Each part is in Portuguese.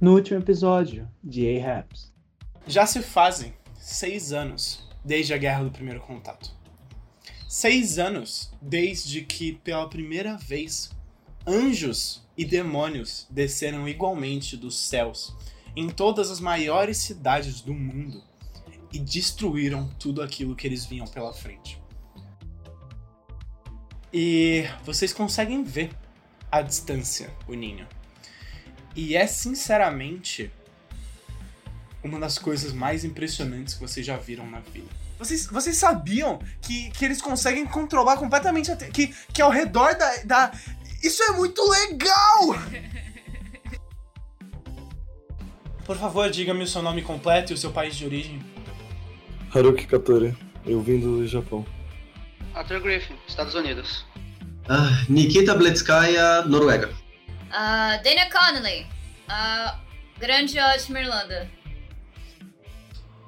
no último episódio de A-Raps. Já se fazem seis anos desde a Guerra do Primeiro Contato. Seis anos desde que, pela primeira vez, anjos e demônios desceram igualmente dos céus em todas as maiores cidades do mundo e destruíram tudo aquilo que eles vinham pela frente. E vocês conseguem ver à distância o ninho. E é sinceramente uma das coisas mais impressionantes que vocês já viram na vida. Vocês, vocês sabiam que, que eles conseguem controlar completamente a te- que, que ao redor da, da. Isso é muito legal! Por favor, diga-me o seu nome completo e o seu país de origem. Haruki Katori, eu vim do Japão. Arthur Griffin, Estados Unidos. Ah, Nikita Bletskaya, Noruega. Ah, Dana Connolly, a grande ótima Irlanda.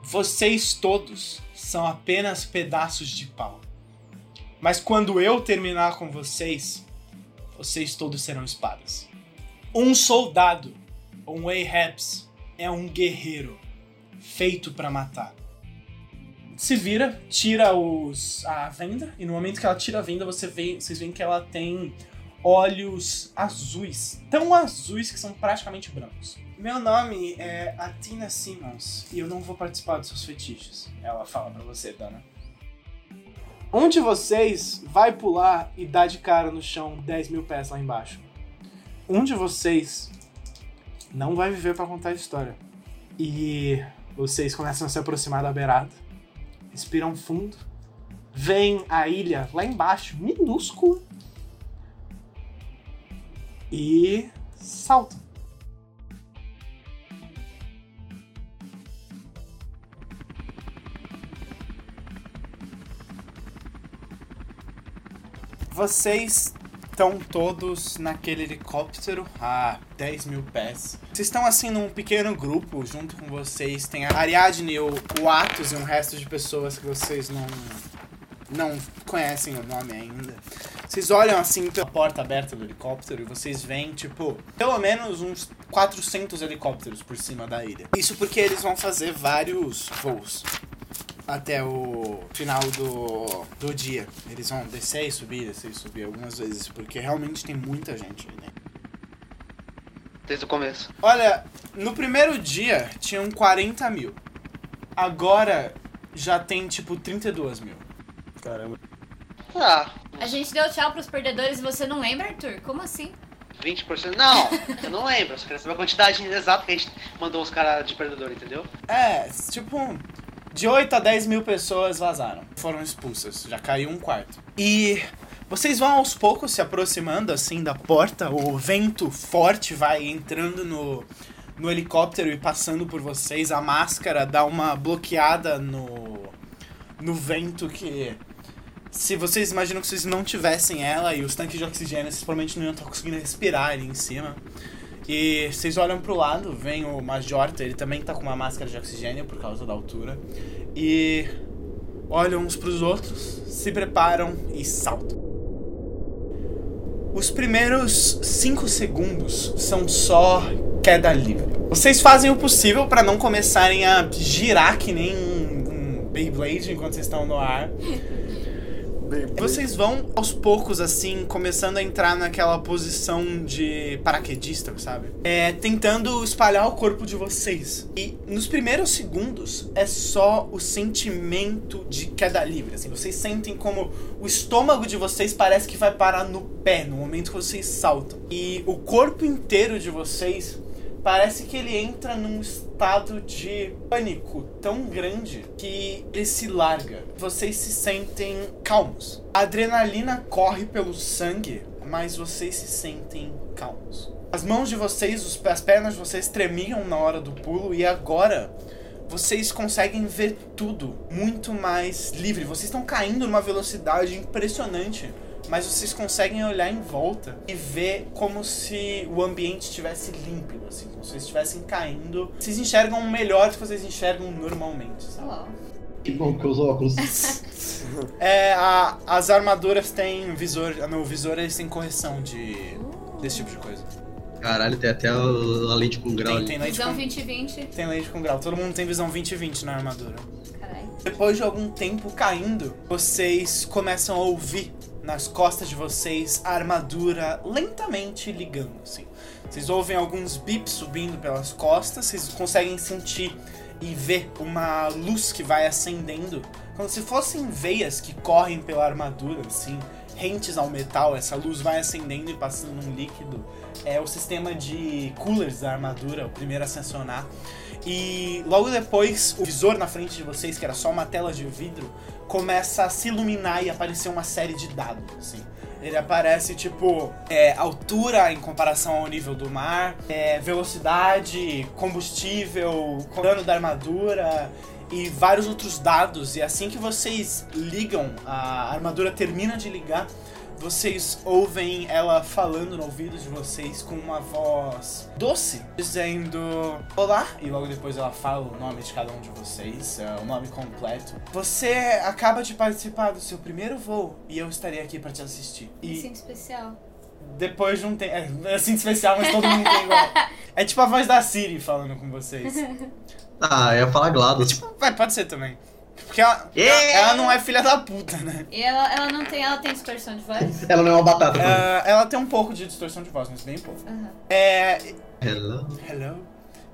Vocês todos são apenas pedaços de pau. Mas quando eu terminar com vocês, vocês todos serão espadas. Um soldado, ou um Ahabs, é um guerreiro feito pra matar. Se vira, tira os a venda e no momento que ela tira a venda, você vê, vocês veem que ela tem olhos azuis, tão azuis que são praticamente brancos. Meu nome é Atina Simmons e eu não vou participar dos seus fetiches. Ela fala pra você, Dana. Um de vocês vai pular e dar de cara no chão 10 mil pés lá embaixo. Um de vocês não vai viver pra contar a história. E vocês começam a se aproximar da beirada, respiram fundo, veem a ilha lá embaixo, minúscula, e saltam. Vocês estão todos naquele helicóptero a 10 mil pés. Vocês estão assim num pequeno grupo, junto com vocês tem a Ariadne, o, o Atos e um resto de pessoas que vocês não, não conhecem o nome ainda. Vocês olham assim pela porta aberta do helicóptero e vocês veem, tipo, pelo menos uns 400 helicópteros por cima da ilha. Isso porque eles vão fazer vários voos até o final do, do dia. Eles vão descer e subir, descer e subir algumas vezes, porque realmente tem muita gente aí dentro. Desde o começo. Olha, no primeiro dia tinham 40 mil. Agora já tem tipo 32 mil. Caramba. Ah, A gente deu tchau pros perdedores e você não lembra, Arthur? Como assim? 20%. Não, eu não lembro. Eu só queria saber a quantidade exata que a gente mandou os caras de perdedor, entendeu? É, tipo, de 8 a 10 mil pessoas vazaram. Foram expulsas, já caiu um quarto. E vocês vão aos poucos se aproximando assim da porta, o vento forte vai entrando no, no helicóptero e passando por vocês. A máscara dá uma bloqueada no, no vento que. Se vocês imaginam que vocês não tivessem ela e os tanques de oxigênio, vocês provavelmente não iam estar conseguindo respirar ali em cima. E vocês olham pro lado, vem o Majorta, ele também tá com uma máscara de oxigênio por causa da altura. E olham uns pros outros, se preparam e saltam. Os primeiros 5 segundos são só queda livre. Vocês fazem o possível pra não começarem a girar que nem um, um Beyblade enquanto vocês estão no ar. Vocês vão aos poucos, assim, começando a entrar naquela posição de paraquedista, sabe? É, tentando espalhar o corpo de vocês. E nos primeiros segundos é só o sentimento de queda livre, assim. Vocês sentem como o estômago de vocês parece que vai parar no pé no momento que vocês saltam. E o corpo inteiro de vocês parece que ele entra num estado de pânico tão grande que ele se larga. Vocês se sentem calmos. A adrenalina corre pelo sangue, mas vocês se sentem calmos. As mãos de vocês, os- as pernas de vocês tremiam na hora do pulo e agora vocês conseguem ver tudo muito mais livre. Vocês estão caindo numa velocidade impressionante, mas vocês conseguem olhar em volta e ver como se o ambiente estivesse límpido, assim, como se vocês estivessem caindo. Vocês enxergam melhor do que vocês enxergam normalmente, sabe? Uau. Que bom que os óculos. É, a- as armaduras têm visor. ah, No visor eles têm correção de. desse tipo de coisa. Caralho, tem até o- a lente com grau Tem, ali. tem leite Visão com, 2020. tem leite com grau. Todo mundo tem visão 20-20 na armadura. Caralho. Depois de algum tempo caindo, vocês começam a ouvir nas costas de vocês a armadura lentamente ligando, assim. Vocês ouvem alguns bips subindo pelas costas, vocês conseguem sentir e ver uma luz que vai acendendo, como se fossem veias que correm pela armadura, assim, rentes ao metal. Essa luz vai acendendo e passando num líquido. É o sistema de coolers da armadura, o primeiro a acionar. E logo depois, o visor na frente de vocês, que era só uma tela de vidro, começa a se iluminar e aparecer uma série de dados, assim. Ele aparece, tipo, é, altura em comparação ao nível do mar, é, velocidade, combustível, dano da armadura e vários outros dados. E assim que vocês ligam, a armadura termina de ligar, vocês ouvem ela falando no ouvido de vocês com uma voz doce, dizendo Olá! E logo depois ela fala o nome de cada um de vocês, é, o nome completo. Você acaba de participar do seu primeiro voo e eu estarei aqui pra te assistir. Me E sinto especial. depois de um tempo. É assim de especial, mas todo mundo tem igual. É tipo a voz da Siri falando com vocês. Ah, eu ia falar GLaDOS. Vai, pode ser também. Porque ela, É. ela não é filha da puta, né? E ela, ela não tem. Ela tem distorção de voz? Ela não é uma batata. mano. Ah, ela tem um pouco de distorção de voz, mas bem pouco. Aham. É, Hello. Hello.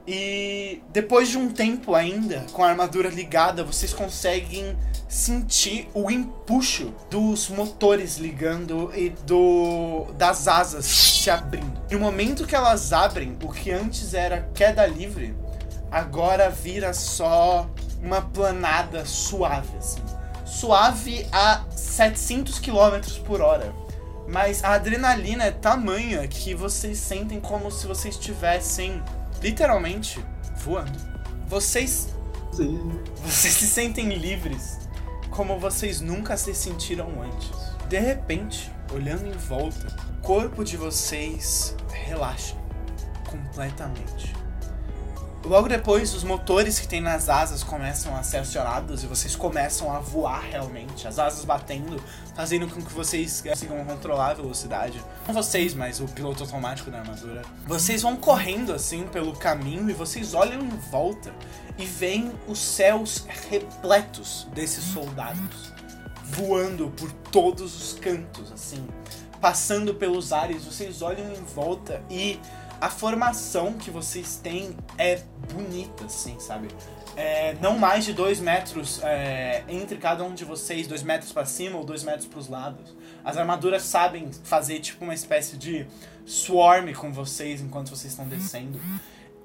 E depois de um tempo ainda, com a armadura ligada, vocês conseguem sentir o empuxo dos motores ligando e do das asas se abrindo. E no momento que elas abrem, o que antes era queda livre, agora vira só uma planada suave, assim. Suave a 700 km por hora. Mas a adrenalina é tamanha que vocês sentem como se vocês estivessem literalmente voando. Vocês, Sim. vocês se sentem livres como vocês nunca se sentiram antes. De repente, olhando em volta, o corpo de vocês relaxa completamente. Logo depois, os motores que tem nas asas começam a ser acionados e vocês começam a voar realmente, as asas batendo, fazendo com que vocês consigam controlar a velocidade. Não vocês, mas o piloto automático da armadura. Vocês vão correndo assim pelo caminho e vocês olham em volta e veem os céus repletos desses soldados voando por todos os cantos, assim, passando pelos ares. Vocês olham em volta e a formação que vocês têm é bonita, assim, sabe? É, não mais de dois metros é, entre cada um de vocês, dois metros pra cima ou dois metros pros lados. As armaduras sabem fazer tipo uma espécie de swarm com vocês enquanto vocês estão descendo.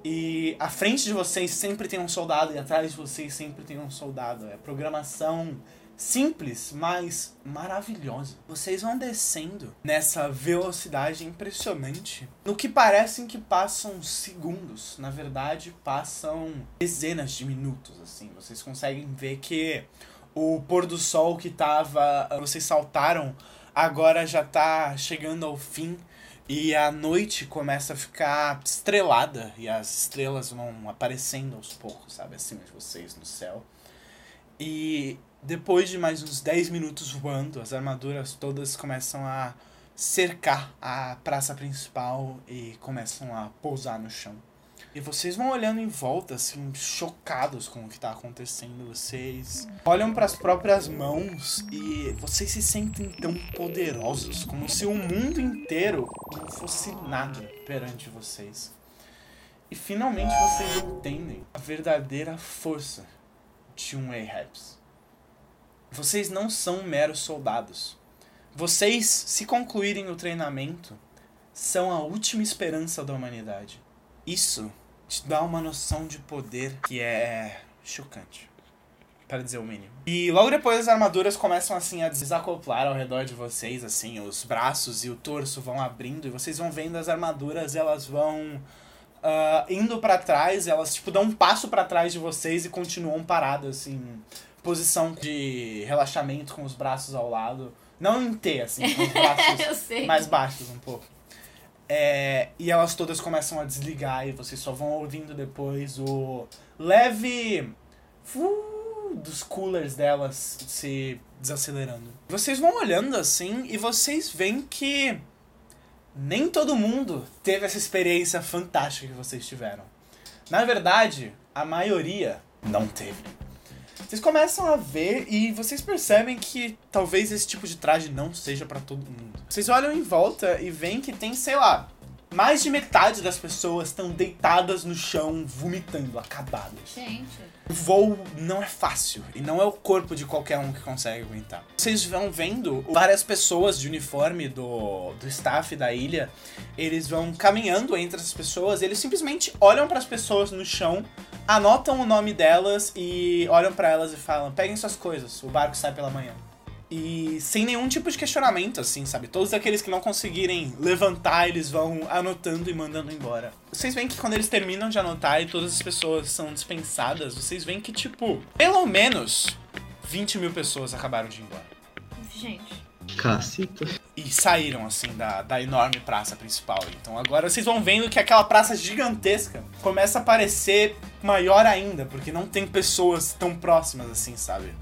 E à frente de vocês sempre tem um soldado e atrás de vocês sempre tem um soldado. É programação simples, mas maravilhosa. Vocês vão descendo nessa velocidade impressionante. No que parecem que passam segundos, na verdade passam dezenas de minutos assim. Vocês conseguem ver que o pôr do sol que tava, vocês saltaram, agora já tá chegando ao fim. E a noite começa a ficar estrelada e as estrelas vão aparecendo aos poucos, sabe, acima de vocês no céu. E depois de mais uns 10 minutos voando, as armaduras todas começam a cercar a praça principal e começam a pousar no chão. E vocês vão olhando em volta, assim, chocados com o que tá acontecendo. Vocês olham para as próprias mãos e vocês se sentem tão poderosos, como se o mundo inteiro não fosse nada perante vocês. E finalmente vocês entendem a verdadeira força de um Ahabs. Vocês não são meros soldados. Vocês, se concluírem o treinamento, são a última esperança da humanidade. Isso te dá uma noção de poder que é chocante. Para dizer o mínimo. E logo depois as armaduras começam assim a desacoplar ao redor de vocês, assim, os braços e o torso vão abrindo e vocês vão vendo as armaduras, elas vão ah, indo pra trás, elas tipo dão um passo pra trás de vocês e continuam paradas assim, posição de relaxamento com os braços ao lado, não em T assim, com os braços Eu sei. mais baixos um pouco. É, e elas todas começam a desligar e vocês só vão ouvindo depois o leve fu dos coolers delas se desacelerando. Vocês vão olhando assim e vocês veem que nem todo mundo teve essa experiência fantástica que vocês tiveram. Na verdade, a maioria não teve. Vocês começam a ver e vocês percebem que talvez esse tipo de traje não seja pra todo mundo. Vocês olham em volta e veem que tem, sei lá, mais de metade das pessoas estão deitadas no chão, vomitando, acabadas. Gente. O voo não é fácil e não é o corpo de qualquer um que consegue aguentar. Vocês vão vendo várias pessoas de uniforme do, do staff da ilha, eles vão caminhando entre as pessoas, eles simplesmente olham para as pessoas no chão, anotam o nome delas e olham para elas e falam: "Peguem suas coisas, o barco sai pela manhã". E sem nenhum tipo de questionamento, assim, sabe? Todos aqueles que não conseguirem levantar, eles vão anotando e mandando embora. Vocês veem que quando eles terminam de anotar e todas as pessoas são dispensadas, vocês veem que, tipo, pelo menos 20 mil pessoas acabaram de ir embora. Gente. Caceta. E saíram, assim, da, da enorme praça principal. Então agora vocês vão vendo que aquela praça gigantesca começa a parecer maior ainda, porque não tem pessoas tão próximas assim, sabe?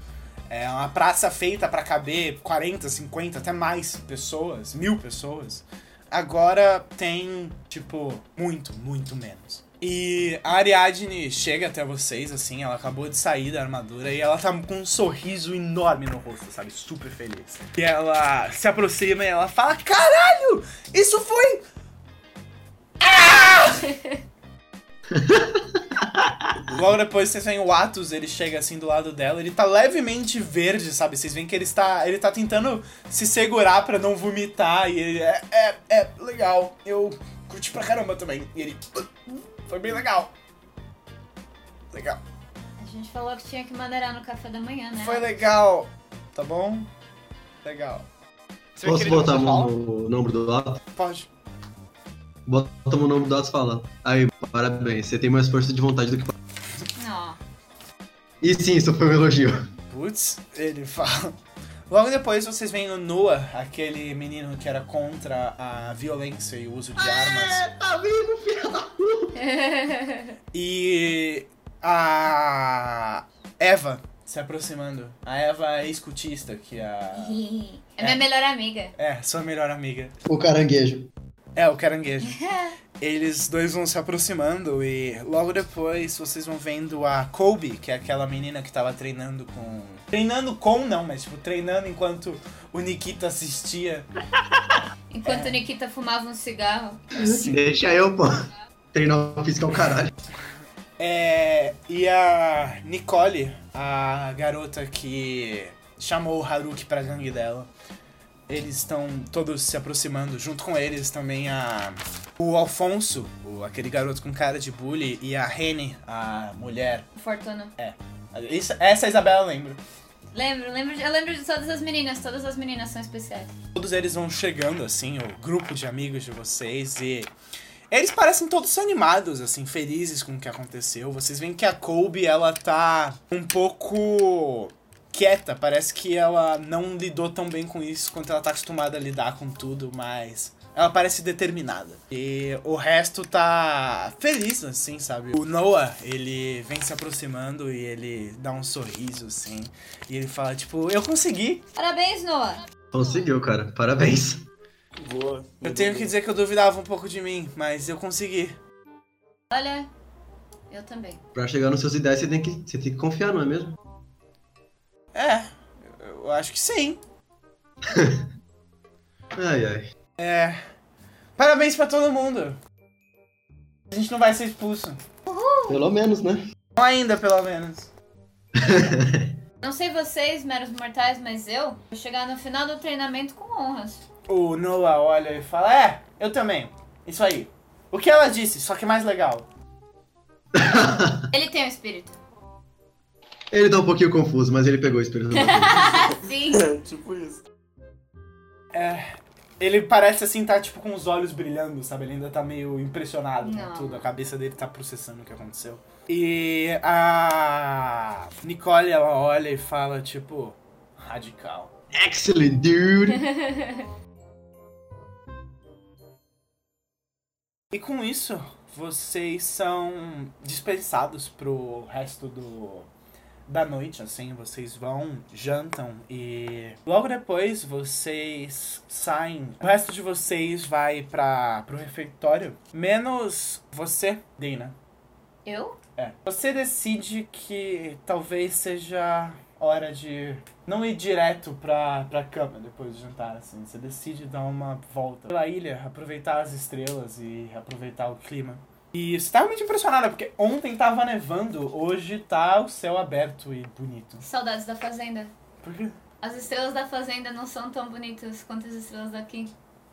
É uma praça feita pra caber 40, 50, até mais pessoas, mil pessoas. Agora tem, tipo, muito, muito menos. E a Ariadne chega até vocês, assim, ela acabou de sair da armadura e ela tá com um sorriso enorme no rosto, sabe? Super feliz. E ela se aproxima e ela fala: Caralho! Isso foi. Ah! Logo depois vocês veem o Atos, ele chega assim do lado dela, ele tá levemente verde, sabe? Vocês veem que ele está. Ele tá tentando se segurar pra não vomitar. E ele é, é, é legal. Eu curti pra caramba também. E ele. "Uh, Foi bem legal. Legal. A gente falou que tinha que maneirar no café da manhã, né? Foi legal. Tá bom? Legal. Você vê que Posso ele não botar a fala? mão no ombro do Atos? Pode. Bota a mão no ombro do Atos e fala. Aí, parabéns, você tem mais força de vontade do que. Não. E sim, isso foi um elogio. Putz, ele fala. Logo depois vocês veem o Noah, aquele menino que era contra a violência e o uso de armas. tá vivo, filho da E a Eva se aproximando. A Eva é escutista, que a. É minha melhor amiga. É, sua melhor amiga. O caranguejo. É, o caranguejo. Eles dois vão se aproximando e logo depois vocês vão vendo a Kobe, que é aquela menina que tava treinando com. Treinando com não, mas tipo, treinando enquanto o Nikita assistia. Enquanto o Nikita fumava um cigarro. Deixa eu, pô. Treinar o físico é o caralho. É. E a Nicole, a garota que chamou o Haruki pra gangue dela. Eles estão todos se aproximando. Junto com eles também a. O Alfonso, o- aquele garoto com cara de bully, e a Rene, a mulher. Fortuna. É. Isso- essa a Isabela lembra. Lembro, lembro, de- eu lembro de todas as meninas. Todas as meninas são especiais. Todos eles vão chegando, assim, o grupo de amigos de vocês e. Eles parecem todos animados, assim, felizes com o que aconteceu. Vocês veem que a Colby, ela tá um pouco quieta. Parece que ela não lidou tão bem com isso quanto ela tá acostumada a lidar com tudo, mas ela parece determinada. E o resto tá feliz, assim, sabe? O Noah, ele vem se aproximando e ele dá um sorriso, assim. E ele fala, tipo, eu consegui, Parabéns, Noah. Conseguiu, cara. Parabéns. Boa. Eu tenho que dizer que eu duvidava um pouco de mim, mas eu consegui. Olha, eu também. Pra chegar nos seus ideais, você tem que, você tem que confiar, não é mesmo? É, eu acho que sim. Ai, ai. É. Parabéns pra todo mundo. A gente não vai ser expulso. Pelo menos, né? Não ainda, pelo menos. Não sei vocês, meros mortais, mas eu vou chegar no final do treinamento com honras. O Noah olha e fala: É, eu também. Isso aí. O que ela disse, só que mais legal. Ele tem o espírito. Ele tá um pouquinho confuso, mas ele pegou o espírito. da coisa. Sim. tipo isso. É. Ele parece assim, tá tipo com os olhos brilhando, sabe? Ele ainda tá meio impressionado com Não. tudo. A cabeça dele tá processando o que aconteceu. E a Nicole, ela olha e fala, tipo, radical. Excellent, dude. E com isso, vocês são dispensados pro resto do da noite, assim, vocês vão, jantam e logo depois vocês saem. O resto de vocês vai para pro refeitório, menos você, Dina. Eu? É. Você decide que talvez seja hora de não ir direto pra, pra cama depois do jantar, assim. Você decide dar uma volta pela ilha, aproveitar as estrelas e aproveitar o clima. E você tá realmente impressionada, porque ontem tava nevando, hoje tá o céu aberto e bonito. Saudades da fazenda. Por quê? As estrelas da fazenda não são tão bonitas quanto as estrelas daqui.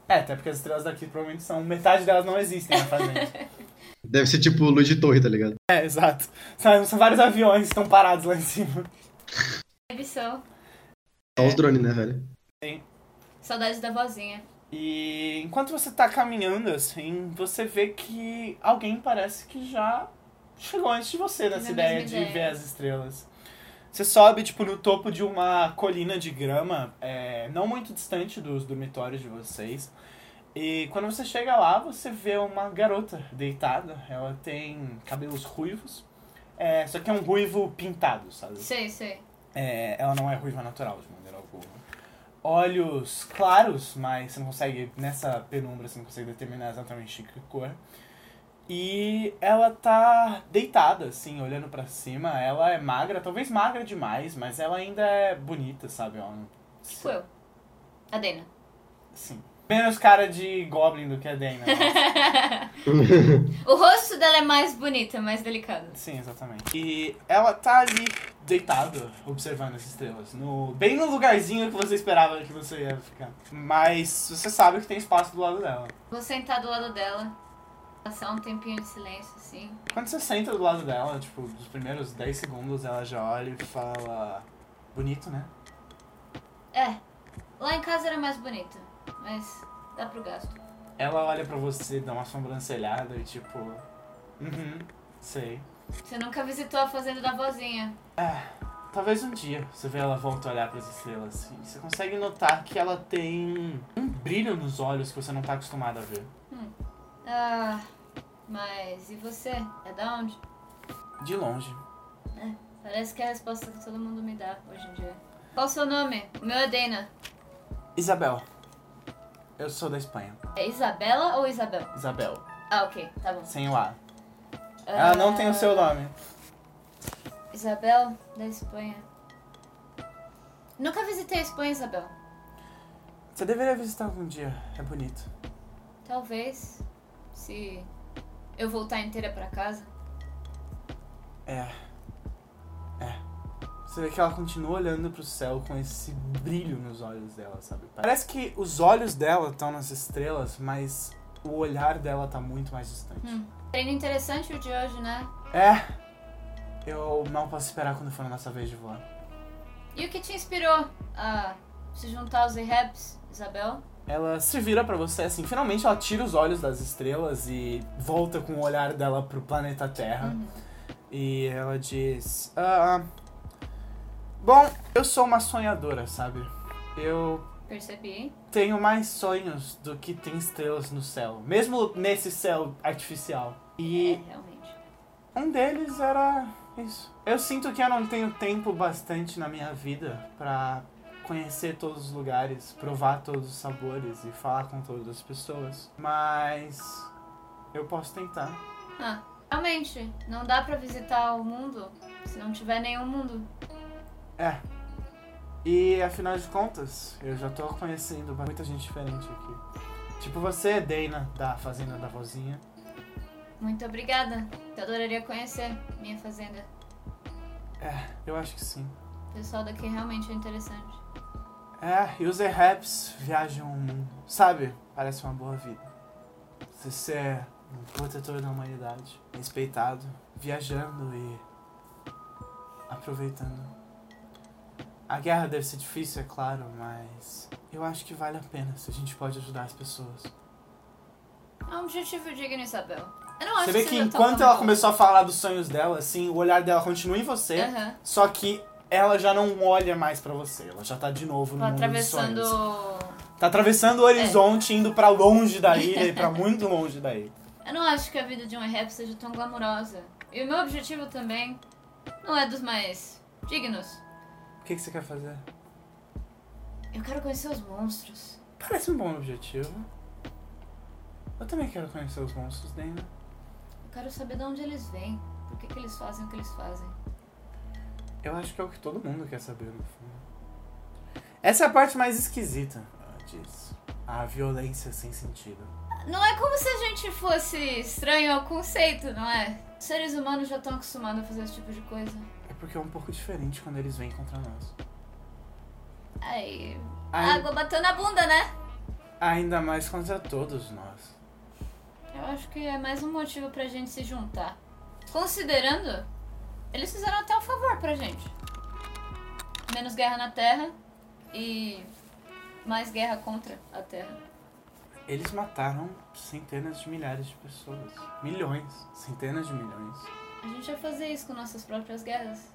É, até porque as estrelas daqui provavelmente são. Metade delas não existem na fazenda. Deve ser tipo luz de torre, tá ligado? é, exato. São, são vários aviões que estão parados lá em cima. Maybe so. Só os drones, né, velho? Saudades da vozinha. E enquanto você tá caminhando, assim, você vê que alguém parece que já chegou antes de você nessa mesma ideia de ideia. ver as estrelas. Você sobe, tipo, no topo de uma colina de grama, é, não muito distante dos dormitórios de vocês. E quando você chega lá, você vê uma garota deitada. Ela tem cabelos ruivos. É, só que é um ruivo pintado, sabe? Sei, sei. É, ela não é ruiva natural, de maneira alguma. Olhos claros, mas você não consegue, nessa penumbra, você não consegue determinar exatamente que cor. E ela tá deitada, assim, olhando pra cima. Ela é magra, talvez magra demais, mas ela ainda é bonita, sabe? Ela, não- Tipo eu. A Dena. sim. Menos cara de Goblin do que a Dana. né? O rosto dela é mais bonita, mais delicado. Sim, exatamente. E ela tá ali deitada, observando as estrelas. No, bem no lugarzinho que você esperava que você ia ficar. Mas você sabe que tem espaço do lado dela. Vou sentar do lado dela. Passar um tempinho de silêncio, assim. Quando você senta do lado dela, tipo, nos primeiros 10 segundos ela já olha e fala. Bonito, né? É. Lá em casa era mais bonito. Mas dá pro gasto. Ela olha pra você, dá uma sobrancelhada e tipo. Uhum, sei. Você nunca visitou a fazenda da vozinha. Talvez um dia você vê ela volta a olhar pras estrelas e você consegue notar que ela tem um brilho nos olhos que você não tá acostumado a ver. Ah, mas e você? É da onde? De longe. Parece que é a resposta que todo mundo me dá hoje em dia. Qual o seu nome? O meu é Dana. Isabel. Eu sou da Espanha. É Isabela ou Isabel? Isabel. Ah, ok, tá bom. Sem o A. Ela não tem o seu nome. Isabel, da Espanha. Nunca visitei a Espanha, Isabel. Você deveria visitar algum dia. É bonito. Talvez, se eu voltar inteira pra casa. É. É. Você vê que ela continua olhando pro céu com esse brilho nos olhos dela, sabe? Parece que os olhos dela estão nas estrelas, mas o olhar dela tá muito mais distante. Hum. Treino interessante o de hoje, né? É. Eu mal posso esperar quando for a nossa vez de voar. E o que te inspirou a se juntar aos Rehabs, Isabel? Ela se vira pra você assim, finalmente ela tira os olhos das estrelas e volta com o olhar dela pro planeta Terra. E ela diz: ah, Bom, eu sou uma sonhadora, sabe? Eu Percebi. tenho mais sonhos do que tem estrelas no céu, mesmo nesse céu artificial. É, E realmente. um deles era isso. Eu sinto que eu não tenho tempo bastante na minha vida pra conhecer todos os lugares, provar todos os sabores e falar com todas as pessoas, mas eu posso tentar. Ah, realmente, não dá pra visitar o mundo se não tiver nenhum mundo. É. E afinal de contas, eu já tô conhecendo muita gente diferente aqui. Tipo você, Dana, da Fazenda da Vozinha. Muito obrigada. Eu adoraria conhecer minha fazenda. Eu acho que sim. O pessoal daqui realmente é interessante. É, e os raps viajam o mundo. Sabe? Parece uma boa vida. Você ser um protetor da humanidade, respeitado, viajando e aproveitando. A guerra deve ser difícil, é claro, mas eu acho que vale a pena se a gente pode ajudar as pessoas. É um objetivo digno, Isabel. Eu não acho Você vê que tá que seja tão enquanto ela maluco. começou a falar dos sonhos dela, assim, o olhar dela continua em você, Aham. só que ela já não olha mais pra você. Ela já tá de novo no Ela mundo atravessando. dos sonhos. Tá atravessando o horizonte, indo pra longe da ilha e pra muito longe da ilha. Eu não acho que a vida de um rap seja tão glamurosa. E o meu objetivo também não é dos mais Dignos, O que, que você quer fazer? eu quero conhecer os monstros. Parece um bom objetivo. Eu também quero conhecer os monstros, Dana. Eu quero saber de onde eles vêm. Por que, que eles fazem o que eles fazem? Eu acho que é o que todo mundo quer saber, no fundo. Essa é a parte mais esquisita disso. A violência sem sentido. Não é como se a gente fosse estranho ao conceito, não é? Os seres humanos já estão acostumados a fazer esse tipo de coisa. É porque é um pouco diferente quando eles vêm contra nós. Aí. A Ai- água bateu na bunda, né? ainda mais contra todos nós. Eu acho que é mais um motivo pra gente se juntar. Considerando, eles fizeram até um favor pra gente. Menos guerra na Terra e mais guerra contra a Terra. Eles mataram centenas de milhares de pessoas. Milhões. Centenas de milhões. A gente vai fazer isso com nossas próprias guerras.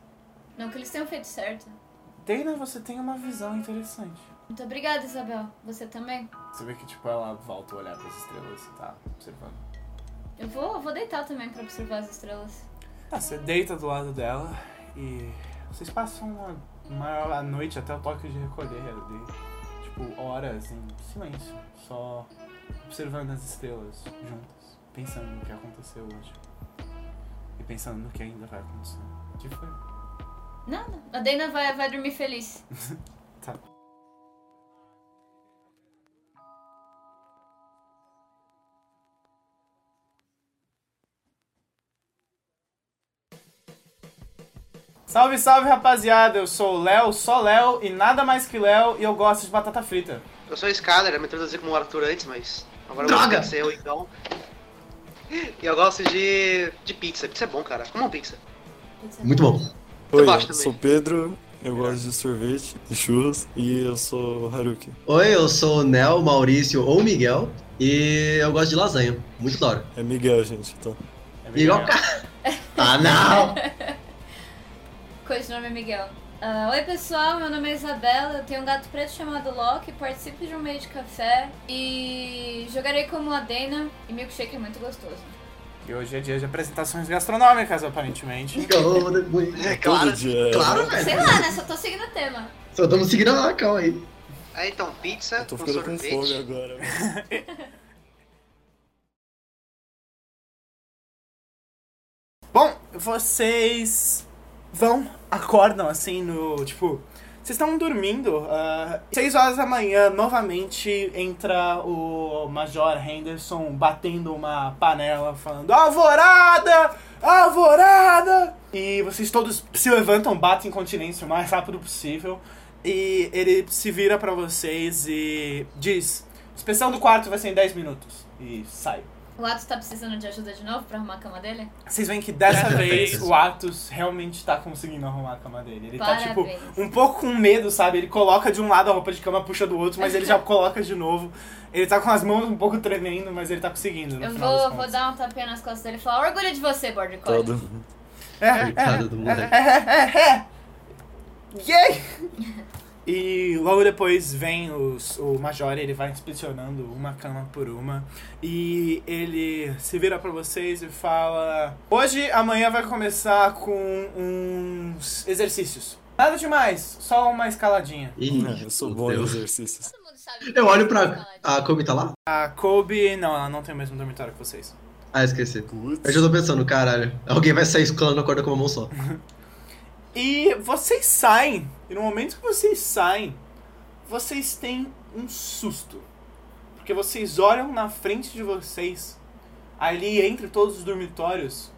Não que eles tenham feito certo. Dana, você tem uma visão interessante. Muito obrigada, Isabel. Você também. Você vê que, tipo, ela volta a olhar pras estrelas e tá observando. Eu vou, eu vou deitar também pra observar as estrelas. Tá, você deita do lado dela e vocês passam a maior a noite até o toque de recolher ali. Tipo, horas em silêncio, só observando as estrelas juntas, pensando no que aconteceu hoje. E pensando no que ainda vai acontecer. Que foi? Nada. A Dana vai, vai dormir feliz. Salve, salve rapaziada! Eu sou o Léo, só Léo e nada mais que Léo e eu gosto de batata frita. Eu sou Skyler, eu me introduzir como Arthur antes, mas agora eu Droga! vou ser eu então. E eu gosto de, de pizza. Pizza é bom, cara. Como uma pizza. é Muito bom. Eu Oi, gosto eu também. sou Pedro, eu gosto de sorvete e churros, e eu sou o Haruki. Oi, eu sou o Nel, Maurício ou Miguel e eu gosto de lasanha. Muito da hora. É Miguel, gente, então. É Miguel, bem legal. cara. Ah, não! Coisa de nome é Miguel. Ah, Oi pessoal, meu nome é Isabela, eu tenho um gato preto chamado Loki, participo de um meio de café e jogarei como a Dana e milkshake é muito gostoso. E hoje é dia de apresentações gastronômicas, aparentemente. É claro, Claro. Todo dia é claro, Sei velho. lá, né? Só tô seguindo o tema. Só estamos seguindo a Macau aí. É, então, pizza Eu tô com ficando com sorvete. fome agora. Bom, vocês vão, acordam assim no. Tipo, vocês estão dormindo. ah, Seis horas da manhã, novamente entra o Major Henderson batendo uma panela, falando: Alvorada! Alvorada! E vocês todos se levantam, batem continência o mais rápido possível. E ele se vira pra vocês e diz: Inspeção do quarto vai ser em 10 minutos. E sai. O Atos tá precisando de ajuda de novo pra arrumar a cama dele? Vocês veem que dessa Dessa vez vez. o Atos realmente tá conseguindo arrumar a cama dele. Ele tá, tipo, Parabéns. um pouco com medo, sabe? Ele coloca de um lado a roupa de cama, puxa do outro, mas ele já coloca de novo. Ele tá com as mãos um pouco tremendo, mas ele tá conseguindo. No Eu final vou, das vou contas. dar um tapinha nas costas dele e falar orgulho de você, Border Collie. Todo. É, Coitado do moleque. Yay! E logo depois vem os, o Major, ele vai inspecionando uma cama por uma. E ele se vira pra vocês e fala: Hoje, amanhã vai começar com uns exercícios. Nada demais, só uma escaladinha. Ih, eu sou meu bom em Deus. exercícios. Todo mundo sabe. Eu olho pra. A Kobe tá lá? A Kobe, não, ela não tem o mesmo dormitório que vocês. Ah, esqueci. Eu Putz. já tô pensando, caralho. Alguém vai sair escolando a corda com uma mão só. E vocês saem, e no momento que vocês saem, vocês têm um susto. Porque vocês olham na frente de vocês, ali entre todos os dormitórios,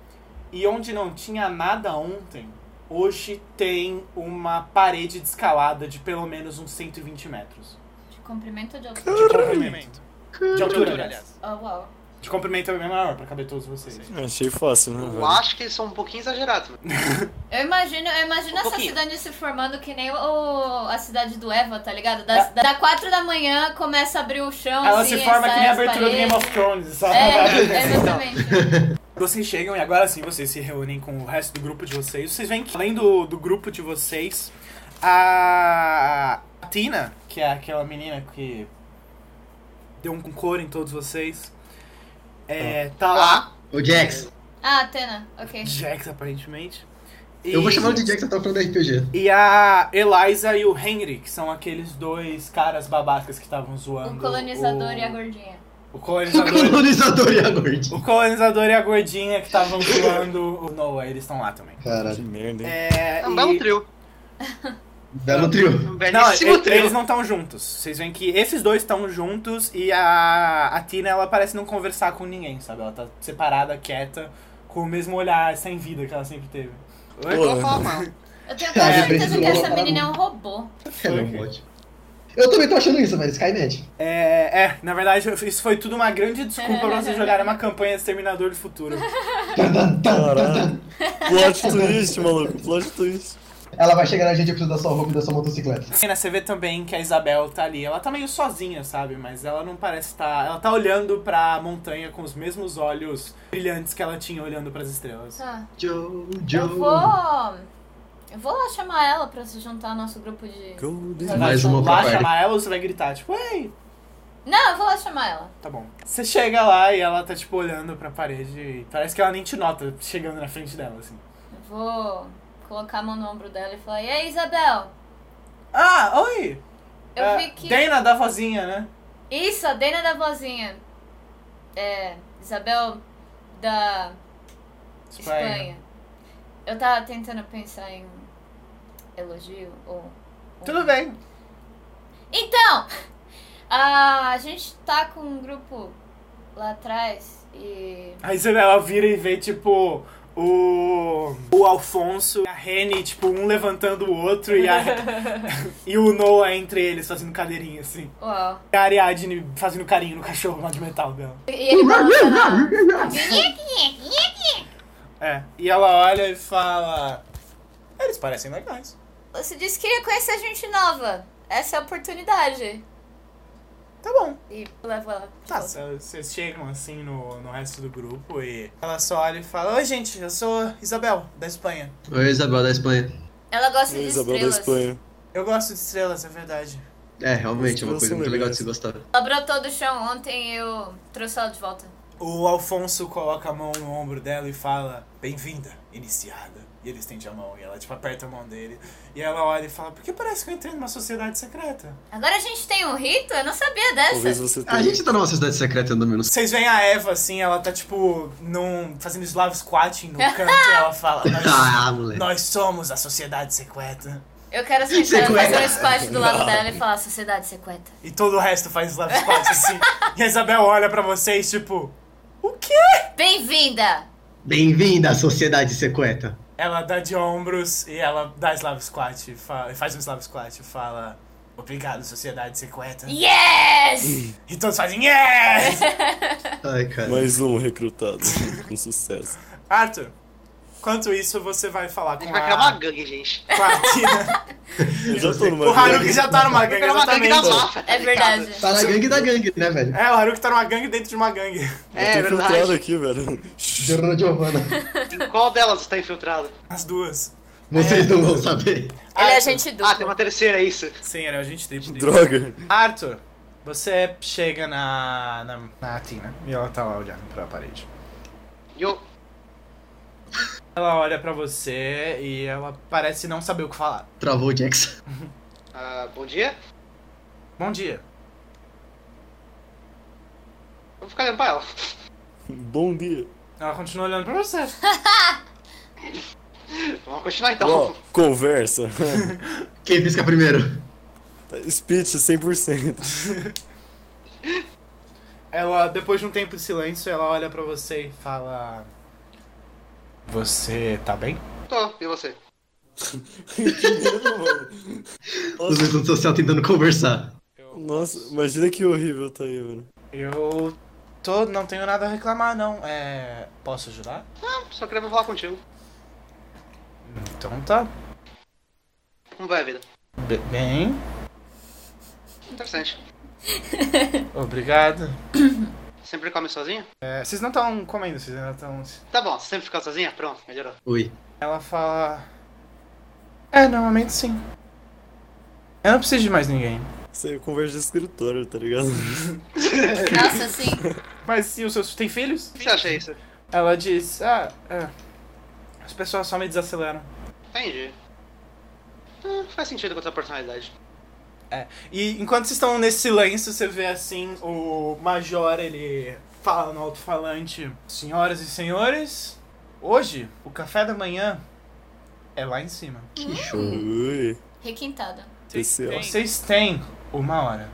e onde não tinha nada ontem, hoje tem uma parede descalada de pelo menos uns 120 metros. De comprimento ou de altura? De comprimento. De altura, aliás. Oh, uau. De comprimento é bem maior, pra caber todos vocês. Achei fácil, né, Eu velho? acho que eles são um pouquinho exagerados. mano. Eu imagino, eu imagino Um essa pouquinho. cidade se formando que nem o- a cidade do Eva, tá ligado? Das, da 4 da manhã começa a abrir o chão. É. Ela assim, se forma aí que nem a sai as abertura do Game paredes. of Thrones, então. sabe? É, exatamente. Vocês chegam e agora sim vocês se reúnem com o resto do grupo de vocês. Vocês veem que além do, do grupo de vocês, a Tina, que é aquela menina que deu um cor em todos vocês, é, tá lá. O Jax. Ah, Atena, ok. Jax, aparentemente. Eu vou E- chamar o DJ que você tá falando da RPG. E a Eliza e o Henry, que são aqueles dois caras babacas que estavam zoando. O colonizador o- e a gordinha. O O colonizador. colonizador e a Gord. o colonizador e a gordinha que estavam zoando o Noah, eles estão lá também. Caralho. Que merda, hein? É, É um e- belo trio. Belo trio. Um Não, belíssimo e- trio. eles não estão juntos. Vocês veem que esses dois estão juntos e a, a Tina, ela parece não conversar com ninguém, sabe? Ela tá separada, quieta, com o mesmo olhar sem vida que ela sempre teve. Eu vou falar mal. Eu Cara, tenho quase eu certeza preciso que essa colocar- menina é um robô. É meu bot. Eu também tô achando isso, velho. Skynet. É, é, na verdade, isso foi tudo uma grande desculpa pra vocês jogarem uma campanha Exterminador do Futuro. Caralho. Plot twist, maluco. Plot twist. Ela vai chegar na gente, eu preciso da sua roupa e da sua motocicleta. Assim, né, você vê também que a Isabel tá ali. Ela tá meio sozinha, sabe? Mas ela não parece estar. Ela tá olhando pra montanha com os mesmos olhos brilhantes que ela tinha olhando pras estrelas. Tá. Joe, Eu vou. Eu vou lá chamar ela pra se juntar ao nosso grupo de. Golden. Você Mais vai uma lá pra chamar ela ou você vai gritar, tipo, ei, Não, eu vou lá chamar ela. tá bom. Você chega lá e ela tá, tipo, olhando pra parede. e Parece que ela nem te nota chegando na frente dela, assim. Eu vou colocar a mão no ombro dela e falar: E aí, Isabel? Ah, oi! Eu É, vi que. Dana da vozinha, né? Isso, a Dana da vozinha. É. Isabel da Espanha. Eu tava tentando pensar em um elogio ou. um- Tudo bem. Então! A gente tá com um grupo lá atrás e. Aí você, ela vira e vê, tipo, o. O Alfonso e a Rene, tipo, um levantando o outro e, a- e o Noah entre eles fazendo cadeirinha, assim. Uau. E a Ariadne fazendo carinho no cachorro lá de metal dela. E ele balançando. É. E ela olha e fala. Eles parecem legais. Você disse que queria conhecer gente nova. Essa é a oportunidade. Tá bom. E leva ela. Tá. Vocês chegam assim no, no resto do grupo e ela só olha e fala: Oi, gente, eu sou Isabel, da Espanha. Oi, Isabel da Espanha. Ela gosta de Isabel da estrelas. Espanha. Eu gosto de estrelas, é verdade. É, realmente, é uma Os coisa dois muito são legal legais. de se gostar. Ela brotou do chão ontem e eu trouxe ela de volta. O Alfonso coloca a mão no ombro dela e fala: Bem-vinda, iniciada. E ele estende a mão e ela tipo aperta a mão dele. E ela olha e fala: Por que parece que eu entrei numa sociedade secreta? Agora a gente tem um rito? Eu não sabia Talvez dessa. você tenha. A gente tá numa sociedade secreta, eu não menos. Vocês veem a Eva assim, ela tá tipo num, fazendo Slav squatting no canto e ela fala: nós, Ah, moleque. nós somos a sociedade secreta. Eu quero sentar, Sequela. fazer um squat do lado dela e falar sociedade secreta. E todo o resto faz Slav squat assim. E a Isabel olha pra vocês tipo: O quê? Bem-vinda! Bem-vinda à sociedade secreta. Ela dá de ombros e ela dá Slav squat, e fala- faz um Slav squat e fala: Obrigado, sociedade secreta. Yes! E todos fazem yes! Ai, tá- cara. Mais um recrutado. Com sucesso. Arthur, enquanto isso você vai falar A com gente a, vai criar uma gangue, gente. com a Tina. Eu já tô numa. o Haruki já tá numa Vai gangue, criar uma gangue da exatamente. máfia. tá É ligado? verdade. Tá na gangue da gangue, né, velho? É, o Haruki tá numa gangue dentro de uma gangue. Eu tô É infiltrado verdade. aqui, velho. Dona Giovana, Em qual delas está infiltrado? As duas. vocês É. não vão saber. Ele é Arthur. gente Ah, tem dupla. uma terceira, é isso. Sim, era a gente tem Droga. Arthur, você chega na, na, na Tina e ela tá lá olhando pra parede. E eu. Ela olha pra você e ela parece não saber o que falar. Travou o Jax. ah, bom dia. Bom dia. Vou ficar olhando pra ela. Bom dia. Ela continua olhando pra você. Vamos continuar então. Ó, conversa. Quem pisca primeiro? Speech 100%. Ela, depois de um tempo de silêncio, ela olha pra você e fala... Você tá bem? Tô, e você? Que medo, mano. Os dois Nossa, do social tentando conversar. nossa, imagina que horrível tá aí, mano. Eu tô, não tenho nada a reclamar, não. É, posso ajudar? Não, só queria falar contigo. Então tá. Como vai a vida? Be- bem, Interessante. obrigado. Sempre come sozinha? É, vocês não estão comendo, vocês ainda estão... Tá bom, você sempre fica sozinha? Pronto, melhorou. Oi. Ela fala... É, normalmente sim. Eu não preciso de mais ninguém. Isso aí é conversa de escritório, tá ligado? Nossa, assim, sim. Mas se os seus têm filhos? O que você acha isso? ah, Ela diz... Ah, é. As pessoas só me desaceleram. Entendi. Ah, faz sentido com a tua personalidade. E enquanto vocês estão nesse silêncio, você vê assim, o Major, ele fala no alto-falante, senhoras e senhores, hoje, o café da manhã é lá em cima. Que show. Ui, Requintada. especial. Vocês têm uma hora,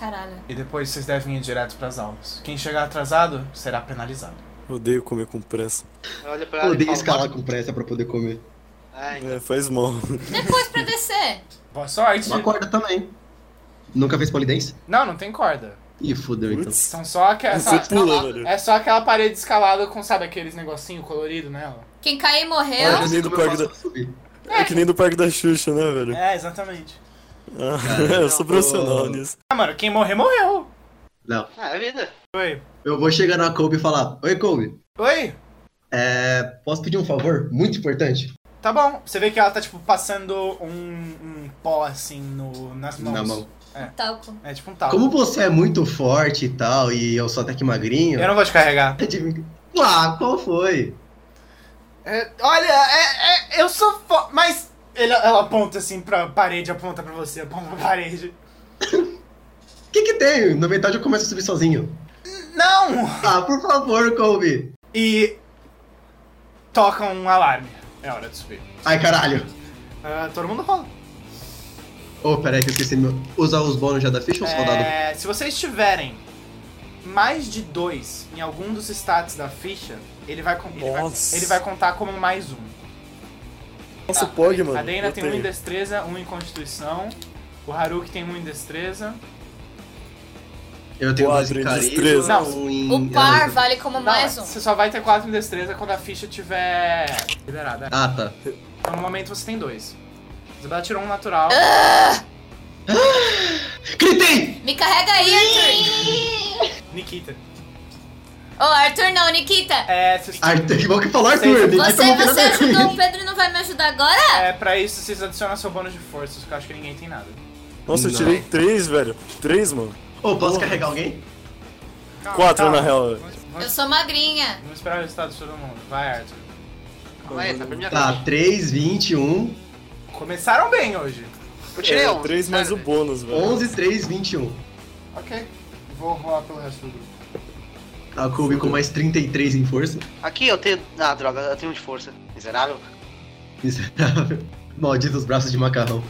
Caralho. e depois vocês devem ir direto pras aulas. Quem chegar atrasado será penalizado. Odeio comer com pressa. Olha pra ela e Odeio fala, escalar com pressa pra poder comer. Ah, então. É, faz mal. Depois pra descer. Boa sorte! Uma corda também. Nunca fez polidense? Não, não tem corda. Ih, fudeu então. Putz, São só aquela. você pula, escalado. velho. É só aquela parede escalada com, sabe, aqueles negocinho colorido nela. Quem cair morreu. Olha, Eu? eu sei como eu faço pra subir. É que nem do Parque da Xuxa, né, velho? É, exatamente. Ah, eu sou profissional Ô. nisso. Ah, mano, quem morrer, morreu. Não. Ah, é vida. Oi. Eu vou chegar na Kobe e falar: Oi, Kobe. Oi? É, posso pedir um favor? Muito importante. Tá bom. Você vê que ela tá, tipo, passando um, um pó, assim, no, nas mãos. Na mão. Talco. É tipo um tal. Como você é muito forte e tal, e eu sou até que magrinho. Eu não vou te carregar. Ah, qual foi? É, olha, é, é- eu sou fo... Mas ele- ela aponta, assim, pra parede, aponta pra você, aponta pra parede. O que que tem? Na metade eu começo a subir sozinho. Não! Ah, por favor, Kobe. E toca um alarme. É hora de subir. Ai, caralho. Ah, todo mundo rola. Ô, peraí que eu esqueci meu... Usar os bônus já da ficha ou soldado? É, se vocês tiverem mais de dois em algum dos stats da ficha, ele vai, con- ele vai, Nossa. ele vai contar como mais um. Nossa, o Pog, mano. a Dana eu tem um em tenho. destreza, um em constituição. O Haruki tem um em destreza. Eu tenho dois Quadro em em carisma, destreza. um em... O par vale como mais Não, um. Você só vai ter quatro em destreza quando a ficha tiver liberada. Ah, tá. Então, no momento você tem dois. Isabela tirou um natural. Ah! Gritei! Me carrega aí, Arthur. Nikita. Ô, Arthur não, Nikita. É, vocês- Arthur, igual que falou Vocês- Arthur. Nikita Você, não tem você nada a ver com ajudou o isso. Pedro e não vai me ajudar agora? é, pra isso vocês adicionam seu bônus de forças, que eu acho que ninguém tem nada. Nossa, eu Não. tirei três, velho. Três, mano. Ô, posso carregar alguém? Calma, Quatro, calma. na real. Vamos, Eu vamos- sou magrinha. vamos esperar o resultado de todo mundo. Vai, Arthur. Calma aí, tá pra minha Tá, tá. 3, 21, Começaram bem hoje. Eu tirei um. É, três mais o bônus, velho. 11, 3, 21. Ok. Vou rolar pelo resto do grupo. A Tá, Kobe com mais 33 em força. Aqui eu tenho. Ah, droga, eu tenho um de força. Miserável. Miserável. Malditos braços de macarrão.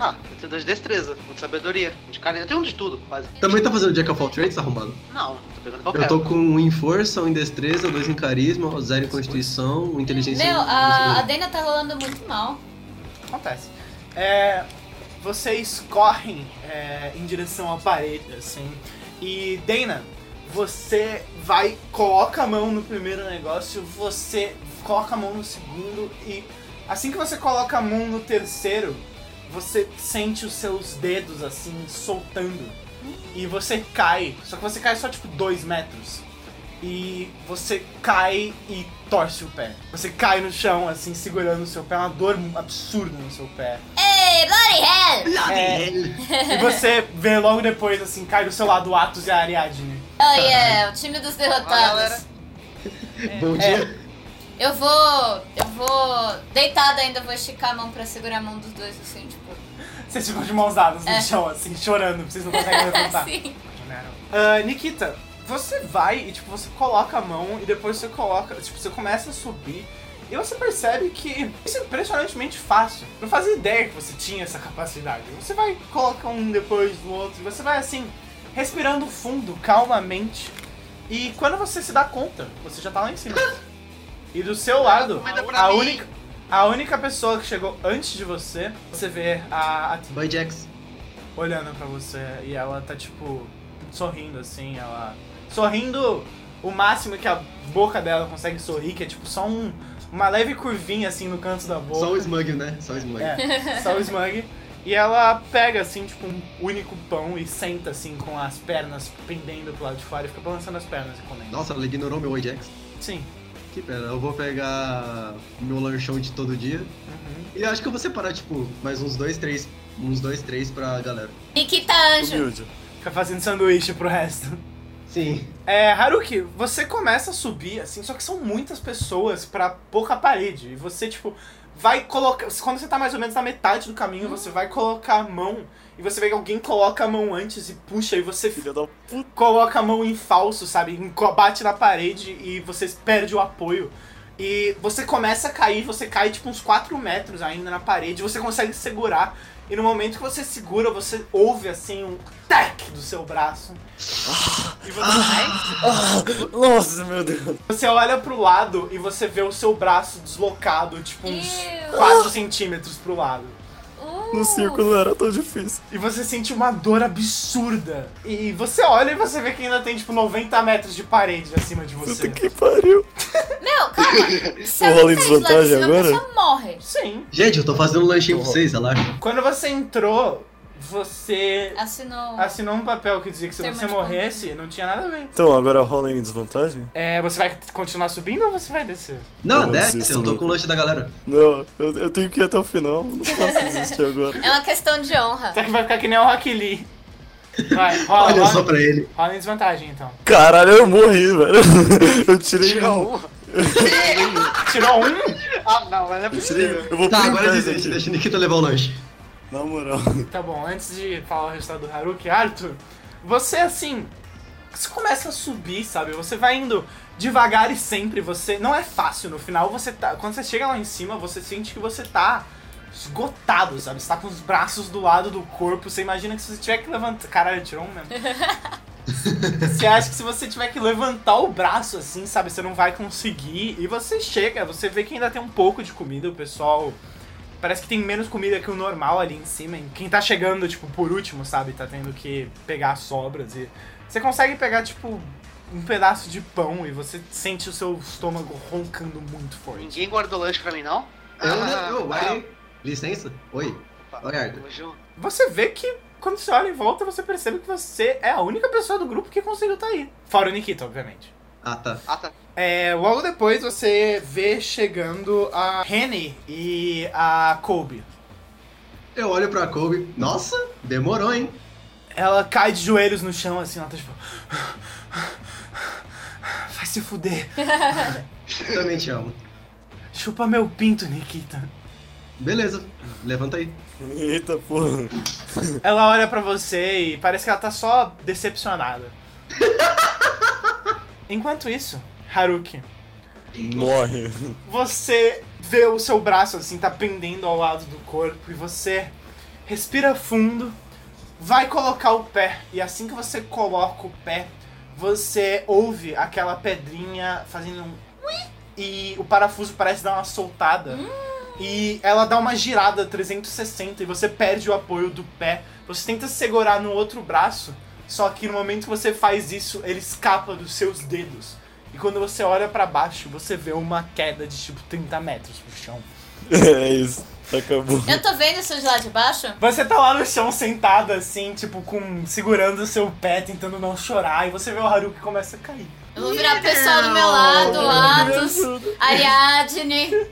Ah, eu tenho dois de destreza, um de sabedoria, um de carinho. Eu tenho um de tudo, quase. Também tá fazendo Jack of All Trades, arrumado? Não, tô pegando qualquer. Eu tô com um em força, um em destreza, dois em carisma, zero em constituição, um em inteligência. Meu, um em a, a sabedoria. Dena tá rolando muito mal. Acontece. É, vocês correm é, em direção à parede, assim. E, Dana, você vai, coloca a mão no primeiro negócio, você coloca a mão no segundo e assim que você coloca a mão no terceiro, você sente os seus dedos, assim, soltando. E você cai, só que você cai só, tipo, dois metros. E você cai e torce o pé. Você cai no chão, assim, segurando o seu pé, uma dor absurda no seu pé. Ei, bloody hell! E você vê logo depois, assim, cai do seu lado o Atos e a Ariadne. Oh yeah, o time dos Fala, derrotados. galera. é. Bom dia. Eu vou. Eu vou. Deitada ainda, vou esticar a mão pra segurar a mão dos dois, assim, tipo. Vocês ficam de mãos dadas no É. chão, assim, chorando, vocês não conseguem levantar. Assim. Ah, Nikita, você vai e, tipo, você coloca a mão e depois você coloca, tipo, você começa a subir. E você percebe que isso é impressionantemente fácil. Não fazia ideia que você tinha essa capacidade. Você vai, coloca um depois do outro, e você vai assim, respirando fundo, calmamente. E quando você se dá conta, você já tá lá em cima. E do seu lado, Comida pra a mim. única, a única pessoa que chegou antes de você, você vê a, a Tia Boy Jax. olhando pra você e ela tá tipo sorrindo assim, ela sorrindo o máximo que a boca dela consegue sorrir, que é tipo só um, uma leve curvinha assim no canto da boca. Só o Smug, né? Só o Smug. É, só o smug. E ela pega assim, tipo, um único pão e senta assim com as pernas pendendo pro lado de fora e fica balançando as pernas e comendo. Nossa, ela ignorou meu Boy Jax. Sim. Que pena, eu vou pegar meu lanchão de todo dia. Uhum. E eu acho que eu vou separar, tipo, mais uns dois, três. Uns dois, três pra galera. Nikita Anjo. Humilde. Fica fazendo sanduíche pro resto. Sim. É, Haruki, você começa a subir, assim, só que são muitas pessoas pra pouca parede. E você, tipo, vai colocar. Quando você tá mais ou menos na metade do caminho, você vai colocar a mão e você vê que alguém coloca a mão antes e puxa, e você Filha da coloca a mão em falso, sabe? Enco- Bate na parede e você perde o apoio. E você começa a cair, você cai tipo uns 4 metros ainda na parede, você consegue segurar. E no momento que você segura, você ouve assim um tac do seu braço. E você Ah, nossa, meu Deus. Você olha pro lado e você vê o seu braço deslocado, tipo uns Ew. 4 centímetros pro lado. Uh, No circo não era tão difícil. E você sente uma dor absurda. E você olha e você vê que ainda tem, tipo, 90 metros de parede acima de Puta você. que pariu. Meu, calma. Se Eu rolei alguém cair de lá de desvantagem cima, agora? A pessoa morre. Sim. Gente, eu tô fazendo um lanchinho pra Porra. vocês, relaxa. Quando você entrou, você Assinou. assinou um papel que dizia que se Termo você de morresse, não tinha nada a ver. Então, agora rola em desvantagem? É, você vai continuar subindo ou você vai descer? Não, Eu desce, desisto, eu tô com Lucas. o lanche da galera. Não, eu, eu tenho que ir até o final. Não posso desistir agora. É uma questão de honra. Até que vai ficar que nem o Rock Lee. Vai, rola, Olha rola, só pra ele. rola em desvantagem, então. Caralho, eu morri, velho. Eu tirei um. Tirou um? Ah, não, mas não é Eu tirei. um. possível. Eu vou Tá, pro agora inverso desiste, aqui. deixa o Nikita levar o lanche. Na moral. Tá bom, antes de falar o resultado do Haruki, Arthur, você assim. Você começa a subir, sabe? Você vai indo devagar e sempre. Você. Não é fácil. No final você tá. Quando você chega lá em cima, você sente que você tá esgotado, sabe? Você tá com os braços do lado do corpo. Você imagina que se você tiver que levantar. Caralho, tirou um mesmo. Você acha que se você tiver que levantar o braço assim, sabe, você não vai conseguir. E você chega, você vê que ainda tem um pouco de comida, o pessoal. Parece que tem menos comida que o normal ali em cima. E Quem tá chegando, tipo, por último, sabe, tá tendo que pegar as sobras e. Você consegue pegar, tipo, um pedaço de pão e você sente o seu estômago roncando muito forte. Ninguém guardou lanche pra mim, não? Eu Ah, não, É, né? eu, ah, aí. Licença? Oi. opa, Oi, Arthur. tamo junto. Você vê que quando você olha em volta, você percebe que você é a única pessoa do grupo que conseguiu tá aí. Fora o Nikita, obviamente. Ah, tá. Ah, tá. É, logo depois você vê chegando a Henny e a Kobe. Eu olho pra Kobe. Nossa, demorou, hein? Ela cai de joelhos no chão, assim, ela tá tipo. Vai se fuder. Também te amo. Chupa meu pinto, Nikita. Beleza, levanta aí. Eita porra. Ela olha pra você e parece que ela tá só decepcionada. Enquanto isso, Haruki, Morre. você vê o seu braço assim, tá pendendo ao lado do corpo e você respira fundo, vai colocar o pé. E assim que você coloca o pé, você ouve aquela pedrinha fazendo um ui, e o parafuso parece dar uma soltada. E ela dá uma girada 360 e você perde o apoio do pé. Você tenta segurar no outro braço, só que no momento que você faz isso, ele escapa dos seus dedos. E quando você olha pra baixo, você vê uma queda de tipo 30 metros pro chão. É isso. Acabou. Eu tô vendo isso de lá de baixo? Você tá lá no chão sentada assim, tipo, com segurando o seu pé, tentando não chorar, e você vê o Haruki começa a cair. Eu vou virar o pessoal do meu lado, Atos, Ariadne.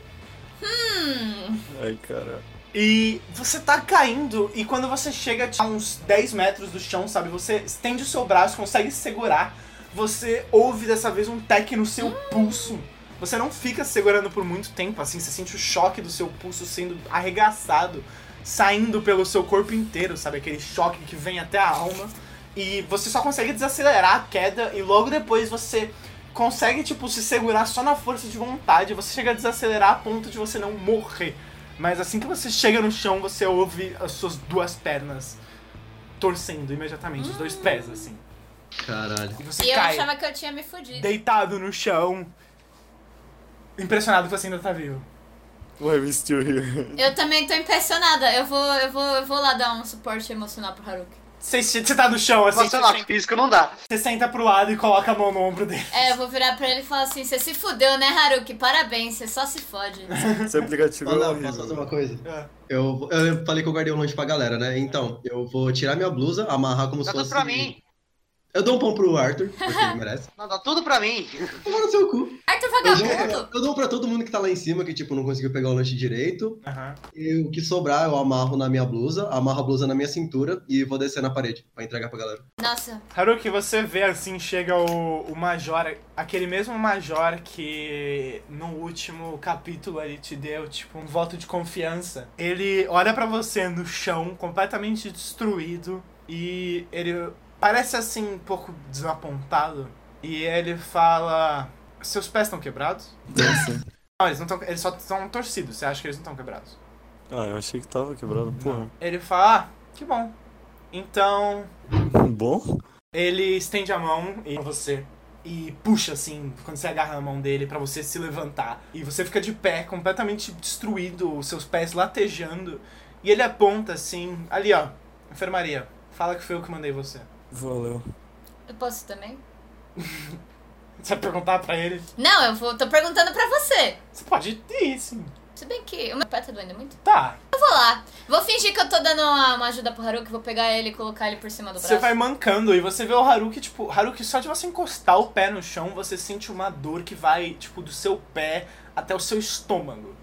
Ai, caralho. E você tá caindo, e quando você chega a uns 10 metros do chão, sabe? Você estende o seu braço, consegue segurar. Você ouve dessa vez um tec no seu pulso. Você não fica segurando por muito tempo, assim. Você sente o choque do seu pulso sendo arregaçado, saindo pelo seu corpo inteiro, sabe? Aquele choque que vem até a alma. E você só consegue desacelerar a queda, e logo depois você consegue, tipo, se segurar só na força de vontade. Você chega a desacelerar a ponto de você não morrer. Mas assim que você chega no chão, você ouve as suas duas pernas torcendo imediatamente, os dois pés, assim. Caralho. E você Hum. E eu cai, achava que eu tinha me fudido. deitado no chão, impressionado que você ainda tá vivo. Why we still here? Eu também tô impressionada. Eu vou, eu vou, eu vou lá dar um suporte emocional pro Haruki. Você, você tá no chão, assim, Nossa, não, físico não dá. você senta pro lado e coloca a mão no ombro dele. É, eu vou virar pra ele e falar assim: você se fudeu, né, Haruki? Parabéns, você só se fode. Esse aplicativo é Olha, posso fazer horrível. uma coisa? É. Eu, um eu falei que eu guardei o lanche pra galera, né? Então, eu vou tirar minha blusa, amarrar como Tá se tudo fosse. pra mim. Eu dou um pão pro Arthur, porque ele merece. Não, dá tudo pra mim. Toma no seu cu. Arthur Eu dou, Vagabundo! eu dou pra todo mundo que tá lá em cima, que, tipo, não conseguiu pegar o lanche direito. Aham. E o que sobrar, eu amarro na minha blusa, amarro a blusa na minha cintura e vou descer na parede pra entregar pra galera. Nossa, Haruki, você vê assim, chega o, o Major, aquele mesmo Major que no último capítulo ele te deu, tipo, um voto de confiança. Ele olha pra você no chão, completamente destruído, e ele parece assim, um pouco desapontado, e ele fala: Seus pés estão quebrados? Dança. Não, eles, não tão, eles só estão torcidos, você acha que eles não estão quebrados? Ah, eu achei que tava quebrado, porra. Ele fala: Ah, que bom. Então, Bom? Ele estende a mão e pra você e puxa assim, quando você agarra na mão dele pra você se levantar. E você fica de pé, completamente destruído, os seus pés latejando. E ele aponta assim, ali ó, enfermaria. Fala que foi eu que mandei você. Valeu. eu posso também? Você vai perguntar pra ele? Não, eu vou, tô perguntando pra você. Você pode ir, sim. Se bem que o meu pé tá doendo muito. Tá. Eu vou lá. Vou fingir que eu tô dando uma, uma ajuda pro Haruki, vou pegar ele e colocar ele por cima do braço. Você vai mancando e você vê o Haruki, tipo, Haruki, só de você encostar o pé no chão, você sente uma dor que vai, tipo, do seu pé até o seu estômago.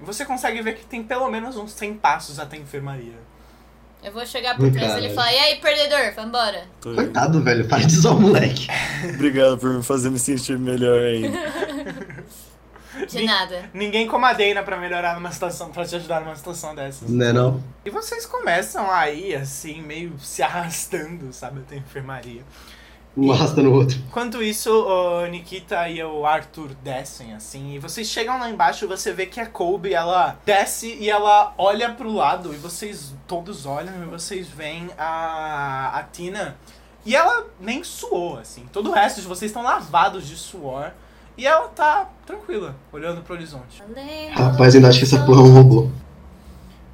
E você consegue ver que tem pelo menos uns 100 passos até a enfermaria. Eu vou chegar por trás Caralho. dele e falar, e aí, perdedor, vambora. Tô indo. Coitado, velho, para de zoar o moleque. Obrigado por me fazer me sentir melhor ainda. De nada. Ninguém como a Dana pra melhorar numa situação, pra te ajudar numa situação dessas. Né, não? E vocês começam aí, assim, meio se arrastando, sabe, até a enfermaria. Um arrastando o outro. Enquanto isso, o Nikita e o Arthur descem, assim, e vocês chegam lá embaixo e você vê que a Kobe, ela desce e ela olha pro lado, e vocês todos olham e vocês veem a, a Tina. E ela nem suou, assim, todo o resto de vocês estão lavados de suor. E ela tá tranquila, olhando pro horizonte. Rapaz, ainda acho que essa porra é um robô.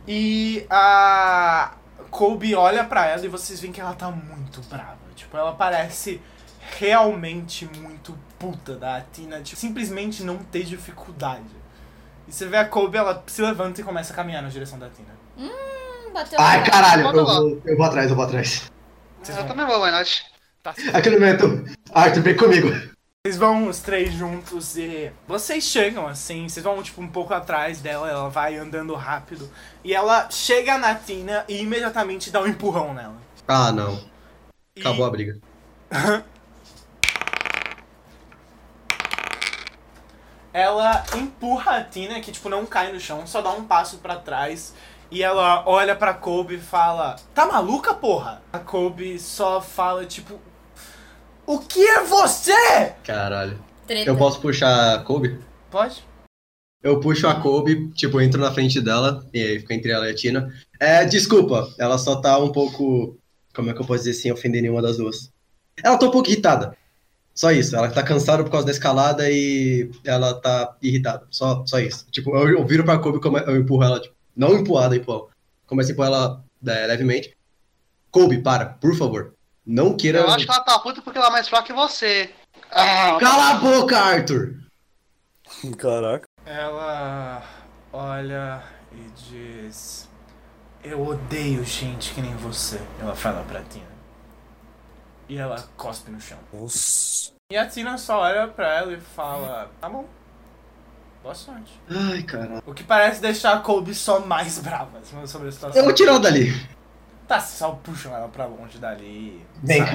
E a Kobe olha pra ela e vocês veem que ela tá muito brava. Tipo, ela parece realmente muito puta da Tina de simplesmente não ter dificuldade. E você vê a Kobe, ela se levanta e começa a caminhar na direção da Tina. Hum, bateu um- Ai, na- caralho, eu Vamos lá. vou, eu vou atrás, eu vou atrás. Vocês eu vão, também vou, Wynot. Aquele momento, Arthur, vem comigo. vocês vão os três juntos e vocês chegam assim, vocês vão tipo um pouco atrás dela, ela vai andando rápido. E ela chega na Tina e imediatamente dá um empurrão nela. Ah, não. E- Acabou a briga. ela empurra a Tina, que tipo não cai no chão, só dá um passo pra trás. E ela olha pra Kobe e fala: Tá maluca, porra? A Kobe só fala tipo: O que é você? Caralho. Treta. Eu posso puxar a Kobe? Pode? Eu puxo a Kobe, tipo, entro na frente dela, e aí fica entre ela e a Tina. É, desculpa, ela só tá um pouco. Como é que eu posso dizer sem ofender nenhuma das duas? Ela tá um pouco irritada. Só isso, ela tá cansada por causa da escalada e ela tá irritada. Só, só isso. Tipo, eu, eu viro pra Kobe, come- eu empurro ela, tipo, não empurrada, empurro. Começo a empurrar ela é, levemente. Kobe, para, por favor. Não queira. Eu acho que ela tá puta porque ela é mais fraca que você. Ah, Cala a boca, Arthur! Caraca. Ela olha e diz: Eu odeio gente que nem você. Ela fala pra Tina. E ela cospe no chão. Nossa. E a Tina só olha pra ela e fala: Tá bom. Boa sorte. Ai, caralho. O que parece deixar a Kobe só mais brava assim, sobre a situação. Eu vou tirar ela dali. Tá, só puxam ela pra longe dali. Vem Sai.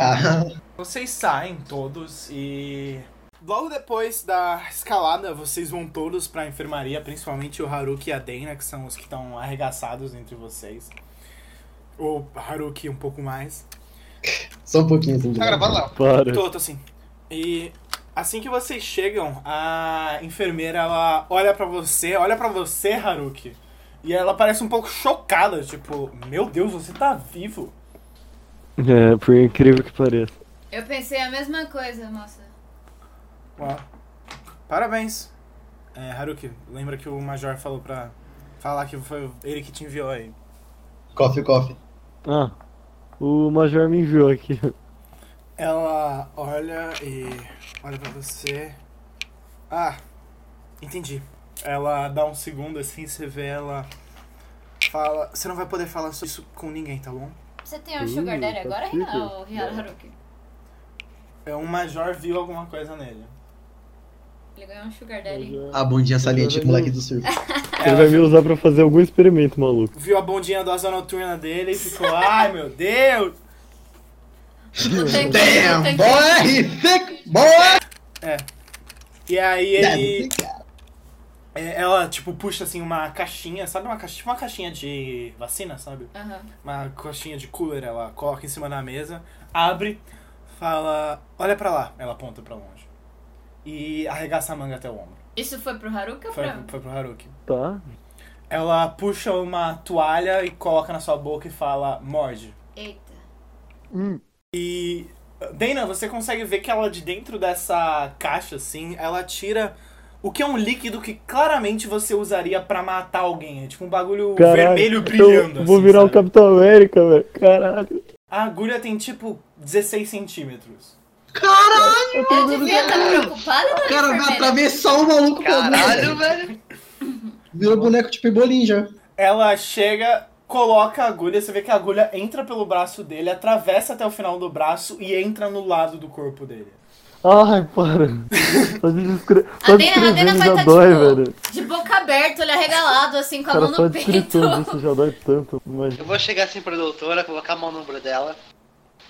cá. Vocês saem todos e. Logo depois da escalada, vocês vão todos pra enfermaria, principalmente o Haruki e a Dana, que são os que estão arregaçados entre vocês. Ou Haruki um pouco mais. Só um pouquinho assim de Tá lado. gravando, Léo? Para. Tô, tô assim. E assim que vocês chegam, a enfermeira ela olha pra você, olha pra você, Haruki. E ela parece um pouco chocada, tipo, meu Deus, você tá vivo. É, por incrível que pareça. Eu pensei a mesma coisa, moça. Uau. Parabéns. É, Haruki, lembra que o Major falou pra falar que foi ele que te enviou aí. Coffee, coffee. Ah, o Major me enviou aqui. Ela olha e olha pra você. Ah, entendi. Ela dá um segundo assim, você vê ela. Fala. Você não vai poder falar sobre isso com ninguém, tá bom? Você tem um sugar daddy tá agora, chique. Ria- ou Ria- Haruki? É, Um major viu alguma coisa nele. Ele ganhou um sugar daddy. Ele A bundinha Ah, saliente do moleque do surf. Ela vai me usar pra fazer algum experimento, maluco. viu a bondinha da asa noturna dele e ficou, ai meu Deus! O tanque, o Damn, tanque- boy! Thick boy! É. E aí Damn, ele. thick. é, Ela, tipo, puxa assim uma caixinha, sabe? Uma caixinha, uma caixinha de vacina, sabe? Aham. Uma caixinha de cooler, ela coloca em cima da mesa, abre, fala, olha pra lá. Ela aponta pra longe. E arregaça a manga até o ombro. Isso foi pro Haruka ou Foi, pra... foi pro Haruki. Tá. Ela puxa uma toalha e coloca na sua boca e fala, morde. Eita. E. Dana, você consegue ver que ela de dentro dessa caixa, assim, ela tira o que é um líquido que claramente você usaria pra matar alguém. É tipo um bagulho vermelho brilhando. então Eu vou assim, virar o sabe? Capitão América, velho. Caralho. A agulha tem tipo 16 centímetros. Caralho, Eu devia estar preocupada, o né, cara dona vai enfermeira. atravessar o maluco pô. Caralho, velho. Virou boneco tipo de pebolim já. Ela chega, coloca a agulha, você vê que a agulha entra pelo braço dele, atravessa até o final do braço e entra no lado do corpo dele. Ai, para. Só de descre... A Só de Dena, a Dena descrever vai já estar, dói, tipo, velho. de boca aberta, olho arregalado, assim, com a Cara, mão só no peito. descrição disso já dói tanto. Mas Eu vou chegar assim pra doutora, colocar a mão no ombro dela.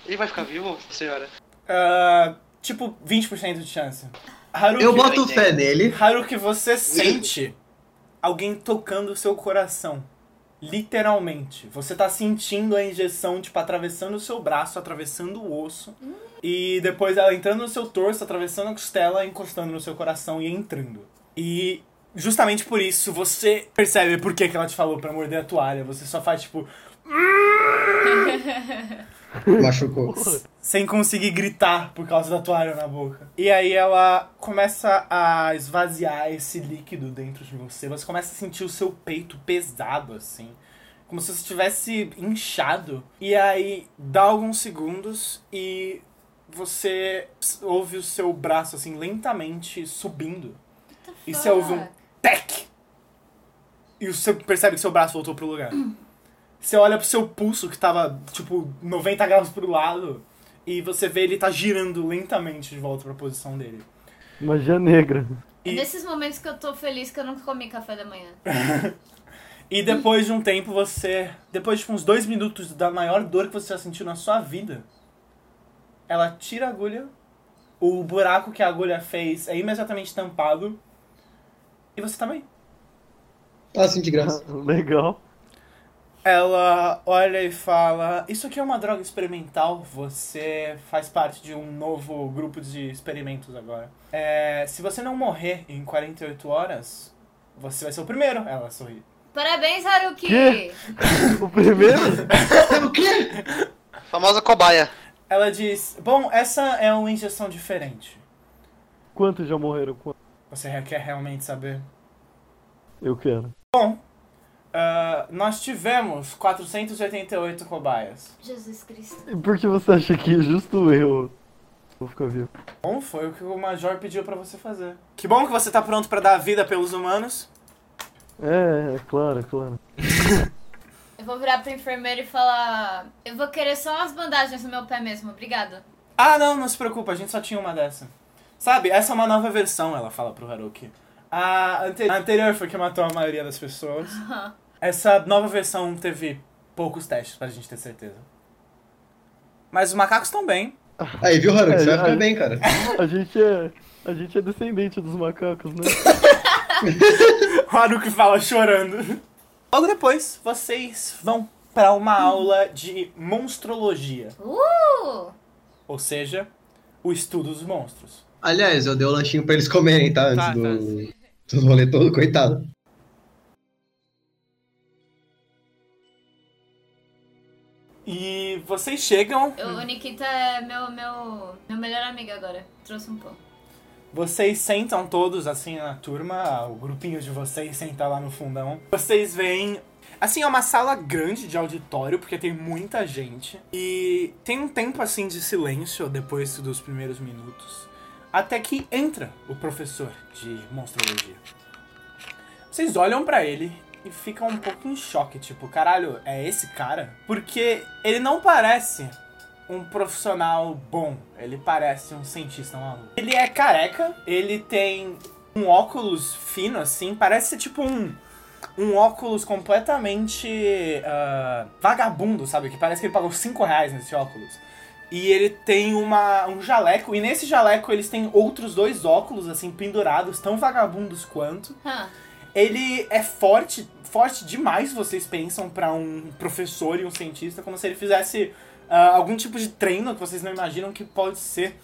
Ele vai ficar vivo, senhora? Ah, tipo 20% de chance. Haruki, Eu boto fé nele. Haruki, você sente alguém tocando o seu coração. Literalmente. Você tá sentindo a injeção, tipo, atravessando o seu braço, atravessando o osso. E depois ela entrando no seu torso, atravessando a costela, encostando no seu coração e entrando. E justamente por isso você percebe por que, que ela te falou pra morder a toalha. Você só faz, tipo, Machucou. sem conseguir gritar por causa da toalha na boca. E aí ela começa a esvaziar esse líquido dentro de você. Você começa a sentir o seu peito pesado, assim. Como se você estivesse inchado. E aí dá alguns segundos e você ouve o seu braço, assim, lentamente subindo. E você ouve um tec! E você percebe que seu braço voltou pro lugar. Você olha pro seu pulso, que tava, tipo, 90 graus pro lado, e você vê ele tá girando lentamente de volta pra posição dele. magia negra. É E- nesses momentos que eu tô feliz que eu não comi café da manhã. E depois de um tempo, você. Depois de tipo, uns dois minutos da maior dor que você já sentiu na sua vida, ela tira a agulha, o buraco que a agulha fez é imediatamente tampado, e você tá bem. Ah, assim de graça. Legal. Ela olha e fala: Isso aqui é uma droga experimental. Você faz parte de um novo grupo de experimentos agora. É, se você não morrer em 48 horas, você vai ser o primeiro. Ela sorri. Parabéns, Haruki! Quê? O primeiro? É O quê? Famosa cobaia. Ela diz: Bom, essa é uma injeção diferente. Quantos já morreram? Quantos? Você re- quer realmente saber? Eu quero. Bom, ah, nós tivemos 488 cobaias. Jesus Cristo. E por que você acha que é justo eu vou ficar vivo? Bom, foi o que o Major pediu pra você fazer. Que bom que você tá pronto pra dar a vida pelos humanos. É, é claro, é claro. Eu vou virar pro enfermeiro e falar... Eu vou querer só umas bandagens no meu pé mesmo, obrigado. Ah, não, não se preocupa, a gente só tinha uma dessa. Sabe, essa é uma nova versão, ela fala pro Haruki. A, ante- a anterior foi que matou a maioria das pessoas. Essa nova versão teve poucos testes pra gente ter certeza. Mas os macacos estão bem. Aí, viu, Haruki? Você vai É, ficar aí. bem, cara. A gente é. A gente é descendente dos macacos, né? O Haruki fala chorando. Logo depois, vocês vão pra uma aula de monstrologia, Uh! ou seja, o estudo dos monstros. Aliás, eu dei o lanchinho pra eles comerem, tá? Antes Tá, do. Do rolê todo, coitado. E vocês chegam Eu- o Nikita é meu, meu, meu melhor amigo agora. Trouxe um pão. Vocês sentam todos assim na turma, o grupinho de vocês senta lá no fundão. Vocês veem. Assim, é uma sala grande de auditório, porque tem muita gente. E tem um tempo assim de silêncio depois dos primeiros minutos. Até que entra o professor de monstrologia. Vocês olham pra ele e ficam um pouco em choque, tipo, caralho, é esse cara? Porque ele não parece um profissional bom. Ele parece um cientista, um aluno. Ele é careca, ele tem um óculos fino, assim, parece ser tipo um. Um óculos completamente ah, vagabundo, sabe? Que parece que ele pagou 5 reais nesse óculos. E ele tem uma, um jaleco, e nesse jaleco eles têm outros dois óculos, assim, pendurados, tão vagabundos quanto. Hã, Ele é forte, forte demais, vocês pensam, pra um professor e um cientista, como se ele fizesse ah, algum tipo de treino que vocês não imaginam que pode ser.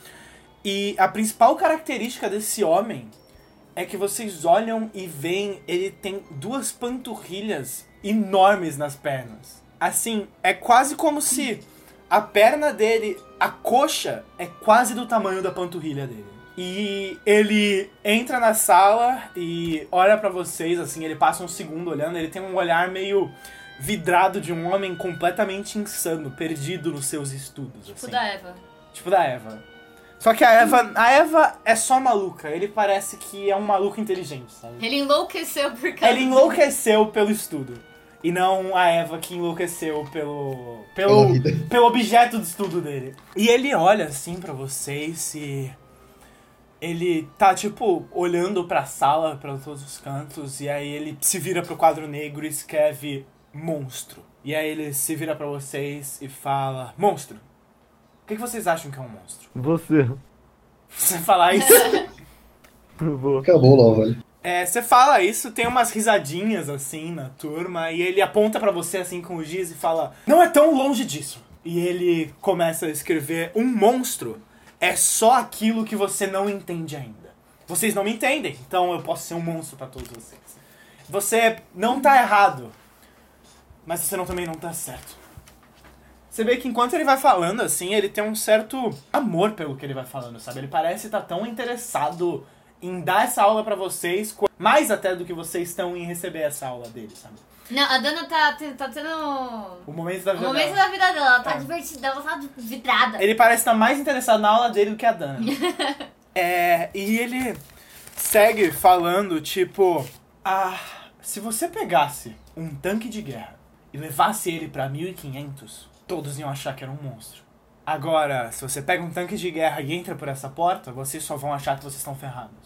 E a principal característica desse homem é que vocês olham e veem, ele tem duas panturrilhas enormes nas pernas. Assim, é quase como se a perna dele, a coxa, é quase do tamanho da panturrilha dele. E ele entra na sala e olha pra vocês, assim, ele passa um segundo olhando, ele tem um olhar meio vidrado de um homem completamente insano, perdido nos seus estudos. tipo assim. da Eva. Tipo da Eva. Só que a Eva, a Eva é só maluca. Ele parece que é um maluco inteligente, sabe? Ele enlouqueceu por causa Ele enlouqueceu pelo estudo. E não a Eva que enlouqueceu pelo. Pela pelo. vida. pelo objeto de estudo dele. E ele olha assim pra vocês e. Ele tá, tipo, olhando pra sala, pra todos os cantos, e aí ele se vira pro quadro negro e escreve monstro. E aí ele se vira pra vocês e fala: Monstro! O que que vocês acham que é um monstro? Você. Você falar isso. Eu vou. Acabou logo, velho. É, você fala isso, tem umas risadinhas assim na turma, e ele aponta pra você assim com o giz e fala: Não é tão longe disso. E ele começa a escrever: Um monstro é só aquilo que você não entende ainda. Vocês não me entendem, então eu posso ser um monstro pra todos vocês. Você não tá errado, mas você não, também não tá certo. Você vê que enquanto ele vai falando, assim, ele tem um certo amor pelo que ele vai falando, sabe? Ele parece estar tão interessado em dar essa aula pra vocês, qu- mais até do que vocês estão em receber essa aula dele, sabe? Não, a Dana tá, te- tá tendo. O momento da O vida momento dela. da vida dela, ela tá É. divertida, ela tá vidrada. Ele parece estar mais interessado na aula dele do que a Dana. é, e ele segue falando, tipo... Ah, se você pegasse um tanque de guerra e levasse ele pra 1500, todos iam achar que era um monstro. Agora, se você pega um tanque de guerra e entra por essa porta, vocês só vão achar que vocês estão ferrados.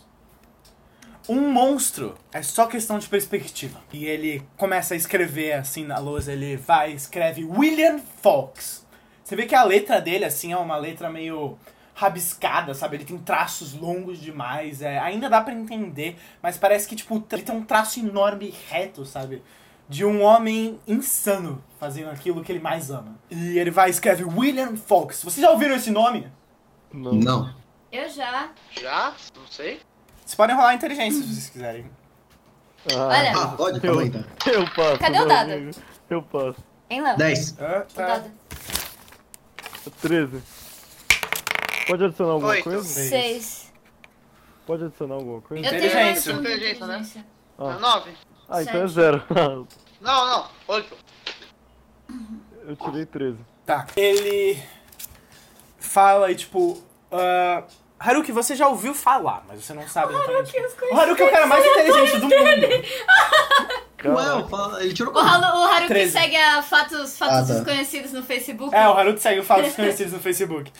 Um monstro é só questão de perspectiva. E ele começa a escrever assim na lousa, ele vai e escreve William Fox. Você vê que a letra dele, assim, é uma letra meio rabiscada, sabe? Ele tem traços longos demais, é, ainda dá pra entender, mas parece que, tipo, ele tem um traço enorme e reto, sabe? de um homem insano fazendo aquilo que ele mais ama. E ele vai e escreve William Fox. Vocês já ouviram esse nome? Não. Não. Eu já. Já? Não sei. Vocês podem rolar inteligência se vocês quiserem. Ah, Olha, Ah, pode? Calma aí, tá. Eu passo. Cadê o meu dado? amigo. Eu passo. hein, Léo? 10. Ah, tá. Dado. 13. Pode adicionar alguma Oito. coisa? Seis. Seis. Pode adicionar alguma coisa? Eu tenho mais Inteligência. um de Inteligência, né? inteligência. Ah. Nove? Ah, então é sete. zero. Não, não. Oito. eu tirei 13. Tá. Ele fala e tipo. ah, Haruki, você já ouviu falar, mas você não sabe. Haruki, o Haruki é o cara mais inteligente do mundo. Caraca. Ué, fala- ele tirou O, Haru, o Haruki Treze. segue a fatos, fatos Ah, tá. desconhecidos no Facebook. É, o Haruki segue o Fatos Conhecidos no Facebook.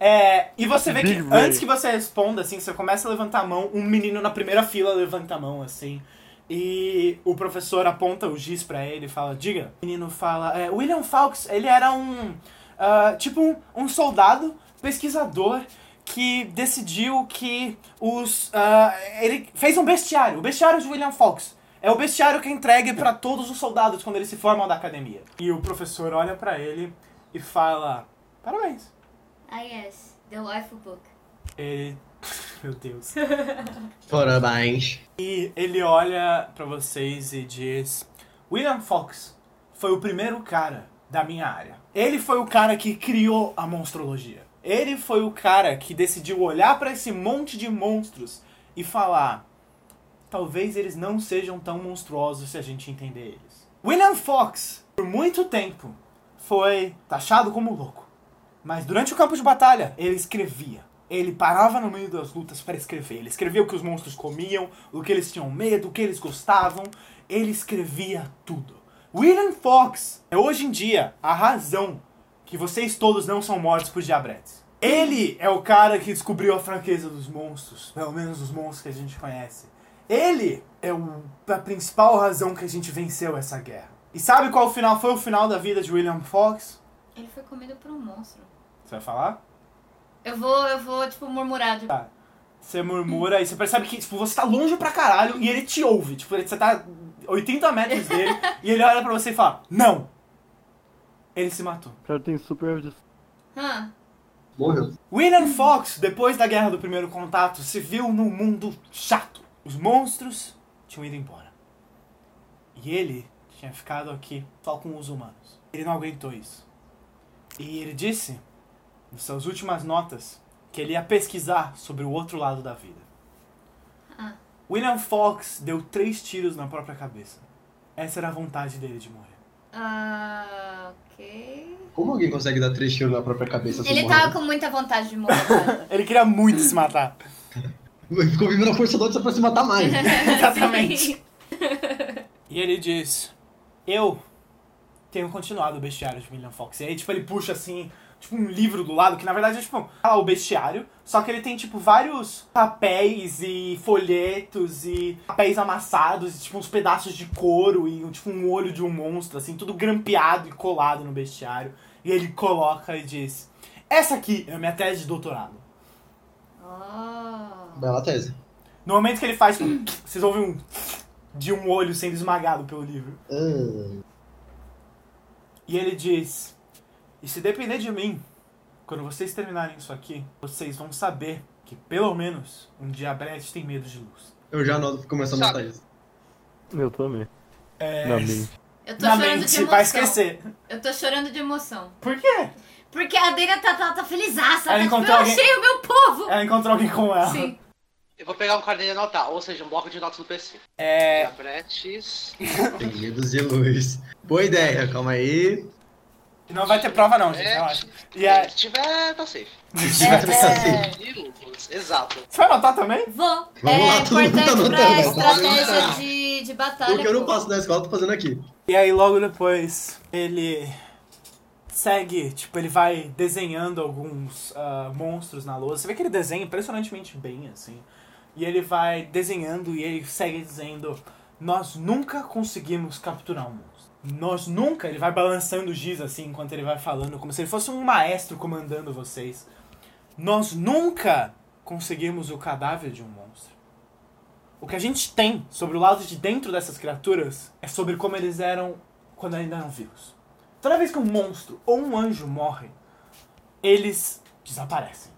É, e você vê que Big brain. antes que você responda, assim, você começa a levantar a mão, um menino na primeira fila levanta a mão, assim. E o professor aponta o giz pra ele e fala, diga. O menino fala, é, William Fawkes, ele era um, ah, tipo um, um soldado, pesquisador, que decidiu que os, ah, ele fez um bestiário, o bestiário de William Fawkes. É o bestiário que é entregue pra todos os soldados quando eles se formam da academia. E o professor olha pra ele e fala, parabéns. Ah, yes. The Life Book. Ele. Meu Deus. Parabéns. E ele olha pra vocês e diz: William Fox foi o primeiro cara da minha área. Ele foi o cara que criou a monstrologia. Ele foi o cara que decidiu olhar pra esse monte de monstros e falar: talvez eles não sejam tão monstruosos se a gente entender eles. William Fox, por muito tempo, foi taxado como louco. Mas durante o campo de batalha, ele escrevia. Ele parava no meio das lutas para escrever. Ele escrevia o que os monstros comiam, o que eles tinham medo, o que eles gostavam. Ele escrevia tudo. William Fox é hoje em dia a razão que vocês todos não são mortos por diabretes. Ele é o cara que descobriu a fraqueza dos monstros, pelo menos os monstros que a gente conhece. Ele é o- a principal razão que a gente venceu essa guerra. E sabe qual final foi o final da vida de William Fox? Ele foi comido por um monstro. Você vai falar? Eu vou, eu vou, tipo, murmurar. Tá. de- Você murmura e você percebe que tipo, você tá longe pra caralho e ele te ouve. Tipo, você tá 80 metros dele e ele olha pra você e fala: Não! Ele se matou. O cara tem super Hã? Morreu. William Fox, depois da Guerra do Primeiro Contato, se viu num mundo chato. Os monstros tinham ido embora. E ele tinha ficado aqui só com os humanos. Ele não aguentou isso. E ele disse, nas suas últimas notas, que ele ia pesquisar sobre o outro lado da vida. Ah. William Fox deu três tiros na própria cabeça. Essa era a vontade dele de morrer. Ah, ok. Como alguém consegue dar três tiros na própria cabeça sem Ele morrer? tava com muita vontade de morrer, cara. Ele queria muito se matar. Ele Ficou vivendo a força do outro só pra se matar mais. Exatamente. E ele diz: Eu tenho continuado o bestiário de William Fox. E aí, tipo, ele puxa assim, tipo, um livro do lado, que na verdade é tipo, ah, o bestiário. Só que ele tem, tipo, vários papéis e folhetos e papéis amassados, e, tipo, uns pedaços de couro e tipo, um olho de um monstro, assim, tudo grampeado e colado no bestiário. E ele coloca e diz: Essa aqui é a minha tese de doutorado. Oh. Bela tese. No momento que ele faz, tipo, vocês ouvem um de um olho sendo esmagado pelo livro. Ah, E ele diz: E se depender de mim, quando vocês terminarem isso aqui, vocês vão saber que pelo menos um diabetes tem medo de luz. eu já anoto começando a Sabe. anotar isso. Eu também. É. Na minha. Eu tô Na chorando de mente, emoção. vai esquecer. Eu tô chorando de emoção. Por quê? Porque a Dana tá, tá, tá felizaça. Ela Ela tá tipo, encontrou eu alguém- Ah. achei o meu povo. Ela encontrou alguém com ela. Sim. Eu vou pegar um caderno e anotar, ou seja, um bloco de notas do PC. É. Diabetes. Tem medo de luz. Boa ideia, calma aí. Não vai ter prova, não, gente, diabetes. relaxa. E é, a- É, Se tiver, tá safe. assim. É, Minutos, Exato. Você vai anotar também? vou. Vamos lá, é todo mundo tá importante pra anotando, tá estratégia anotando. de, de batalha. O que eu não pô. faço na escola, eu tô fazendo aqui. E aí, logo depois, ele segue, tipo, ele vai desenhando alguns ah, monstros na lousa. Você vê que ele desenha impressionantemente bem, assim. E ele vai desenhando e ele segue dizendo: Nós nunca conseguimos capturar um monstro. Nós nunca. Ele vai balançando o giz, assim, enquanto ele vai falando, como se ele fosse um maestro comandando vocês. Nós nunca conseguimos o cadáver de um monstro. O que a gente tem sobre o lado de dentro dessas criaturas é sobre como eles eram quando ainda eram vivos. Toda vez que um monstro ou um anjo morre, eles desaparecem.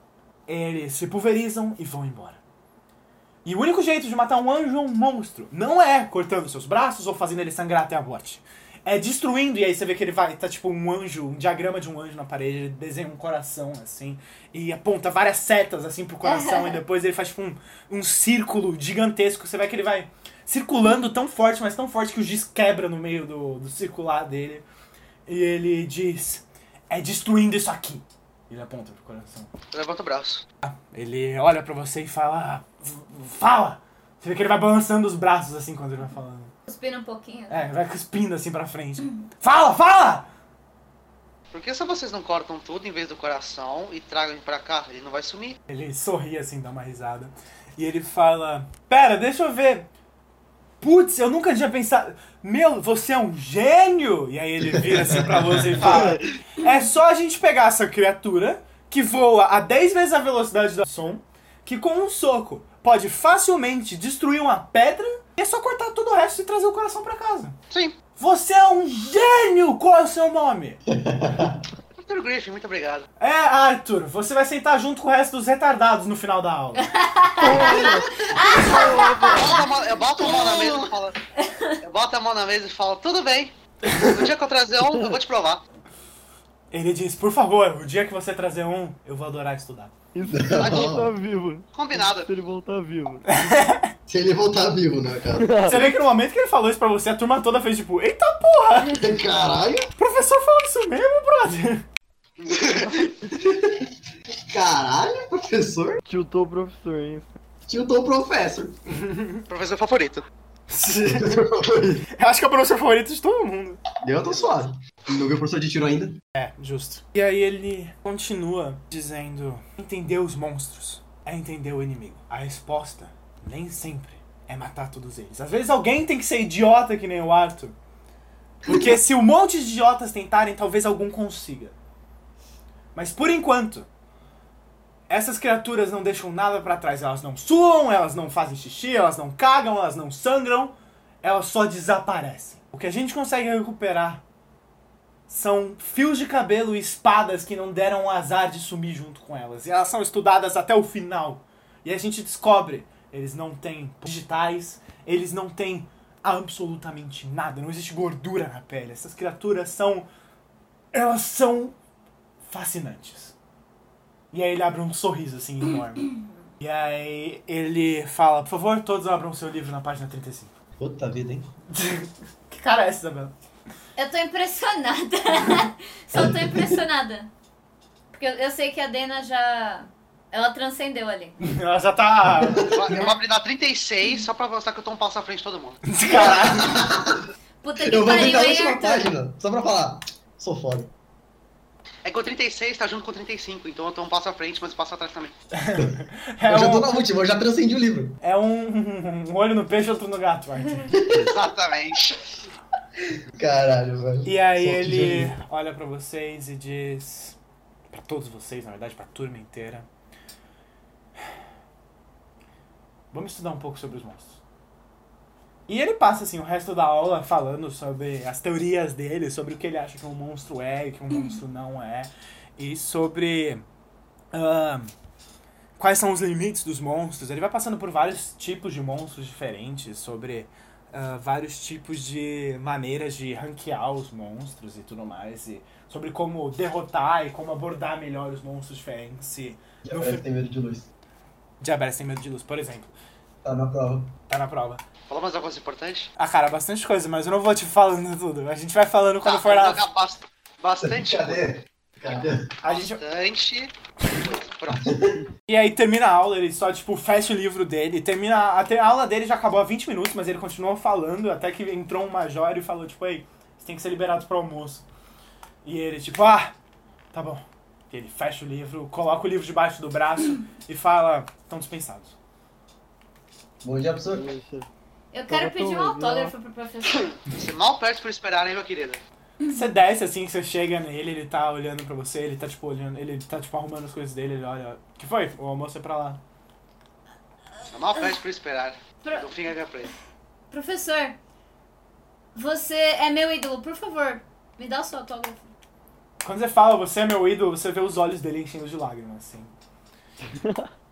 Eles se pulverizam e vão embora. E o único jeito de matar um anjo ou um monstro não é cortando seus braços ou fazendo ele sangrar até a morte. É destruindo, e aí você vê que ele vai, tá tipo um anjo, um diagrama de um anjo na parede, ele desenha um coração assim, e aponta várias setas assim pro coração, e depois ele faz tipo um, um círculo gigantesco. Você vê que ele vai circulando tão forte, mas tão forte que o giz quebra no meio do, do circular dele. E ele diz: É destruindo isso aqui. Ele aponta pro coração. Levanta o braço. Ele olha pra você e fala. "Ah, Fala! Você vê que ele vai balançando os braços assim quando ele vai falando. Cuspira um pouquinho. É, vai cuspindo assim pra frente. Fala, fala! Por que se vocês não cortam tudo em vez do coração e tragam ele pra cá? Ele não vai sumir. Ele sorri assim, dá uma risada. E ele fala: Pera, deixa eu ver. Putz, eu nunca tinha pensado. Meu, você é um gênio! E aí ele vira assim pra você e fala: É só a gente pegar essa criatura que voa a 10 vezes a velocidade do som, que com um soco pode facilmente destruir uma pedra e é só cortar todo o resto e trazer o coração pra casa. Sim. Você é um gênio! Qual é o seu nome? Dr. Griffin, muito obrigado. É, Arthur, você vai sentar junto com o resto dos retardados no final da aula. Bota a mão- Eu boto a mão na mesa e falo. Eu boto a mão na mesa e falo, tudo bem. No dia que eu trazer um, eu vou te provar. Ele diz, por favor, o dia que você trazer um, eu vou adorar estudar. Isso se ele voltar vivo. Combinado. Se ele voltar vivo. Se ele voltar vivo, né, cara? Você vê que no momento que ele falou isso pra você, a turma toda fez tipo, eita porra! Caralho, O professor falou isso mesmo, brother? caralho, professor. Tiltou o professor, hein? Tiltou o professor. Professor favorito. Eu acho que é o professor favorito de todo mundo. Eu tô suave. Não viu o professor de tiro ainda? É, justo. E aí ele continua dizendo: entender os monstros é entender o inimigo. A resposta nem sempre é matar todos eles. Às vezes alguém tem que ser idiota que nem o Arthur. Porque se um monte de idiotas tentarem, talvez algum consiga. Mas por enquanto, essas criaturas não deixam nada pra trás. Elas não suam, elas não fazem xixi, elas não cagam, elas não sangram, elas só desaparecem. O que a gente consegue recuperar são fios de cabelo e espadas que não deram o azar de sumir junto com elas. E elas são estudadas até o final. E a gente descobre, eles não têm digitais, eles não têm absolutamente nada, não existe gordura na pele. Essas criaturas são elas são fascinantes. E aí ele abre um sorriso assim enorme. E aí ele fala, por favor, todos abram seu livro na página 35. Puta vida, hein? Que cara é essa, Isabela? Eu tô impressionada. Só tô impressionada. Porque eu, eu sei que a Dena já. Ela transcendeu ali. Ela já tá. Eu vou abrir na 36 só pra mostrar que eu tô um passo à frente de todo mundo. Caralho. Puta que Eu vou abrir pariu, na hein, última Arthur? página, só pra falar. Sou foda. É que o 36 tá junto com o 35, então eu tô um passo à frente, mas um passo atrás também. É eu já tô um, na última, eu já transcendi o livro. é um, um olho no peixe, outro no gato, Arthur. Exatamente. Caralho, velho. E aí Sorte de ele alguém. olha pra vocês e diz Pra todos vocês, na verdade, pra turma inteira. Vamos estudar um pouco sobre os monstros. E ele passa assim o resto da aula falando sobre as teorias dele, sobre o que ele acha que um monstro é e que um monstro não é, e sobre ahn, quais são os limites dos monstros. Ele vai passando por vários tipos de monstros diferentes, sobre ah, vários tipos de maneiras de ranquear os monstros e tudo mais, e sobre como derrotar e como abordar melhor os monstros diferentes. E Eu quero ter medo de luz. Diabetes tem medo de luz, por exemplo. Tá na prova. Tá na prova. Falou mais alguma coisa importante? Ah, cara, bastante coisa, mas eu não vou te falando tudo. A gente vai falando quando Tá, for vou na. jogar bast- Bastante. tipo- Cadê? Cadê? A gente... Bastante. Pronto. E aí termina a aula, ele só, tipo, fecha o livro dele, termina. A, te- a aula dele já acabou há 20 minutos, mas ele continuou falando, até que entrou um major e falou, tipo, ei, você tem que ser liberado pro almoço. E ele, tipo, ah, tá bom. E ele fecha o livro, coloca o livro debaixo do braço e fala, estão dispensados. Bom dia, professor. Eu Tá quero pedir um autógrafo pro professor. Você mal perde por esperar, hein, meu querido? Você desce assim, você chega nele, ele tá olhando pra você, ele tá tipo olhando, ele tá tipo arrumando as coisas dele, ele olha. Que foi? O almoço é pra lá. Você Tá mal perde por esperar. Pro- Não fica pra ele. Professor, você é meu ídolo, por favor, me dá o seu autógrafo. Quando você fala, você é meu ídolo, você vê os olhos dele enchendo de lágrimas, assim.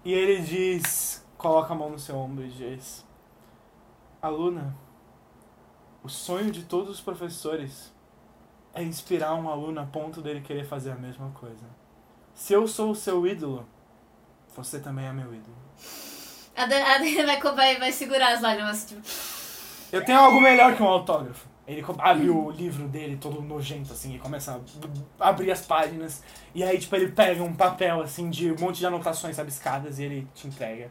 e ele diz, coloca a mão no seu ombro e diz: Aluna, o sonho de todos os professores é inspirar um aluno a ponto dele querer fazer a mesma coisa. Se eu sou o seu ídolo, você também é meu ídolo. A Dana, a Dana vai, co- vai, vai segurar as lágrimas. Tipo, Eu tenho algo melhor que um autógrafo. Ele co- abre o livro dele todo nojento, assim, e começa a b- abrir as páginas. E aí, tipo, ele pega um papel, assim, de um monte de anotações rabiscadas e ele te entrega.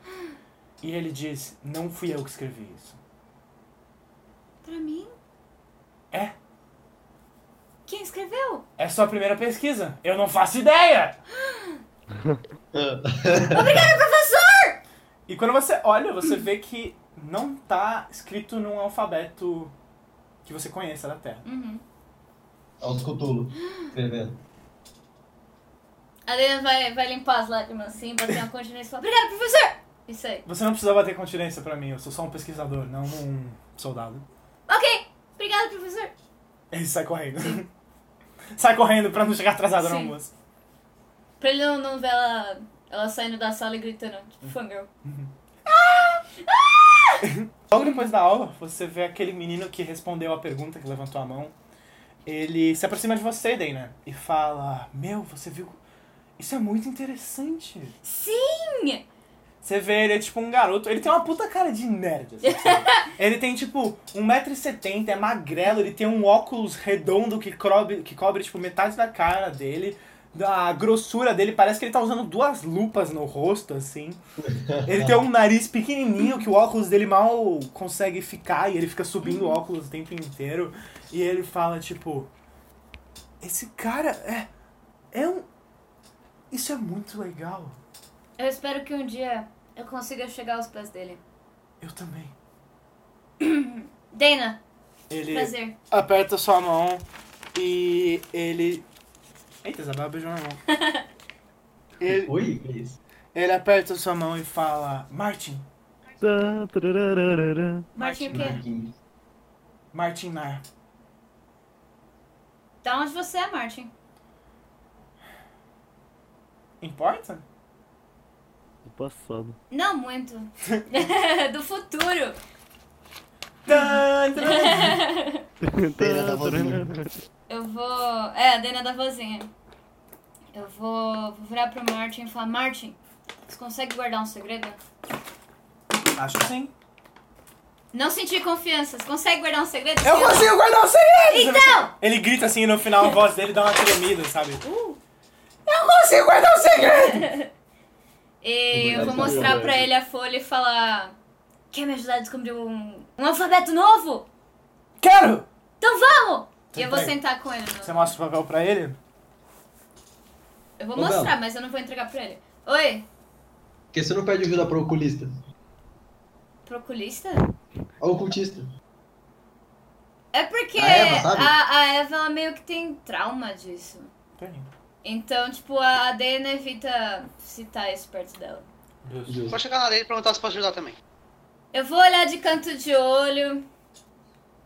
E ele diz: Não fui eu que escrevi isso. pra mim? É? Quem escreveu? É sua primeira pesquisa? Eu não faço ideia! Obrigada, professor! E quando você olha, você vê que não tá escrito num alfabeto que você conheça da Terra. Uhum. É os Cthulhu escrevendo. A Dana vai, vai limpar as lágrimas assim, bater uma continência e falar: Obrigada, professor! Isso aí. Você não precisa bater continência pra mim, eu sou só um pesquisador, não um soldado. Ok, obrigada, professor. Ele sai correndo. sai correndo pra não chegar atrasado no Sim. almoço. Pra ele não, não ver ela, ela saindo da sala e gritando, tipo, fangirl. Logo depois da aula, você vê aquele menino que respondeu a pergunta, que levantou a mão. Ele se aproxima de você, Dana, e fala: Meu, você viu. Isso é muito interessante. Sim! Você vê, ele é tipo um garoto. Ele tem uma puta cara de nerd. Assim, sabe? ele tem tipo 1,70m, é magrelo, ele tem um óculos redondo que cobre, que cobre tipo metade da cara dele. A grossura dele parece que ele tá usando duas lupas no rosto, assim. Ele tem um nariz pequenininho que o óculos dele mal consegue ficar e ele fica subindo o óculos o tempo inteiro. E ele fala, tipo: Esse cara é. É um. Isso é muito legal. Eu espero que um dia eu consiga chegar aos pés dele. Eu também. Dana, Ele prazer. aperta sua mão e ele. Eita, Isabel beijou minha mão. ele, Oi, que é isso? ele aperta sua mão e fala: Martin, Tá, tarararara. Martin, o quê? Marquinhos. Martin Nar. Da onde você é, Martin? Importa? Do passado. Não muito. Do futuro. Tan, tan. Pera, tá vozinha. Eu vou. É, a Dana da vozinha. Eu vou, vou virar pro Martin e falar: Martin, você consegue guardar um segredo? Acho que sim. Não senti confiança. Você consegue guardar um segredo? Eu Sim. consigo guardar o segredo! Então! Ele grita assim e no final a voz dele dá uma tremida, sabe? Uh. Eu consigo guardar o segredo! E eu Verdade, vou mostrar verdade. pra ele a folha e falar: Quer me ajudar a descobrir um, um alfabeto novo? Quero! Então vamos! E eu vou Vai. sentar com ele. no- Você é mostra o papel pra ele? Eu vou Ô, mostrar, Bela. mas eu não vou entregar pra ele. Oi, Por que você não pede ajuda pro oculista? pro oculista? Ó, ocultista. É porque A Eva, sabe? a, a Eva ela meio que tem trauma disso. Então, tipo, a Dana evita citar isso perto dela. Justo. Pode chegar na dele e perguntar se pode ajudar também. Eu vou olhar de canto de olho.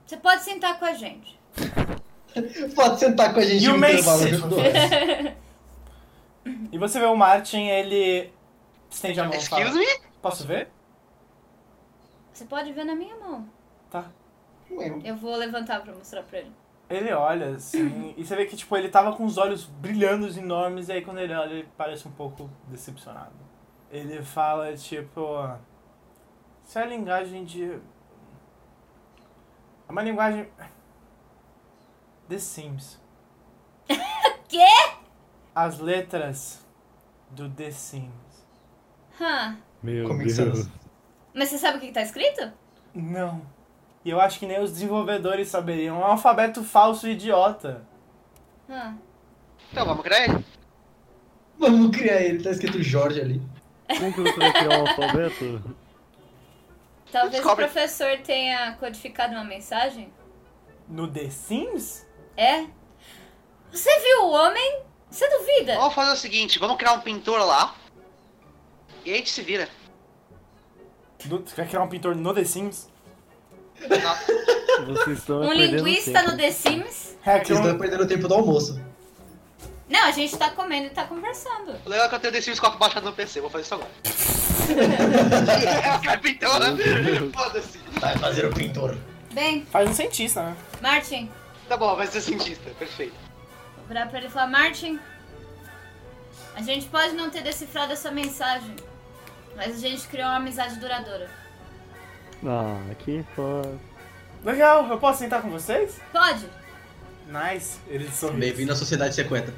Você pode sentar com a gente. Pode sentar com a gente You no may intervalo. sit. E você vê o Martin, ele estende a mão e Excuse fala, me? Posso ver? Você pode ver na minha mão. Tá. Eu vou levantar pra mostrar pra ele. Ele olha assim, e você vê que tipo, ele tava com os olhos brilhando enormes, e aí quando ele olha, ele parece um pouco decepcionado. Ele fala tipo. Isso é a linguagem de. É uma linguagem. The Sims. Quê? As letras do The Sims. Hã? Meu Como é que Deus. são? Mas você sabe o que, que tá escrito? Não. E eu acho que nem os desenvolvedores saberiam. É um alfabeto falso e idiota. Hã? Então vamos criar ele. Vamos criar ele, tá escrito Jorge ali. Como que você vai criar um alfabeto? Talvez Descobre. o professor tenha codificado uma mensagem? No The Sims? É? Você viu o homem? Você duvida? Vamos fazer o seguinte, vamos criar um pintor lá. E aí a gente se vira. No- tu quer criar um pintor no The Sims? Vocês estão um perdendo linguista tempo. no The Sims? É, Vocês estão criar um... perdendo o tempo do almoço. Não, a gente tá comendo e tá conversando. O legal é que eu tenho The Sims 4 baixado no PC, vou fazer isso agora. é pintora. Foda-se. Vai fazer o pintor. Bem, Faz um cientista, né? Martin, Tá bom, vai ser cientista, perfeito. vou virar pra ele e falar, Martin, a gente pode não ter decifrado essa mensagem, mas a gente criou uma amizade duradoura. Ah, que foda. Legal, eu posso sentar com vocês? Pode? Nice. Ele sorri. Bem-vindo à Sociedade Secreta.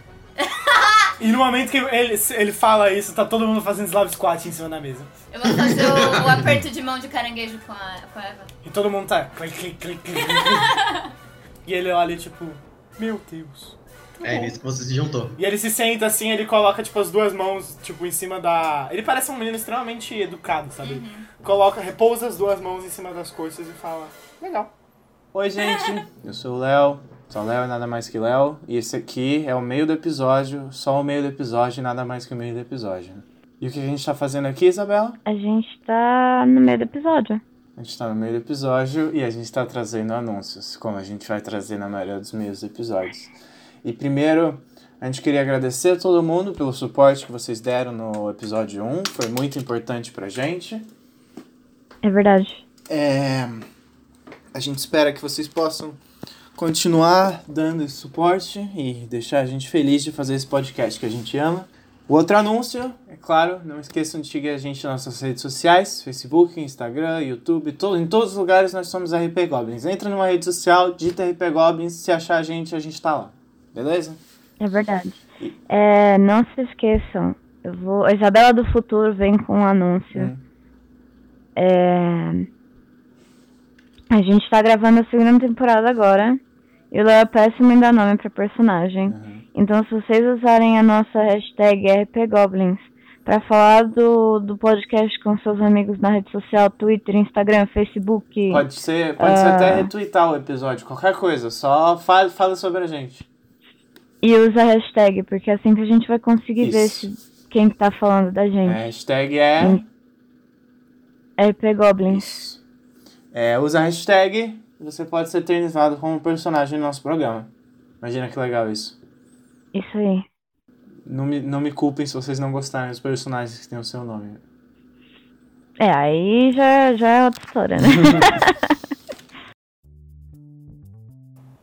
E no momento que ele, ele fala isso, tá todo mundo fazendo Slav Squat em cima da mesa. Eu vou fazer o, o aperto de mão de caranguejo com a, com a Eva. E todo mundo tá... clic, clic, clic, clic, clic. e ele olha tipo... Meu Deus. É nisso que você se juntou. E ele se senta assim, ele coloca, tipo, as duas mãos, tipo, em cima da. Ele parece um menino extremamente educado, sabe? Coloca, repousa as duas mãos em cima das coisas e fala. Legal. Oi, gente. Eu sou o Léo. Sou o Léo e nada mais que Léo. E esse aqui é o meio do episódio, só o meio do episódio e nada mais que o meio do episódio. E o que a gente tá fazendo aqui, Isabela? A gente tá no meio do episódio. A gente tá no meio do episódio e a gente tá trazendo anúncios, como a gente vai trazer na maioria dos meios episódios. E primeiro, a gente queria agradecer a todo mundo pelo suporte que vocês deram no episódio 1, foi muito importante pra gente. É verdade. É, A gente espera que vocês possam continuar dando esse suporte e deixar a gente feliz de fazer esse podcast que a gente ama. O outro anúncio, é claro, não esqueçam de seguir a gente nas nossas redes sociais, Facebook, Instagram, YouTube, todo, em todos os lugares nós somos RP Goblins. Entra numa rede social, digita RP Goblins, se achar a gente, a gente tá lá. Beleza? É verdade. É, não se esqueçam. Eu vou. A Isabela do Futuro vem com um anúncio. Hum. É, A gente tá gravando a segunda temporada agora. E o Léo é péssimo em dar nome pra personagem. Então, se vocês usarem a nossa hashtag RPGoblins pra falar do, do podcast com seus amigos na rede social, Twitter, Instagram, Facebook. Pode ser, pode ser Ah. até retweetar o episódio, qualquer coisa. Só fala, fala sobre a gente. E usa a hashtag, porque é assim que a gente vai conseguir ver se quem tá falando da A gente. hashtag é. É. RPGoblins. Isso. É, usa a hashtag e você pode ser eternizado como personagem no nosso programa. Imagina que legal isso. Isso aí. Não me, não me culpem se vocês não gostarem dos personagens que têm o seu nome. É, aí já, já é outra história, né?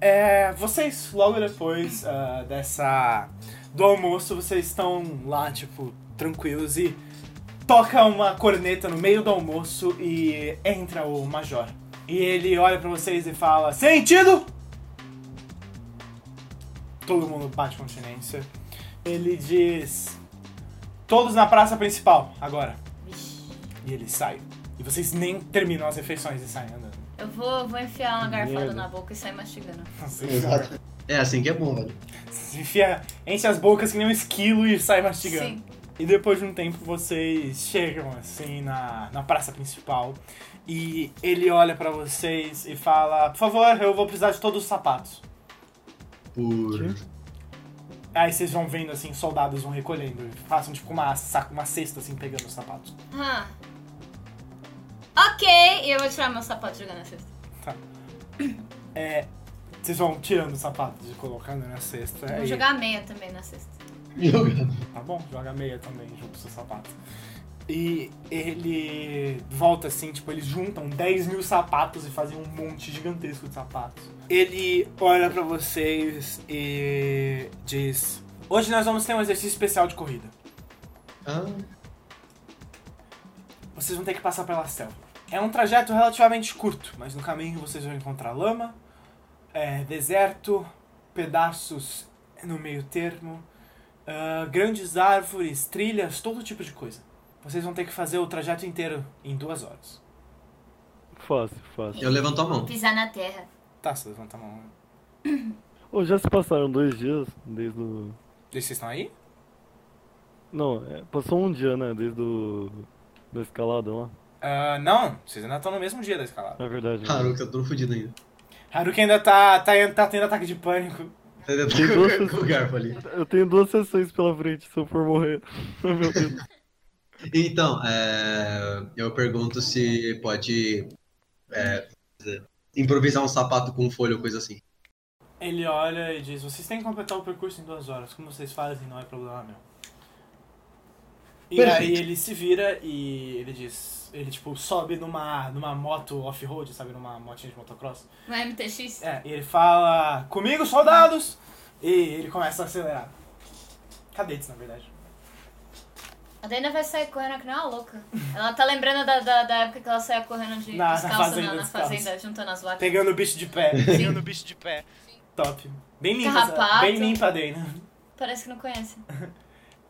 É, vocês, logo depois ah, dessa. do almoço, vocês estão lá, tipo, tranquilos e toca uma corneta no meio do almoço e entra o Major. E ele olha pra vocês e fala: Sentido! Todo mundo bate continência. Ele diz: Todos na praça principal, agora. E ele sai. E vocês nem terminam as refeições e saem andando. Eu vou, vou enfiar uma garfada Merda. na boca e sair mastigando. Exato. É assim que é bom, velho. Se enfia, enche as bocas que nem um esquilo e sai mastigando. Sim. E depois de um tempo vocês chegam assim na, na praça principal e ele olha pra vocês e fala: Por favor, eu vou precisar de todos os sapatos. Por... Aí vocês vão vendo assim, soldados vão recolhendo, e façam tipo uma, saco, uma cesta assim, pegando os sapatos. Ah. Ok, e eu vou tirar meu sapato e jogar na cesta. É, vocês vão tirando os sapatos e colocando na cesta. Vou aí- jogar a meia também na cesta. Tá bom, joga meia também junto com seu sapato. E ele volta assim, tipo, eles juntam 10 mil sapatos e fazem um monte gigantesco de sapatos. Ele olha pra vocês e diz: Hoje nós vamos ter um exercício especial de corrida. Ah, Vocês vão ter que passar pela selva. É um trajeto relativamente curto, mas no caminho vocês vão encontrar lama, é, deserto, pedaços no meio termo, ah, grandes árvores, trilhas, todo tipo de coisa. Vocês vão ter que fazer o trajeto inteiro em duas horas. Fácil, fácil. eu levanto a mão. Pisar na terra. Tá, você levanta a mão. Ô, já se passaram dois dias desde o. Vocês estão aí? Não, é, passou um dia, né? Desde o. da escalada lá. Ah, não, vocês ainda estão no mesmo dia da escalada. É verdade. né? Haruka, eu tô fudido ainda. Haruki ainda tá, tá, tá tendo ataque de pânico. Tá dentro Tem duas do garfo ali. Eu tenho duas sessões pela frente se eu for morrer. Meu Deus. Então, é, eu pergunto se pode é, improvisar um sapato com folha ou coisa assim. Ele olha e diz: Vocês têm que completar o percurso em duas horas. Como vocês fazem, não é problema meu. E Perfeito. aí ele se vira e ele diz: Ele tipo sobe numa, numa moto off-road, sabe? Numa motinha de motocross. No MTX? É, e ele fala: Comigo, soldados! E ele começa a acelerar. Cadetes, na verdade. A Dana vai sair correndo que nem uma louca. Ela tá lembrando da, da, da época que ela saía correndo de Na- na descalça fazenda, na, na descalça. fazenda, juntando as vacas. Pegando o bicho de pé. Pegando o bicho de pé. Top. Bem limpa, essa- Carrapato. bem limpa a Dana. Parece que não conhece.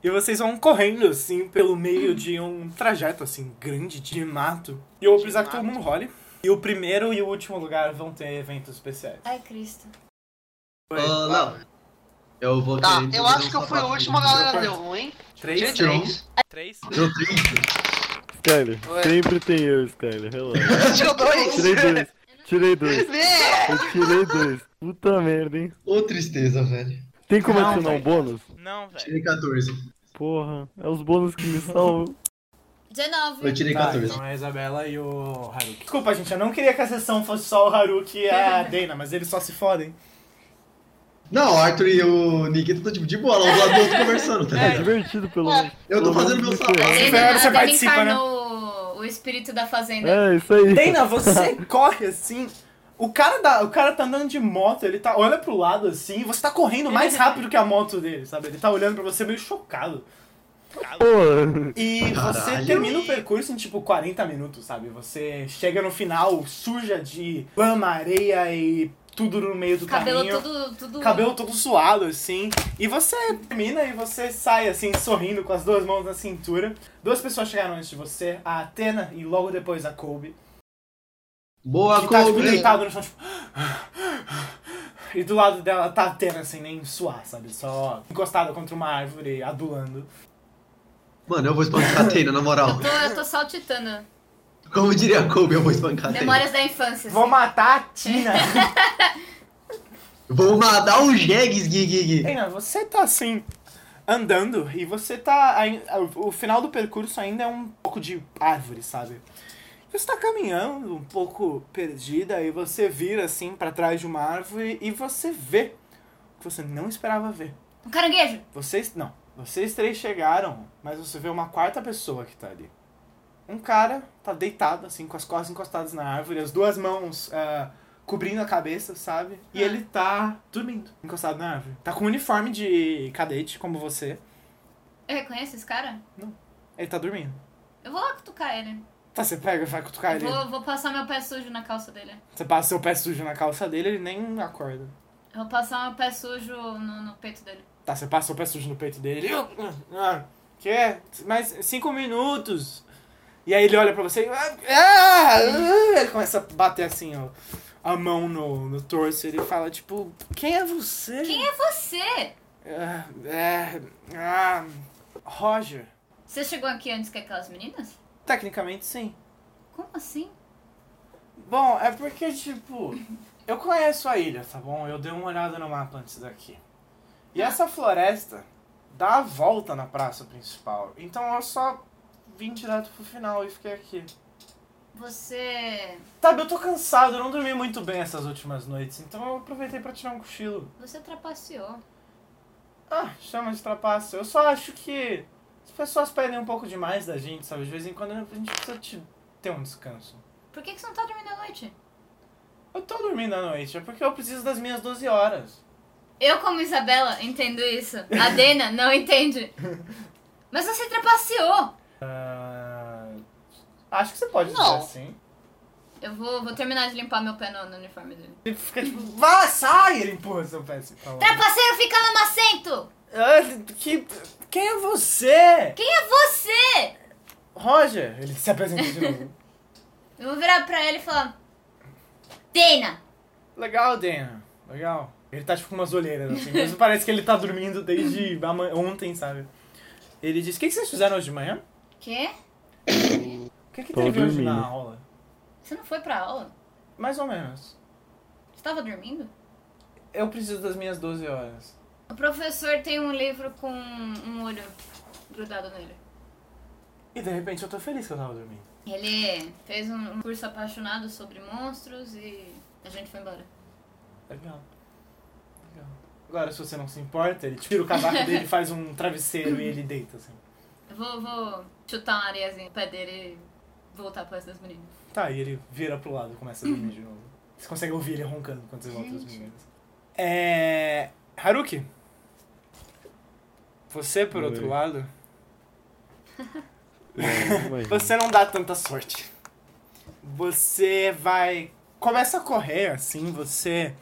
E vocês vão correndo, assim, pelo meio de um trajeto, assim, grande de mato. E eu vou precisar que todo mundo role. E o primeiro e o último lugar vão ter eventos especiais. Ai, Cristo. Foi. Ah, não. Eu vou Tá, querer eu improvisar acho um que eu fui o sapato. último, a galera deu ruim. Tirei Três? Tirou um. três. Três? Deu trinta. Skyler, Ué. sempre tem eu, Skyler, relaxa. Tirou dois. Tirei dois, tirei dois, Vê! eu tirei dois. Puta merda, hein? Ô, tristeza, velho. Tem como Não, adicionar um velho. bônus? Não, velho. Tirei 14. Porra, é os bônus que me salvam. 19. Eu tirei Tá, 14. então é a Isabela e o Haruki. Desculpa, gente, eu não queria que a sessão fosse só o Haruki e a Dana, mas eles só se fodem. Não, o Arthur e o Nikita estão tipo de bola, um do lado do outro conversando, tá É ligado? divertido, pelo menos. Eu tô Pelo fazendo menos meu me ferrar. sapato. Você Dana, você a Dana participa, né? encarnou o espírito da fazenda. É, isso aí. Dana, você corre assim. O cara, da, o cara tá andando de moto, ele tá olha pro lado assim, e você tá correndo mais rápido que a moto dele, sabe? Ele tá olhando pra você meio chocado. Porra. E você Caralho. termina o percurso em tipo 40 minutos, sabe? Você chega no final suja de lama, areia e tudo no meio do Cabelo caminho. tudo, tudo. Cabelo todo suado, assim. E você termina e você sai, assim, sorrindo, com as duas mãos na cintura. Duas pessoas chegaram antes de você, a Atena e logo depois a Colby. Boa, que tá tipo, Kobe! deitado no chão, tipo... E do lado dela tá a Atena sem nem suar, sabe? Só encostada contra uma árvore, adulando. Mano, eu vou espancar a Tena, na moral. Eu tô, eu tô saltitando. Como diria a Kobe, eu vou espancar a Tena. Memórias da infância. Vou matar a Tina! Vou matar o Jegs, Gui, Gui, Gui. Reina, você tá assim, andando, e você tá. ai- O final do percurso ainda é um pouco de árvore, sabe? Você tá caminhando um pouco perdida, e você vira assim pra trás de uma árvore e você vê o que você não esperava ver. assim. Um caranguejo. Vocês. Não. Vocês três chegaram, mas você vê uma quarta pessoa que tá ali. Um cara tá deitado, assim, com as costas encostadas na árvore, as duas mãos ah, cobrindo a cabeça, sabe? E ele tá dormindo, encostado na árvore. Tá com um uniforme de cadete, como você. Eu reconheço esse cara? Ele tá dormindo. Eu vou lá cutucar ele. Tá, você pega, vai cutucar ele. Vou, vou passar meu pé sujo na calça dele. Você passa seu pé sujo na calça dele, ele nem acorda. Eu vou passar meu pé sujo no, no peito dele. Tá, você passa o pé sujo no peito dele. Ele, "Ah, ah, que é? Mais cinco minutos. E aí ele olha pra você e. "Ah, ah, ah", ele começa a bater assim, ó. A mão no, no torso. Ele fala, tipo, quem é você? Quem é você? Ah, é. Ah, Roger. Você chegou aqui antes que aquelas meninas? Tecnicamente, sim. Como assim? Bom, é porque, tipo, eu conheço a ilha, tá bom? Eu dei uma olhada no mapa antes daqui. E essa floresta dá a volta na praça principal. Então eu só vim direto pro final e fiquei aqui. Você. Sabe, eu tô cansado, eu não dormi muito bem essas últimas noites, então eu aproveitei pra tirar um cochilo. Você trapaceou. Ah, chama de trapaça. Eu só acho que as pessoas pedem um pouco demais da gente, sabe? De vez em quando a gente precisa te- ter um descanso. Por que, que você não tá dormindo à noite? Eu tô dormindo à noite, é porque eu preciso das minhas 12 horas. Eu, como Isabela, entendo isso. A Dena não entende. Mas você trapaceou. Acho que você pode dizer Não. assim. Eu vou, vou terminar de limpar meu pé no, no uniforme dele. Ele fica tipo, vá, sai! Ele empurra seu pé assim pra lá. Trapaceiro fica lamacento! Ah, que, quem é você? Quem é você? Roger, ele se apresenta de novo. Eu vou virar pra ele e falar... Dena! Legal, Dana. Legal. Ele tá tipo com umas olheiras assim, mas parece que ele tá dormindo desde ama- ontem, sabe? Ele diz: O que, que vocês fizeram hoje de manhã? Quê? O que, que Tô teve hoje na dormindo. aula? Você não foi pra aula? Mais ou menos. Você tava dormindo? Eu preciso das minhas 12 horas. O professor tem um livro com um olho grudado nele. E de repente eu tô feliz que eu tava dormindo. Ele fez um um curso apaixonado sobre monstros e a gente foi embora. Legal. Legal. Agora, se você não se importa, ele tira o casaco dele, faz um travesseiro e ele deita assim. Eu vou, vou chutar uma areiazinha no pé dele e voltar pra essas meninas. Tá, e ele vira pro lado e começa a dormir de novo. Você consegue ouvir ele roncando quando você volta os meninos. É. Haruki. Você, por outro Oi. lado, É, imagina. você não dá tanta sorte. Você vai. Começa a correr, assim, você.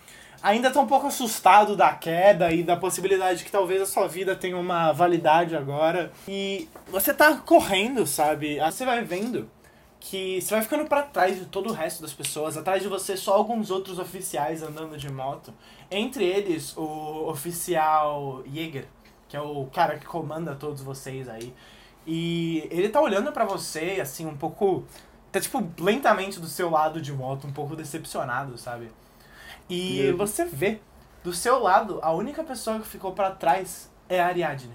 Ainda tá um pouco assustado da queda e da possibilidade que talvez a sua vida tenha uma validade agora. E você tá correndo, sabe? Aí Você vai vendo que você vai ficando pra trás de todo o resto das pessoas, atrás de você só alguns outros oficiais andando de moto, entre eles o oficial Jäger, que é o cara que comanda todos vocês aí. E ele tá olhando pra você assim um pouco tá tipo lentamente do seu lado de moto, um pouco decepcionado, sabe? E Medo. você vê do seu lado, a única pessoa que ficou pra trás é a Ariadne.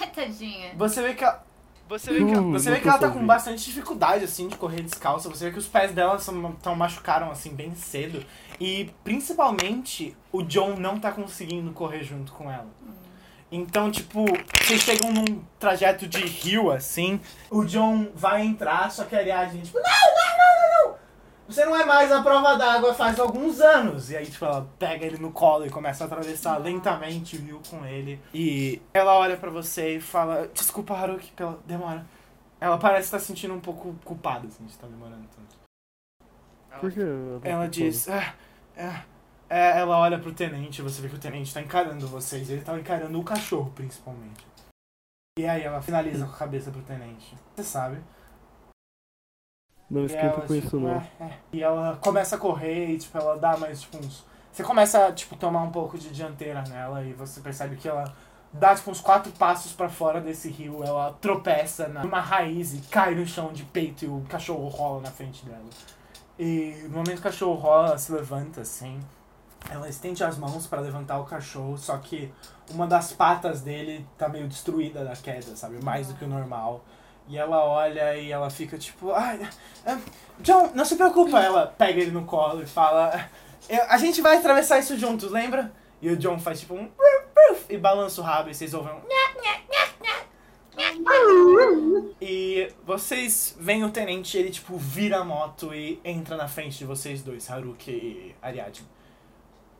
Ai, É. tadinha. Você vê que ela. Você vê que, Uh, você não vê que ela tá consegui. com bastante dificuldade, assim, de correr descalça. Você vê que os pés dela são, tão machucaram, assim, bem cedo. E, principalmente, o John não tá conseguindo correr junto com ela. Então, tipo, vocês chegam num trajeto de rio, assim. O John vai entrar, só que a Ariadne, tipo, não, não, não, não, não! Você não é mais na prova d'água faz alguns anos. E aí, tipo, ela pega ele no colo e começa a atravessar lentamente o rio com ele. E ela olha pra você e fala: Desculpa, Haruki, pela demora. Ela parece estar se sentindo um pouco culpada, assim, de estar demorando tanto. Por que? eu- Ela diz: "Ah, ah." É, Ela olha pro tenente, você vê que o tenente tá encarando vocês. Ele tá encarando o cachorro, principalmente. E aí ela finaliza com a cabeça pro tenente. Você sabe. Não E esquenta ela, com isso, tipo, não. é, é. E ela começa a correr e, tipo, ela dá mais, tipo, uns Você começa a, tipo, tomar um pouco de dianteira nela e você percebe que ela dá, tipo, uns quatro passos pra fora desse rio. Ela tropeça na- numa raiz e cai no chão de peito e o cachorro rola na frente dela. E no momento que o cachorro rola, ela se levanta, assim. Ela estende as mãos pra levantar o cachorro, só que uma das patas dele tá meio destruída da queda, sabe? Mais do que o normal. E ela olha e ela fica tipo, ai, ah, John, não se preocupa. Ela pega ele no colo e fala, "Eu- a gente vai atravessar isso juntos, lembra? E o John faz tipo um "Ruf, ruf", e balança o rabo e vocês ouvem um e vocês veem o tenente, ele tipo vira a moto e entra na frente de vocês dois, Haruki e Ariadne.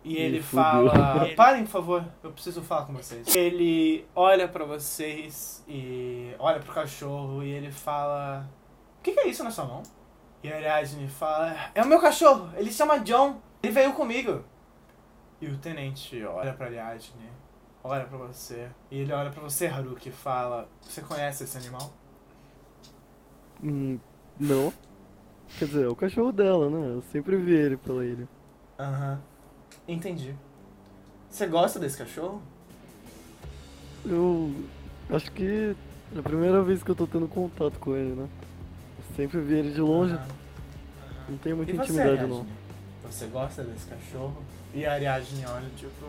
E Ih, ele fudeu. fala: Parem, por favor, eu preciso falar com vocês. Ele olha pra vocês e olha pro cachorro e ele fala: O que, que é isso na sua mão? E a Ariadne fala: É o meu cachorro, ele se chama John, ele veio comigo. E o tenente olha pra Ariadne, olha pra você, e ele olha pra você, Haruki, e fala: Você conhece esse animal? Hum, não. Quer dizer, é o cachorro dela, né? Eu sempre vi ele pela ilha. Aham. Entendi. Você gosta desse cachorro? Eu acho que é a primeira vez que eu tô tendo contato com ele, né? Sempre vi ele de longe. Não tenho muita Ah, e você, intimidade, Ariadne? não. Você gosta desse cachorro? E a Ariadne olha, tipo...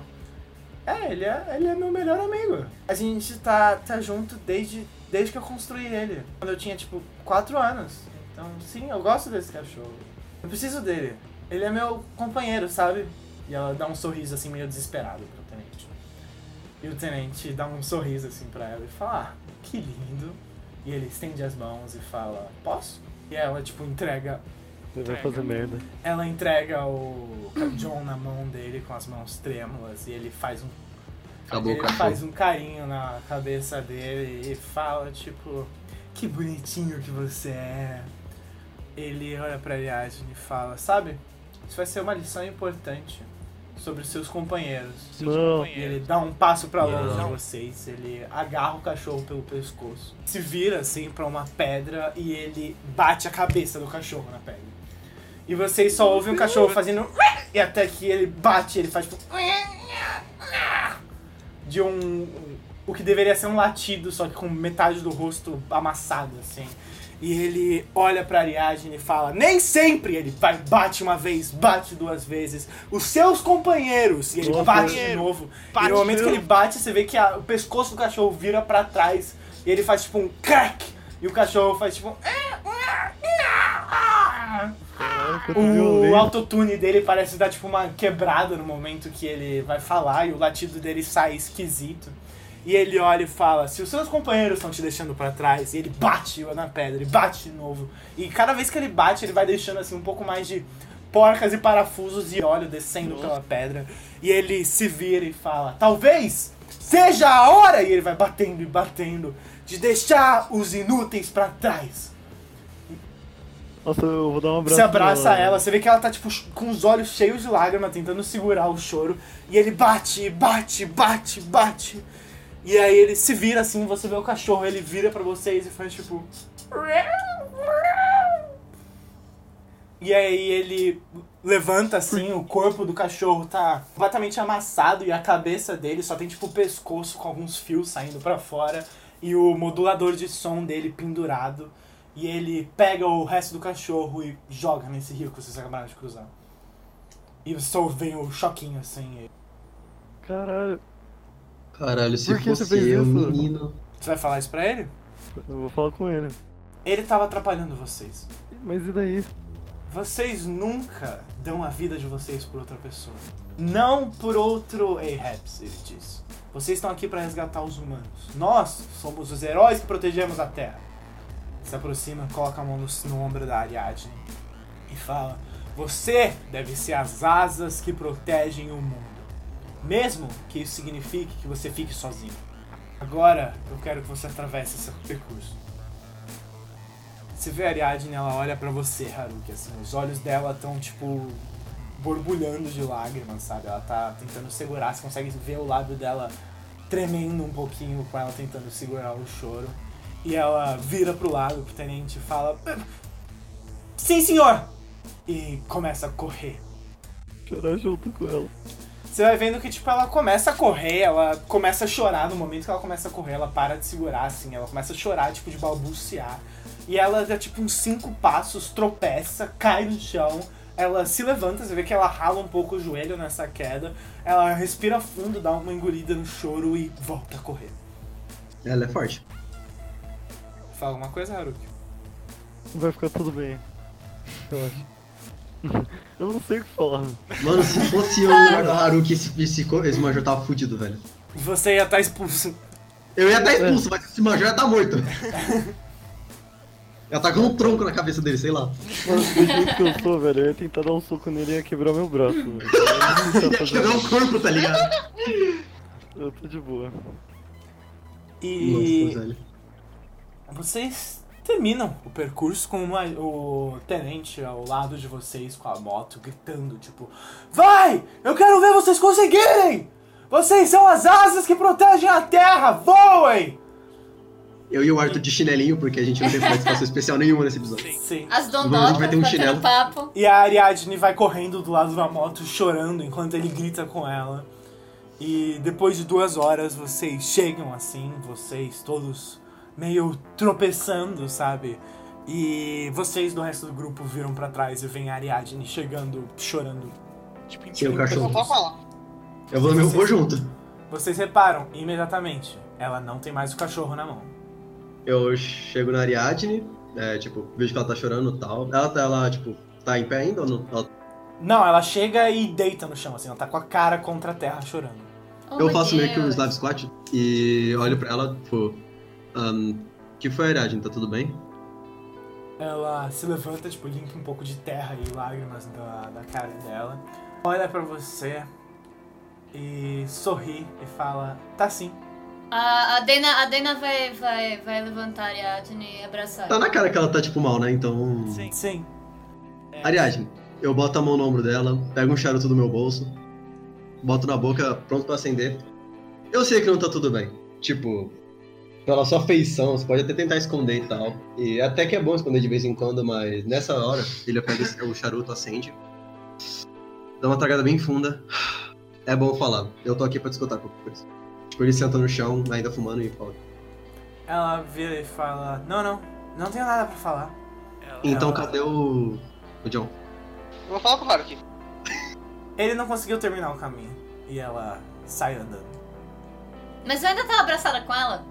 É, ele é, ele é meu melhor amigo. A gente tá, tá junto desde, desde que eu construí ele. Quando eu tinha, tipo, 4 anos. Então, sim, eu gosto desse cachorro. Eu preciso dele. Ele é meu companheiro, sabe? E ela dá um sorriso, assim, meio desesperado pro tenente. E o tenente dá um sorriso, assim, pra ela e fala... Ah, que lindo. E ele estende as mãos e fala... Posso? E ela, tipo, entrega Ele É, vai fazer merda. ela entrega o John na mão dele com as mãos trêmulas e ele faz um. Acabou o ele cachorro. faz um carinho na cabeça dele e fala, tipo, que bonitinho que você é. Ele olha pra Ariadne e fala, sabe? Isso vai ser uma lição importante sobre os seus companheiros. Seus Não. companheiros. E ele dá um passo pra longe de Não. vocês, ele agarra o cachorro pelo pescoço, se vira assim pra uma pedra e ele bate a cabeça do cachorro na pedra. E vocês só ouvem o cachorro fazendo. E até que ele bate, ele faz tipo. De um. O que deveria ser um latido, só que com metade do rosto amassado, assim. E ele olha pra Ariadne e fala: Nem sempre! Ele vai, bate uma vez, bate duas vezes. Os seus companheiros! E ele Nossa. bate de novo. E no momento que ele bate, você vê que a- o pescoço do cachorro vira pra trás. E ele faz tipo um crack. E o cachorro faz tipo. um O autotune dele parece dar tipo uma quebrada no momento que ele vai falar e o latido dele sai esquisito. E ele olha e fala: Se os seus companheiros estão te deixando pra trás, e ele bate na pedra, ele bate de novo. E cada vez que ele bate, ele vai deixando assim um pouco mais de porcas e parafusos e óleo descendo pela pedra. E ele se vira e fala: Talvez seja a hora! E ele vai batendo e batendo de deixar os inúteis pra trás. Nossa, eu vou dar um abraço. Você abraça nela. ela, você vê que ela tá, tipo, com os olhos cheios de lágrimas, tentando segurar o choro. E ele bate, bate, bate, bate. E aí ele se vira assim, você vê o cachorro, ele vira pra vocês e faz tipo. E aí ele levanta assim, o corpo do cachorro tá completamente amassado e a cabeça dele só tem tipo o pescoço com alguns fios saindo pra fora e o modulador de som dele pendurado. E ele pega o resto do cachorro e joga nesse rio que vocês acabaram de cruzar. E só vem o choquinho assim. Caralho. Caralho, se Por que você fosse fez eu, isso? menino. Você vai falar isso pra ele? Eu vou falar com ele. Ele tava atrapalhando vocês. Mas e daí? Vocês nunca dão a vida de vocês por outra pessoa. Não por outro Ahabs, ele diz. Vocês estão aqui pra resgatar os humanos. Nós somos os heróis que protegemos a Terra. Se aproxima, coloca a mão no, no ombro da Ariadne e fala: Você deve ser as asas que protegem o mundo. Mesmo que isso signifique que você fique sozinho. Agora eu quero que você atravesse esse percurso. Você vê a Ariadne, ela olha pra você, Haruki, assim, os olhos dela estão, tipo, borbulhando de lágrimas, sabe? Ela tá tentando segurar, você consegue ver o lábio dela tremendo um pouquinho com ela tentando segurar o choro. E ela vira pro lado pro tenente e "Hum, fala: "Sim, senhor! E começa a correr. Chorar junto com ela. Você vai vendo que, tipo, ela começa a correr, ela começa a chorar. No momento que ela começa a correr, ela para de segurar, assim. Ela começa a chorar, tipo, de balbuciar. E ela dá, tipo, uns cinco passos, tropeça, cai no chão. Ela se levanta, você vê que ela rala um pouco o joelho nessa queda. Ela respira fundo, dá uma engolida no choro e volta a correr. Ela é forte. Fala alguma coisa, Haruki? Vai ficar tudo bem. Relaxa. Eu não sei o que falar. Mano, se fosse eu no lugar do Haruki, esse, esse, co- esse Major tava fudido, velho. Você ia estar expulso. Eu ia estar É. expulso, mas esse Major ia estar morto. Ia tá com um tronco na cabeça dele, sei lá. Mano, do jeito que eu sou, velho, eu ia tentar dar um soco nele e ia quebrar meu braço, velho. Eu ia quebrar o corpo, tá ligado? Eu tô de boa. E. tipo, Nossa, velho. Vocês terminam o percurso com uma- o tenente ao lado de vocês com a moto gritando, tipo, Vai! Eu quero ver vocês conseguirem! Vocês são as asas que protegem a terra! Voem! Eu e o Arthur de chinelinho, porque a gente não tem participação especial nenhuma nesse episódio. Sim. As Agora a gente dondotas vai ter um batendo chinelo. papo. E a Ariadne vai correndo do lado da moto, chorando, enquanto ele grita com ela. E depois de duas horas, vocês chegam assim, vocês todos meio tropeçando, sabe? E vocês do resto do grupo viram pra trás e vem a Ariadne chegando, chorando. Sim, o cachorro. Opa, fala. Eu vou, eu vou junto. Vocês reparam imediatamente, ela não tem mais o cachorro na mão. Eu chego na Ariadne, é, tipo, vejo que ela tá chorando e tal. Ela, tá- ela, tipo, tá em pé ainda ou não? Ela- Não, ela chega e deita no chão, assim, ela tá com a cara contra a terra chorando. Oh, eu faço meio que um slab squat e olho pra ela, tipo, ahn, que foi Ariadne, tá tudo bem? Ela se levanta, tipo, limpa um pouco de terra e lágrimas da, da cara dela. Olha pra você e sorri e fala, tá sim. A, a Dena, a Dena vai, vai, vai levantar a Ariadne e abraçar. Tá na cara que ela tá, tipo, mal, né? Então. Sim. Sim. Ariadne, eu boto a mão no ombro dela, pego um charuto do meu bolso, boto na boca, pronto pra acender. Eu sei que não tá tudo bem. Tipo, pela sua feição, você pode até tentar esconder e tal. E até que é bom esconder de vez em quando, mas nessa hora, ele pega esse- o charuto, acende. Dá uma tragada bem funda. É bom falar. Eu tô aqui pra te escutar qualquer coisa. Tipo, ele senta no chão, ainda fumando e fala. Ela vira e fala, não, não, não tenho nada pra falar. Então Ela- cadê o. o John? Eu vou falar com o Haruki. Ele não conseguiu terminar o caminho. E ela sai andando. Mas eu ainda tava abraçada com ela?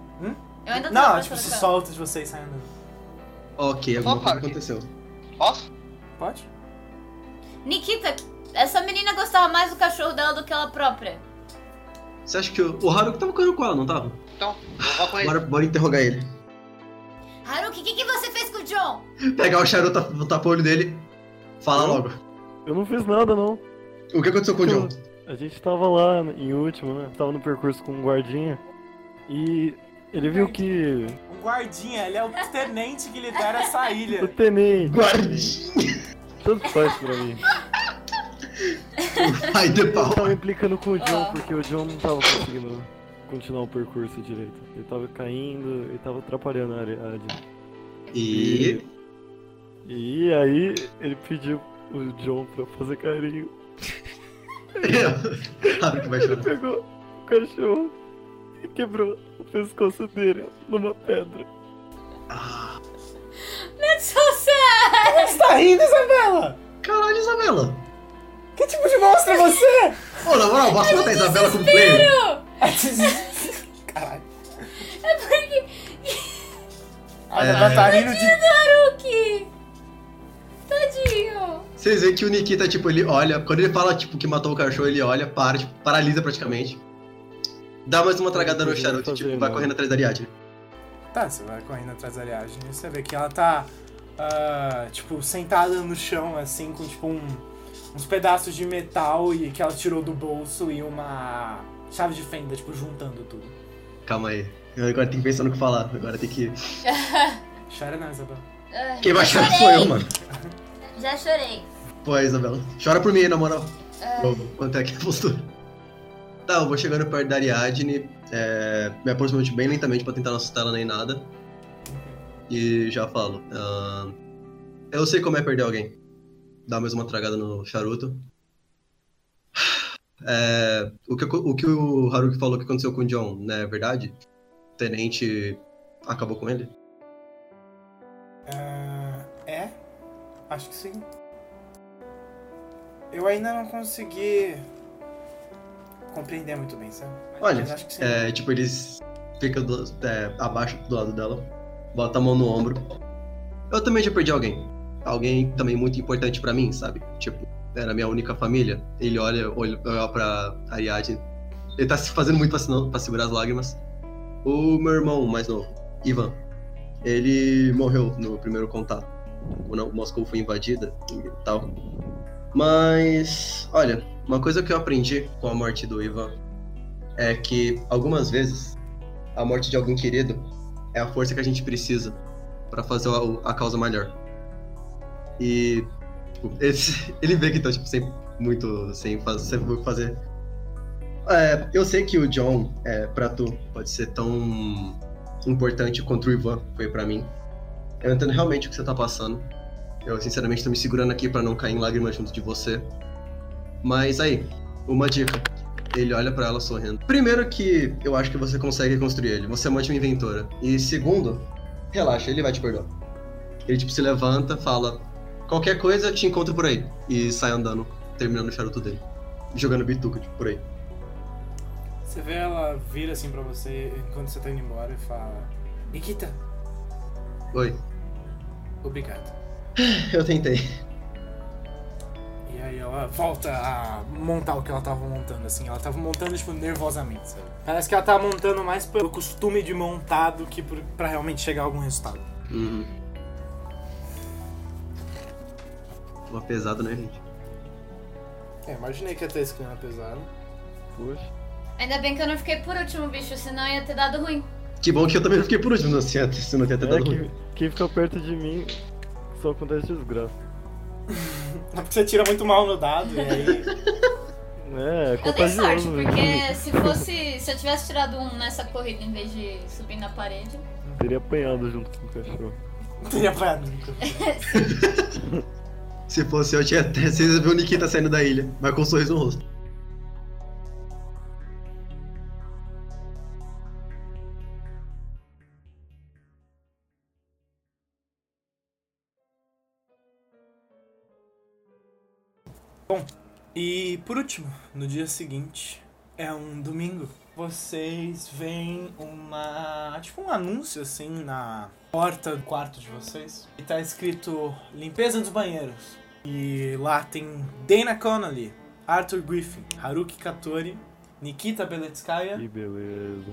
Eu ainda tava Não, abraçada tipo, se com ela. solta de vocês sai andando. Ok, alguma Opa, coisa aconteceu. Posso? Pode? Nikita, essa menina gostava mais do cachorro dela do que ela própria. Você acha que o, o Haruki tava correndo com ela, não tava? Então, eu vou com ele. Bora, bora interrogar ele. Haruki, o que, que você fez com o John? Pegar o charuto, tap- tapar o olho dele. Fala logo. Eu não fiz nada, não. O que aconteceu com o John? A gente tava lá em último, né? Tava no percurso com um guardinha. E ele viu que O guardinha, ele é o tenente que lidera essa o ilha. tenente. Guardinha! Tanto faz pra mim. Ai, de Eu tava implicando com o John, porque o John não tava conseguindo continuar o percurso direito. Ele tava caindo, ele tava atrapalhando a Ariadne. E. E aí ele pediu o John pra fazer carinho. Haruki vai Ele chorar. pegou o cachorro e quebrou o pescoço dele numa pedra. Let's so sad! Você tá rindo, Isabela? Caralho, Isabela! Que tipo de monstro é você? Ô, na moral, basta botar a Isabela como player. Caralho. É porque. A Isabela tá rindo de Haruki! Tadinho! Vocês veem que o Nikita, tipo, ele olha. Quando ele fala, tipo, que matou o cachorro, ele olha, para, tipo, paralisa praticamente. Dá mais uma tragada no charuto, tipo, vai correndo atrás da Ariadne. Tá, você vai correndo atrás da Ariadne e você vê que ela tá, ah, tipo, sentada no chão, assim, com, tipo, um- uns pedaços de metal e que ela tirou do bolso e uma chave de fenda, tipo, juntando tudo. Calma aí. Eu agora tenho que pensar no que falar. Agora tem que. Chora não, Isabel. Ah, Quem vai já chorar sou chorei. eu, mano. Já chorei. Pô, Isabela. Chora por mim, na moral. Ah, Vou quanto é que é a postura. Tá, eu vou chegando perto da Ariadne, é, me aproximando bem lentamente pra tentar não assustar ela nem nada. E já falo. ahn, eu sei como é perder alguém. Dá mais uma tragada no charuto. é, o, que, o que o Haruki falou que aconteceu com o John, né? É verdade? O tenente acabou com ele? Ah, é? Acho que sim. Eu ainda não consegui compreender muito bem, sabe? Mas- Olha, mas acho que sim. é, tipo, eles ficam do- é, abaixo do lado dela, bota a mão no ombro. Eu também já perdi alguém. Alguém também muito importante pra mim, sabe? Tipo, era minha única família. Ele olha, olha, olha pra Ariadne. Ele tá se fazendo muito pra, se- pra segurar as lágrimas. O meu irmão mais novo, Ivan. Ele morreu no primeiro contato. Quando Moscou foi invadida e tal. Mas, olha, uma coisa que eu aprendi com a morte do Ivan é que algumas vezes a morte de alguém querido é a força que a gente precisa pra fazer a, a causa melhor. E tipo, ele, ele vê que tá tipo, sem muito sem fazer, sem o que fazer. É, eu sei que o John é para tu pode ser tão importante quanto o Ivan foi pra mim. Eu entendo realmente o que você tá passando. Eu sinceramente tô me segurando aqui pra não cair em lágrimas junto de você. Mas aí, uma dica. Ele olha pra ela sorrindo. Primeiro que eu acho que você consegue construir ele. Você é uma ótima inventora. E segundo, relaxa, ele vai te perdoar. Ele tipo se levanta, fala: "Qualquer coisa, eu te encontro por aí." E sai andando, terminando o charuto dele, jogando bituca tipo, por aí. Você vê ela vir assim pra você quando você tá indo embora e fala: Nikita, Oi. obrigado. Eu tentei. E aí ela volta a montar o que ela tava montando, assim. Ela tava montando, tipo, nervosamente, sabe? Parece que ela tava montando mais pelo costume de montar do que por, pra realmente chegar a algum resultado. Uhum. Uma pesada, né, gente? É, imaginei que ia ter esse clima pesado. Poxa. Ainda bem que eu não fiquei por último, bicho, senão ia ter dado ruim. Que bom que eu também não fiquei por último, não, se se não tinha até É, dado Tá ruim. quem, quem fica perto de mim só acontece desgraça. É porque você tira muito mal no dado, e aí. É, é Eu dei sorte, contagioso. porque se fosse. Se eu tivesse tirado um nessa corrida em vez de subir na parede. Teria apanhado junto com o cachorro. Teria apanhado. Se fosse eu, tinha até vocês viram o Nikita saindo da ilha, mas com um sorriso no rosto. Bom, e por último, no dia seguinte, é um domingo. Vocês veem uma. tipo um anúncio assim na porta do quarto de vocês. E tá escrito limpeza dos banheiros. E lá tem Dana Connolly, Arthur Griffin, Haruki Katori, Nikita Beletskaya. Que beleza.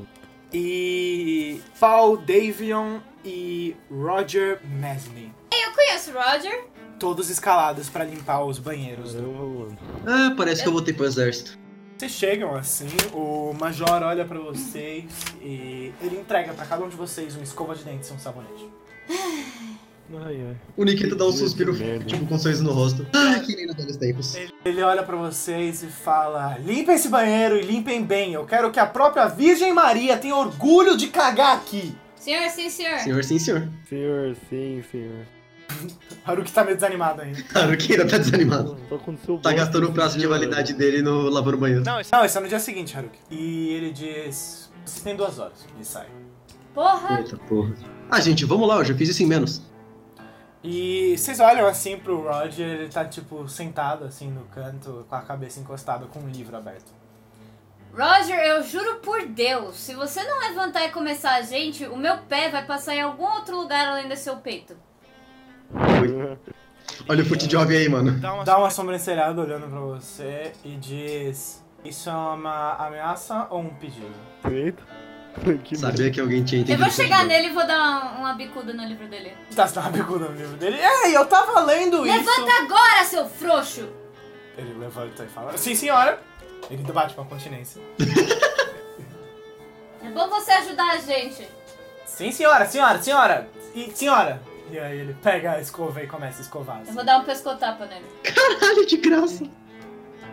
E. Paul Davion e Roger Mesney. Ei, eu conheço o Roger. Todos escalados pra limpar os banheiros. Do... Ah, parece que eu voltei pro exército. Vocês chegam assim, o Major olha pra vocês e ele entrega pra cada um de vocês uma escova de dentes e um sabonete. Ai, ai. O Nikita dá um suspiro, merda. tipo, com um sorriso no rosto. Ah, que lindo dos tempos. Ele olha pra vocês e fala: limpem esse banheiro e limpem bem. Eu quero que a própria Virgem Maria tenha orgulho de cagar aqui. Senhor, sim, senhor. Senhor, sim, senhor. Senhor, sim, senhor. Haruki tá meio desanimado ainda. Haruki ainda tá desanimado. Só aconteceu Tá gastando o prazo de validade dele no lavando o banheiro. Não, isso não, isso é no dia seguinte, Haruki. E ele diz: vocês têm duas horas. E sai. Porra! Eita porra. Ah, gente, vamos lá, eu já fiz isso em menos. E vocês olham assim pro Roger, ele tá tipo sentado assim no canto, com a cabeça encostada, com um livro aberto. Roger, eu juro por Deus, se você não levantar e começar a gente, o meu pé vai passar em algum outro lugar além do seu peito. Olha o fute jovem aí, mano. Tá. Dá uma, Dá uma sobrancelhada olhando pra você e diz: Isso é uma ameaça ou um pedido? né? Eita. Que Sabia que alguém tinha Eu entendido. vou isso. chegar nele e vou dar uma, uma bicuda no livro dele. Tá se dá uma bicuda no livro dele. Ei, eu tava lendo Levanta isso! agora, seu frouxo! Ele levanta e fala: Sim, senhora! Ele debate uma continência. É bom você ajudar a gente. Sim, senhora, senhora, senhora! E senhora! E aí ele pega a escova e começa a escovar. Eu assim. vou dar um pescotapa nele. Caralho, de graça.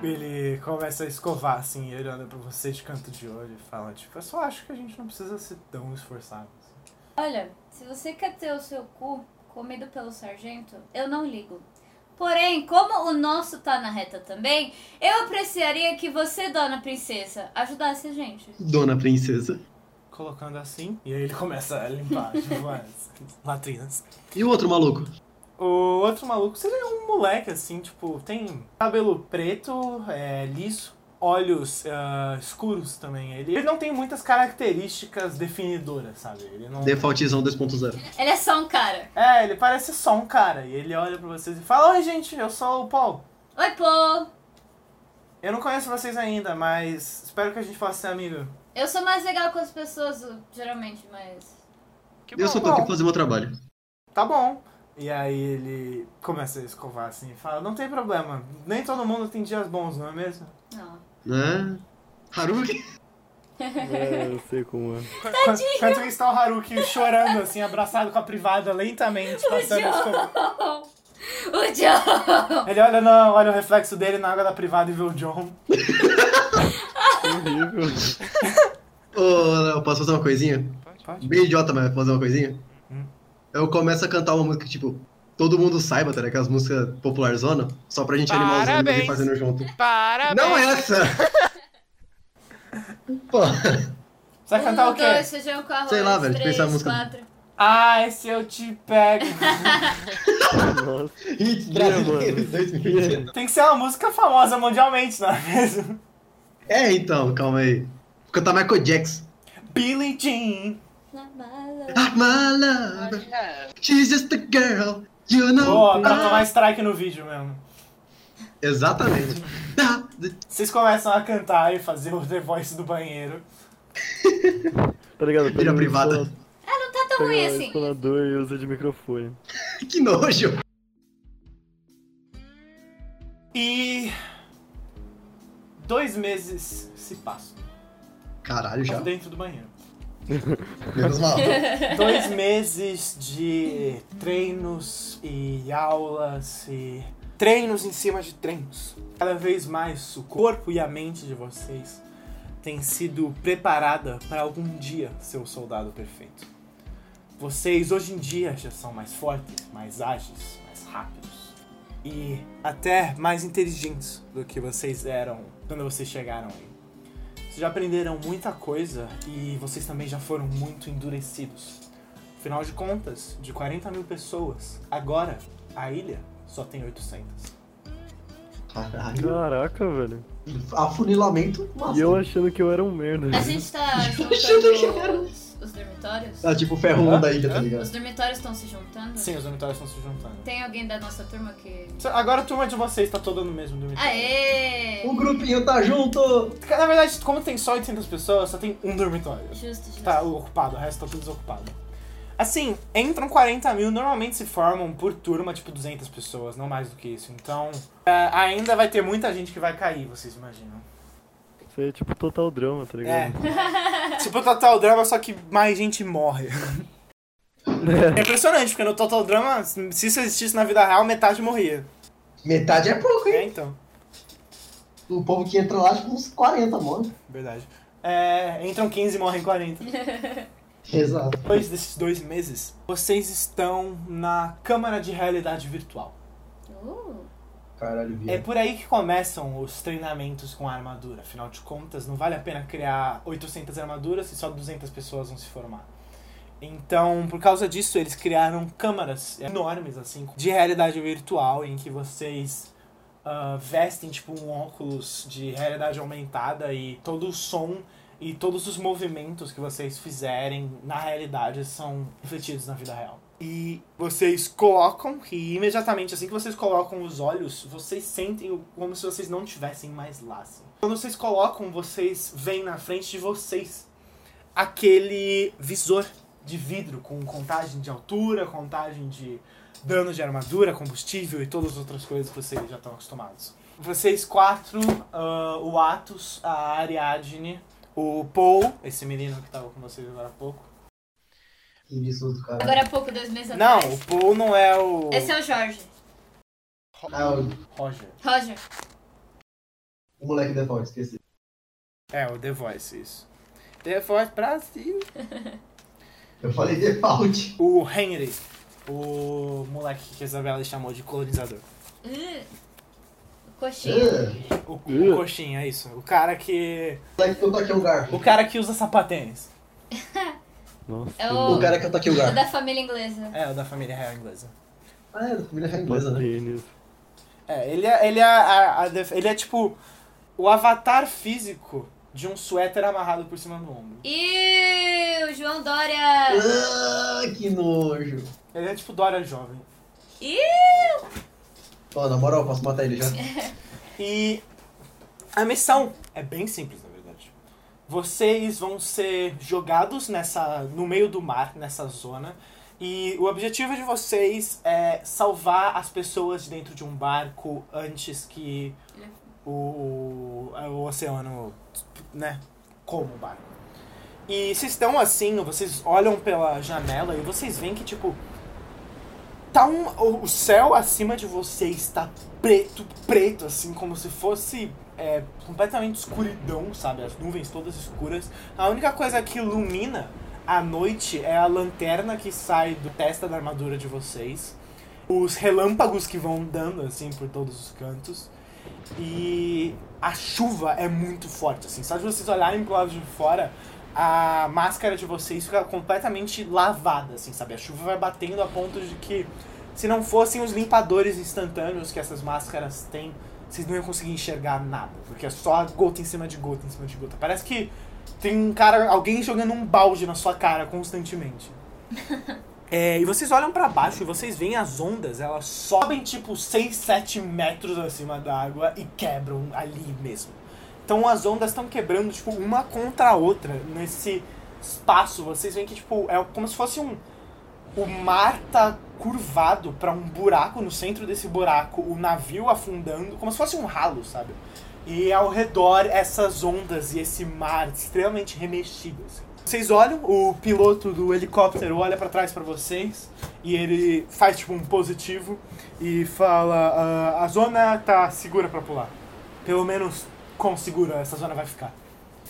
Ele começa a escovar assim, ele olha pra você de canto de olho e fala: Tipo, eu só acho que a gente não precisa ser tão esforçado. assim." Olha, se você quer ter o seu cu comido pelo sargento, eu não ligo. Porém, como o nosso tá na reta também, eu apreciaria que você, dona princesa, ajudasse a gente. Dona princesa. Colocando assim. E aí ele começa a limpar tipo, as assim. latrinas. E o outro maluco? O outro maluco seria um moleque, assim, tipo, tem cabelo preto, é, liso, olhos ah, escuros também. Ele, ele não tem muitas características definidoras, sabe? Ele não. Defaultzão 2.0. Ele é só um cara. É, ele parece só um cara. E ele olha pra vocês e fala: Oi, gente, eu sou o Paul. Oi, Paul. Eu não conheço vocês ainda, mas espero que a gente possa ser amigo. Eu sou mais legal com as pessoas, geralmente, mas. eu só tô aqui pra fazer meu trabalho. Tá bom. E aí ele começa a escovar assim e fala: Não tem problema, nem todo mundo tem dias bons, não é mesmo? Não. Né? Haruki? É, eu sei como é. Enquanto enquanto está o Haruki chorando, assim, abraçado com a privada lentamente, passando escova. O John! Ele olha, não, olha o reflexo dele na água da privada e vê o John. Horrível. Ô, Léo, posso fazer uma coisinha? Pode. Bem idiota, mas posso fazer uma coisinha? Eu começo a cantar uma música que, tipo, todo mundo saiba, tá ligado? Aquelas músicas popular zona, só pra gente animar os amigos e Parabéns. fazendo junto. Parabéns! Não essa! Pô, Você vai cantar o quê? Um Dois, feijão com arroz, Sei lá, velho, três, pensar a música. quatro. Ai, se eu te pego. Nossa. Hits mano. brasileiros 2020. Tem que ser uma música famosa mundialmente, não é mesmo? É, então, calma aí. Vou cantar Michael Jackson. Billie Jean. Ah, my love, É. she's just a girl, you know. Ah, Boa, pra tomar strike no vídeo mesmo. Exatamente. Vocês começam a cantar e fazer o The Voice do banheiro. Tá ligado? Vira privada. Ah, não tá tão Pega ruim o assim. espanador e usa de microfone. que nojo. E. Dois meses se passam. Caralho, já. Dentro do banheiro. Menos mal. Dois meses de treinos e aulas e treinos em cima de treinos. Cada vez mais o corpo e a mente de vocês tem sido preparada para algum dia ser o soldado perfeito. Vocês hoje em dia já são mais fortes, mais ágeis, mais rápidos e até mais inteligentes do que vocês eram quando vocês chegaram aí. Vocês já aprenderam muita coisa e vocês também já foram muito endurecidos. Afinal de contas, de 40 mil pessoas, agora a ilha só tem 800. Caralho. Caraca, velho. Afunilamento E eu máximo. achando que eu era um merda. A gente tá achando que juntando os, os dormitórios? Tá tipo o ferro 1 da ilha, tá Os ligado? dormitórios estão se juntando? Sim, os dormitórios estão se juntando. Tem alguém da nossa turma que... Agora a turma de vocês tá toda no mesmo dormitório. Aê! O grupinho tá junto! Na verdade, como tem só 800 pessoas, só tem um dormitório. Justo, justo. Tá ocupado, o resto tá tudo desocupado. Assim, entram 40 mil, normalmente se formam por turma, tipo 200 pessoas, não mais do que isso. Então, é, ainda vai ter muita gente que vai cair, vocês imaginam. Isso aí é tipo total drama, tá ligado? É. tipo Total Drama, só que mais gente morre. É impressionante, porque no Total Drama, se isso existisse na vida real, metade morria. Metade é pouco, hein? É, então. O povo que entra lá, tipo, uns 40, mano. Verdade. É, entram 15 e morrem 40. Exato. Depois desses dois meses, vocês estão na Câmara de Realidade Virtual. Uh, Caralho, É viado. por aí que começam os treinamentos com a armadura. Afinal de contas, não vale a pena criar 800 armaduras se só 200 pessoas vão se formar. Então, por causa disso, eles criaram câmaras enormes, assim, de realidade virtual, em que vocês ah, vestem, tipo, um óculos de realidade aumentada e todo o som e todos os movimentos que vocês fizerem na realidade são refletidos na vida real. E vocês colocam, e imediatamente assim que vocês colocam os olhos, vocês sentem o- como se vocês não tivessem mais lá. assim. Quando vocês colocam, vocês veem na frente de vocês aquele visor de vidro com contagem de altura, contagem de dano de armadura, combustível e todas as outras coisas que vocês já estão acostumados. Vocês quatro, ah, o Atos, a Ariadne, o Paul, esse menino que tava com vocês agora há pouco. Que absurdo do caralho. agora há pouco, dois meses Não, atrás. o Paul não é o Esse é o Jorge. Ah, o, Roger. Roger. o moleque da Ford, esqueci. É, o The Voice, isso. The Voice Brasil. Eu falei default. O Henry, o moleque que a Isabela chamou de colonizador. Ih, Coxinha. Ah, O, o coxinha, é isso. O cara que. O cara que usa sapatênis. É o- O cara que eu toquei o é garfo. da família inglesa. É, o da família real inglesa. Ah, é, da família real inglesa, né? É, ele é, ele é, a- a def- ele é tipo o avatar físico de um suéter amarrado por cima do ombro. E o João Dória. Ah, que nojo. Ele é tipo Dória jovem. Ih! Ó, na moral, posso matar ele já? E a missão é bem simples, na verdade. Vocês vão ser jogados nessa no meio do mar, nessa zona, e o objetivo de vocês é salvar as pessoas de dentro de um barco antes que o, o oceano, né, coma o barco. E vocês estão assim, vocês olham pela janela e vocês veem que tipo tá um, o- o céu acima de vocês está preto, preto, assim, como se fosse é, completamente escuridão, sabe? As nuvens todas escuras. A única coisa que ilumina a noite é a lanterna que sai do testa da armadura de vocês. Os relâmpagos que vão dando, assim, por todos os cantos. E a chuva é muito forte, assim. Só de vocês olharem pro lado de fora, a máscara de vocês fica completamente lavada, assim, sabe? A chuva vai batendo a ponto de que se não fossem os limpadores instantâneos que essas máscaras têm, vocês não iam conseguir enxergar nada. Porque é só gota em cima de gota em cima de gota. Parece que tem um cara, alguém jogando um balde na sua cara constantemente. É, e vocês olham pra baixo e vocês veem as ondas, elas sobem tipo 6, 7 metros acima da água e quebram ali mesmo. Então as ondas estão quebrando, tipo, uma contra a outra nesse espaço. Vocês veem que, tipo, é como se fosse um. O mar tá curvado pra um buraco, no centro desse buraco, o navio afundando, como se fosse um ralo, sabe? E ao redor, essas ondas e esse mar extremamente remexido. assim. Vocês olham, o piloto do helicóptero olha pra trás pra vocês e ele faz tipo um positivo e fala: "Ah, a zona tá segura pra pular. Pelo menos quão segura essa zona vai ficar.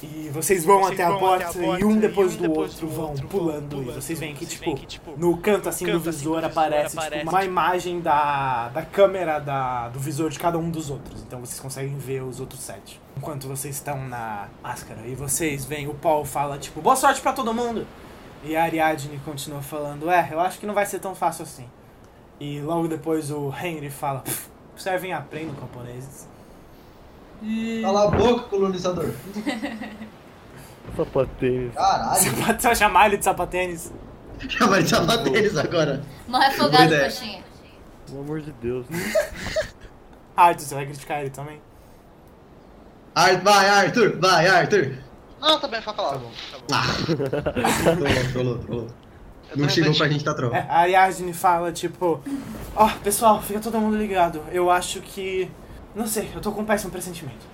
E vocês vão, Vocês até, a vão porta, até a porta e um depois do outro vão pulando, e vocês veem que, tipo, no canto assim do visor aparece, tipo, uma imagem da, da câmera da, do visor de cada um dos outros. Então vocês conseguem ver os outros sete. Enquanto vocês estão na máscara e vocês veem, o Paul fala, tipo, boa sorte pra todo mundo! E a Ariadne continua falando, é, eu acho que não vai ser tão fácil assim. E logo depois o Henry fala, "Pff, servem a prenda, camponeses. Cala a boca, colonizador. Sapatênis. Caralho. Você vai chamar ele de sapatênis? Chamar ele de sapatênis agora. Morre Boa afogado, ideia. coxinha. Pelo amor de Deus. Ah, então você vai criticar ele também? Ar- vai, Arthur, vai, Arthur. Não, também foi falado. Tá bom. Ah. Trolou, trolou. Não chegou pra gente tá troll. É, a Ariadne fala, tipo, ó, pessoal, fica todo mundo ligado. Eu acho que. Não sei, eu tô com um péssimo pressentimento.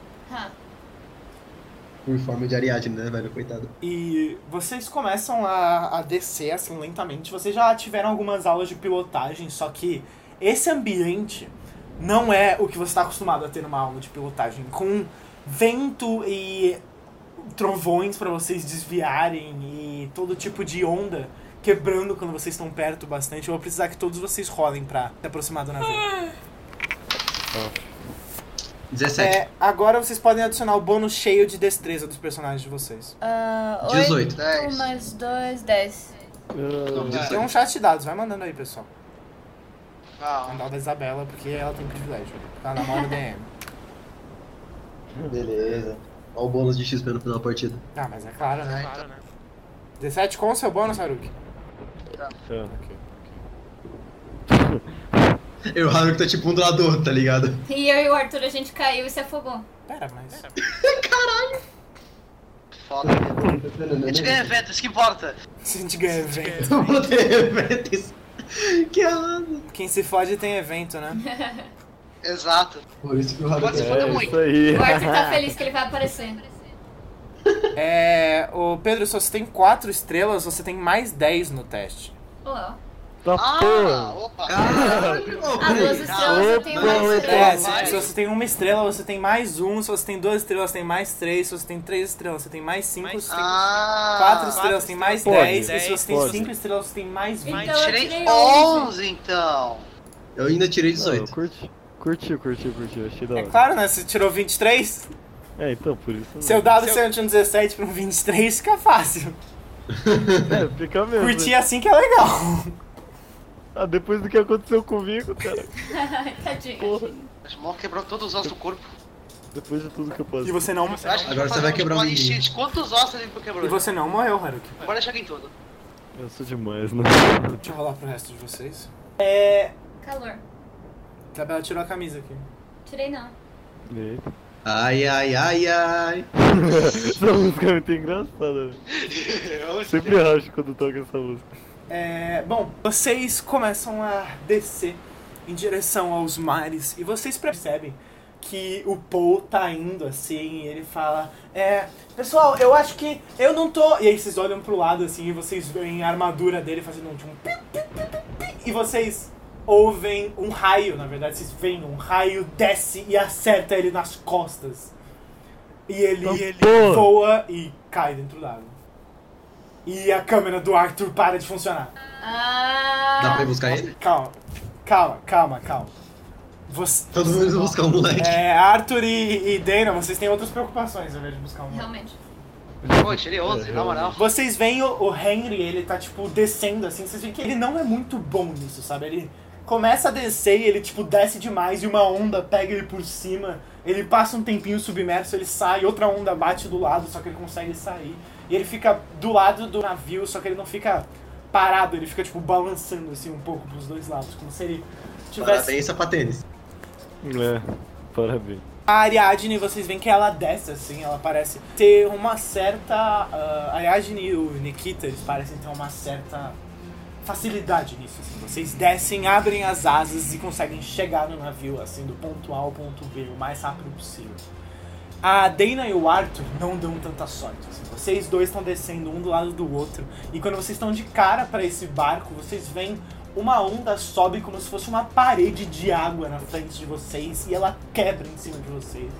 Por forma de Ariadne, né, velho? Coitado. E vocês começam a, a descer assim lentamente. Vocês já tiveram algumas aulas de pilotagem, só que esse ambiente não é o que você está acostumado a ter numa aula de pilotagem. Com vento e trovões para vocês desviarem e todo tipo de onda quebrando quando vocês estão perto bastante. Eu vou precisar que todos vocês rolem pra se aproximar do navio. 17. É, agora vocês podem adicionar o bônus cheio de destreza dos personagens de vocês. Ah, 18. 8 mais 2, 10. Tem um chat de dados, vai mandando aí, pessoal. Ah. Mandar o da Isabela, porque ela tem privilégio. Tá na moda DM. Beleza. Olha o bônus de XP no final da partida. Ah, mas é claro, né? 17 com o seu bônus, Haruki. É, Eu e o Haruki tá tipo um do lado do outro, tá ligado? E eu e o Arthur, a gente caiu e se afogou. Pera, mas. Caralho! Foda. A gente ganha evento, isso que importa. Se a gente ganha evento. Vamos ter eventos. Que Quem se fode tem evento, né? Exato. Por isso que o Haruki- Pode se um- foder É, muito. isso aí. O Arthur tá feliz que ele vai aparecer. É. Ô, Pedro, se você tem 4 estrelas, você tem mais 10 no teste. Olá. Ah, Tá porra! Opa! Ah, duas estrelas, eu tenho mais É, estrelas. se, se você tem uma estrela, você tem mais um. Se você tem duas estrelas, você tem mais três. Se você tem três estrelas, você tem mais cinco. Se você tem Ah, quatro estrelas, você tem mais Pode. dez. E se você tem Pode. cinco estrelas, você tem mais vinte. Tirei 11, então. Eu ainda tirei 18. curte. Curtiu, curtiu, curtiu. Achei da É hora. claro, né? Você tirou 23, É, então, por isso. não. seu dado saiu de um 17 pra um 23, fica fácil. É, fica mesmo. Curtir assim que é legal. Ah, depois do que aconteceu comigo, cara. Tadinho. Mas o quebrou todos os ossos do corpo. Depois de tudo que eu posso. E você não. Agora você vai quebrar o De quantos ossos ele quebrou? E você não morreu, Haruki. Agora chega em tudo. Eu sou demais, né? Deixa eu rolar pro resto de vocês. É. Calor. Isabela tirou a camisa aqui. Tirei não. Ai, ai, ai, ai. essa música é muito engraçada, velho. Sempre racho quando toca essa música. É, bom, vocês começam a descer em direção aos mares e vocês percebem que o Paul tá indo assim e ele fala: É, pessoal, eu acho que eu não tô. E aí vocês olham pro lado assim e vocês veem a armadura dele fazendo um. Tipo, pi, pi, pi, pi, pi, e vocês ouvem um raio, na verdade, vocês veem um raio desce e acerta ele nas costas. E ele, Então, e ele pô. voa e cai dentro d'água. E a câmera do Arthur para de funcionar. Ah. Dá pra ir buscar ele? Calma, calma, calma, calma. Você... Todo mundo vai buscar o moleque. É, Arthur e, e Dana, vocês têm outras preocupações ao invés de buscar um moleque. Realmente. Pô, tirei 11, na moral. Vocês veem o, o Henry, ele tá, tipo, descendo, assim. Vocês veem que ele não é muito bom nisso, sabe? Ele começa a descer e ele, tipo, desce demais e uma onda pega ele por cima. Ele passa um tempinho submerso, ele sai, outra onda bate do lado, só que ele consegue sair. E ele fica do lado do navio, só que ele não fica parado, ele fica, tipo, balançando, assim, um pouco pros dois lados. Como se ele tivesse... Parabéns, sapatênis. É, parabéns. A Ariadne, vocês veem que ela desce assim, ela parece ter uma certa. ah, a Ariadne e o Nikita, eles parecem ter uma certa facilidade nisso. Assim. Vocês descem, abrem as asas e conseguem chegar no navio, assim, do ponto A ao ponto B, o mais rápido possível. A Dana e o Arthur não dão tanta sorte. assim. Vocês dois estão descendo um do lado do outro. E quando vocês estão de cara para esse barco, vocês veem uma onda sobe como se fosse uma parede de água na frente de vocês e ela quebra em cima de vocês.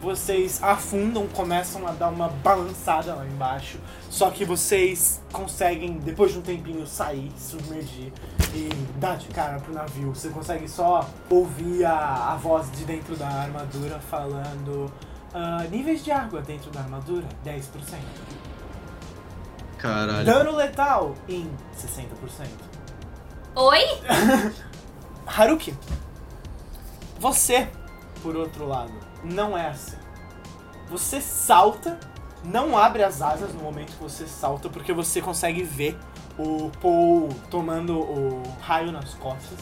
Vocês afundam, começam a dar uma balançada lá embaixo. Só que vocês conseguem, depois de um tempinho, sair, submergir e dar de cara pro navio. Você consegue só ouvir a, a voz de dentro da armadura falando. "Ah, níveis de água dentro da armadura, 10%. Caralho. Dano letal em 60%. Oi? Haruki, você, por outro lado, não é assim. Você salta, não abre as asas no momento que você salta, porque você consegue ver o Paul tomando o raio nas costas.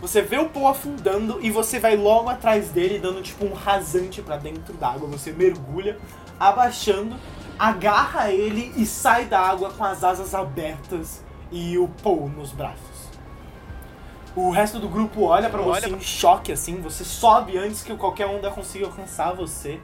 Você vê o Paul afundando e você vai logo atrás dele, dando tipo um rasante pra dentro d'água. Você mergulha, abaixando, agarra ele e sai da água com as asas abertas e o Paul nos braços. O resto do grupo olha pra você em choque, assim. Você sobe antes que qualquer onda consiga alcançar você.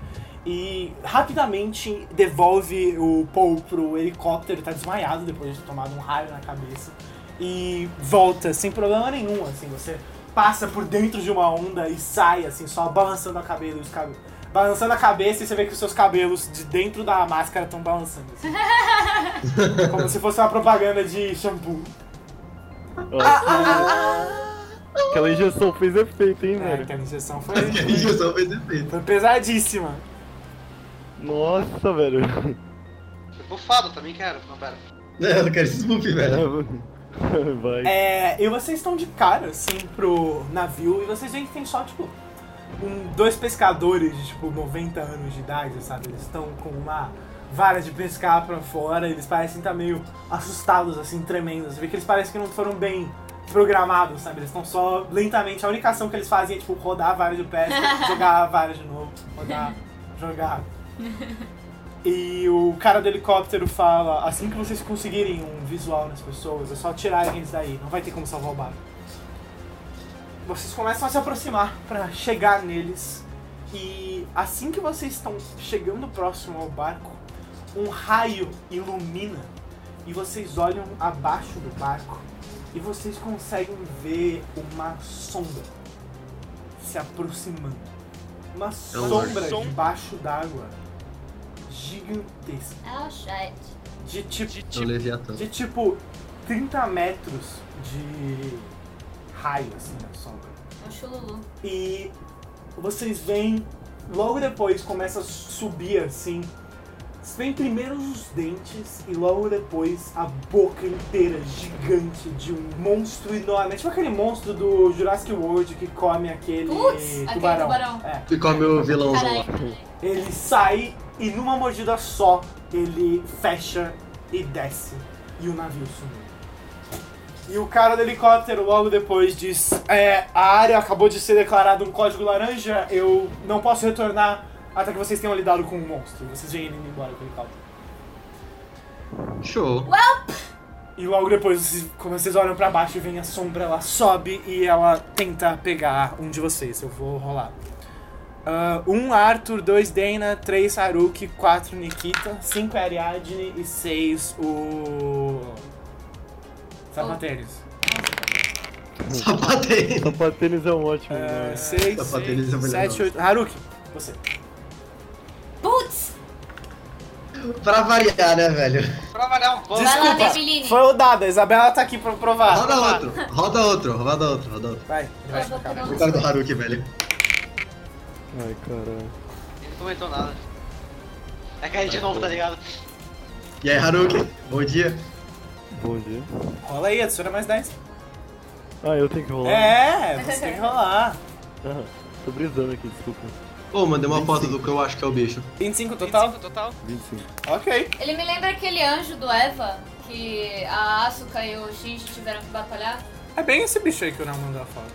E rapidamente devolve o Paul pro helicóptero, tá desmaiado depois de ter tomado um raio na cabeça. E volta sem problema nenhum, assim. Você passa por dentro de uma onda e sai, assim, só balançando a cabeça. Os cabe... Balançando a cabeça e você vê que os seus cabelos de dentro da máscara estão balançando. assim. Como se fosse uma propaganda de shampoo. Aquela injeção fez efeito, hein, É, velho? aquela injeção foi. A injeção fez efeito. Foi pesadíssima. Nossa, velho. Foi bufado também, quero. Não, pera. É, eu quero esse smooth, velho. Vai. É, e vocês estão de cara, assim, pro navio, e vocês veem que tem só, tipo, um- dois pescadores de, tipo, 90 anos de idade, sabe? Eles estão com uma vara de pescar pra fora, eles parecem estar meio assustados, assim, tremendos. Você vê que eles parecem que não foram bem programados, sabe? Eles estão só lentamente. A única ação que eles fazem é, tipo, rodar a vara de pesca, jogar a vara de novo, rodar, jogar. E o cara do helicóptero fala: assim que vocês conseguirem um visual nas pessoas, é só tirarem eles daí, não vai ter como salvar o barco. Vocês começam a se aproximar pra chegar neles. E assim que vocês estão chegando próximo ao barco, um raio ilumina e vocês olham abaixo do barco e vocês conseguem ver uma sombra se aproximando. Uma sombra Som- debaixo d'água gigantesca. Oh, shit. De tipo, Eu levei a tampa. de tipo 30 metros de raio, assim, na sombra. É O chululu. E vocês veem, logo depois começa a subir assim. Vocês veem primeiro os dentes e logo depois a boca inteira gigante de um monstro enorme. É tipo aquele monstro do Jurassic World que come aquele Putz, aquele tubarão. tubarão. É. E come o vilãozão lá. Caralho. Ele sai e numa mordida só ele fecha e desce. E o navio sumiu. E o cara do helicóptero logo depois diz: É, a área acabou de ser declarada um código laranja, eu não posso retornar até que vocês tenham lidado com o monstro. Vocês vêm ele indo embora com o helicóptero. Show. E logo depois, vocês, quando vocês olham pra baixo e vem a sombra, ela sobe e ela tenta pegar um de vocês. Eu vou rolar. Ah, um Arthur, dois Dana, três Haruki, quatro Nikita, cinco Ariadne e seis o. Sapatênis. Sapatênis. Sapatênis é um ótimo. É, nome. seis, Sapatênis é seis, melhor sete, nome. oito. Haruki, você. Putz! Pra variar, né, velho? Pra variar um pouco. Vai lá, Desculpa, Deviline. foi o dado. A Isabela tá aqui pra provar. Roda outro, roda outro, roda outro, roda outro. Vai, ele vai ficar. O cara do Haruki, velho. Ai, caralho. Não comentou nada. É cair de novo, tá ligado? E aí, Haruki? Bom dia. Bom dia. Rola aí, adiciona mais 10. Ah, eu tenho que rolar. É, você tem que rolar. Ah, tô brisando aqui, desculpa. Ô, mandei uma foto do que eu acho que é o bicho. 25 total? total? 25. Ok. Ele me lembra aquele anjo do Eva que a Asuka e o Shinji tiveram que batalhar. É bem esse bicho aí que o Nel mandou a foto.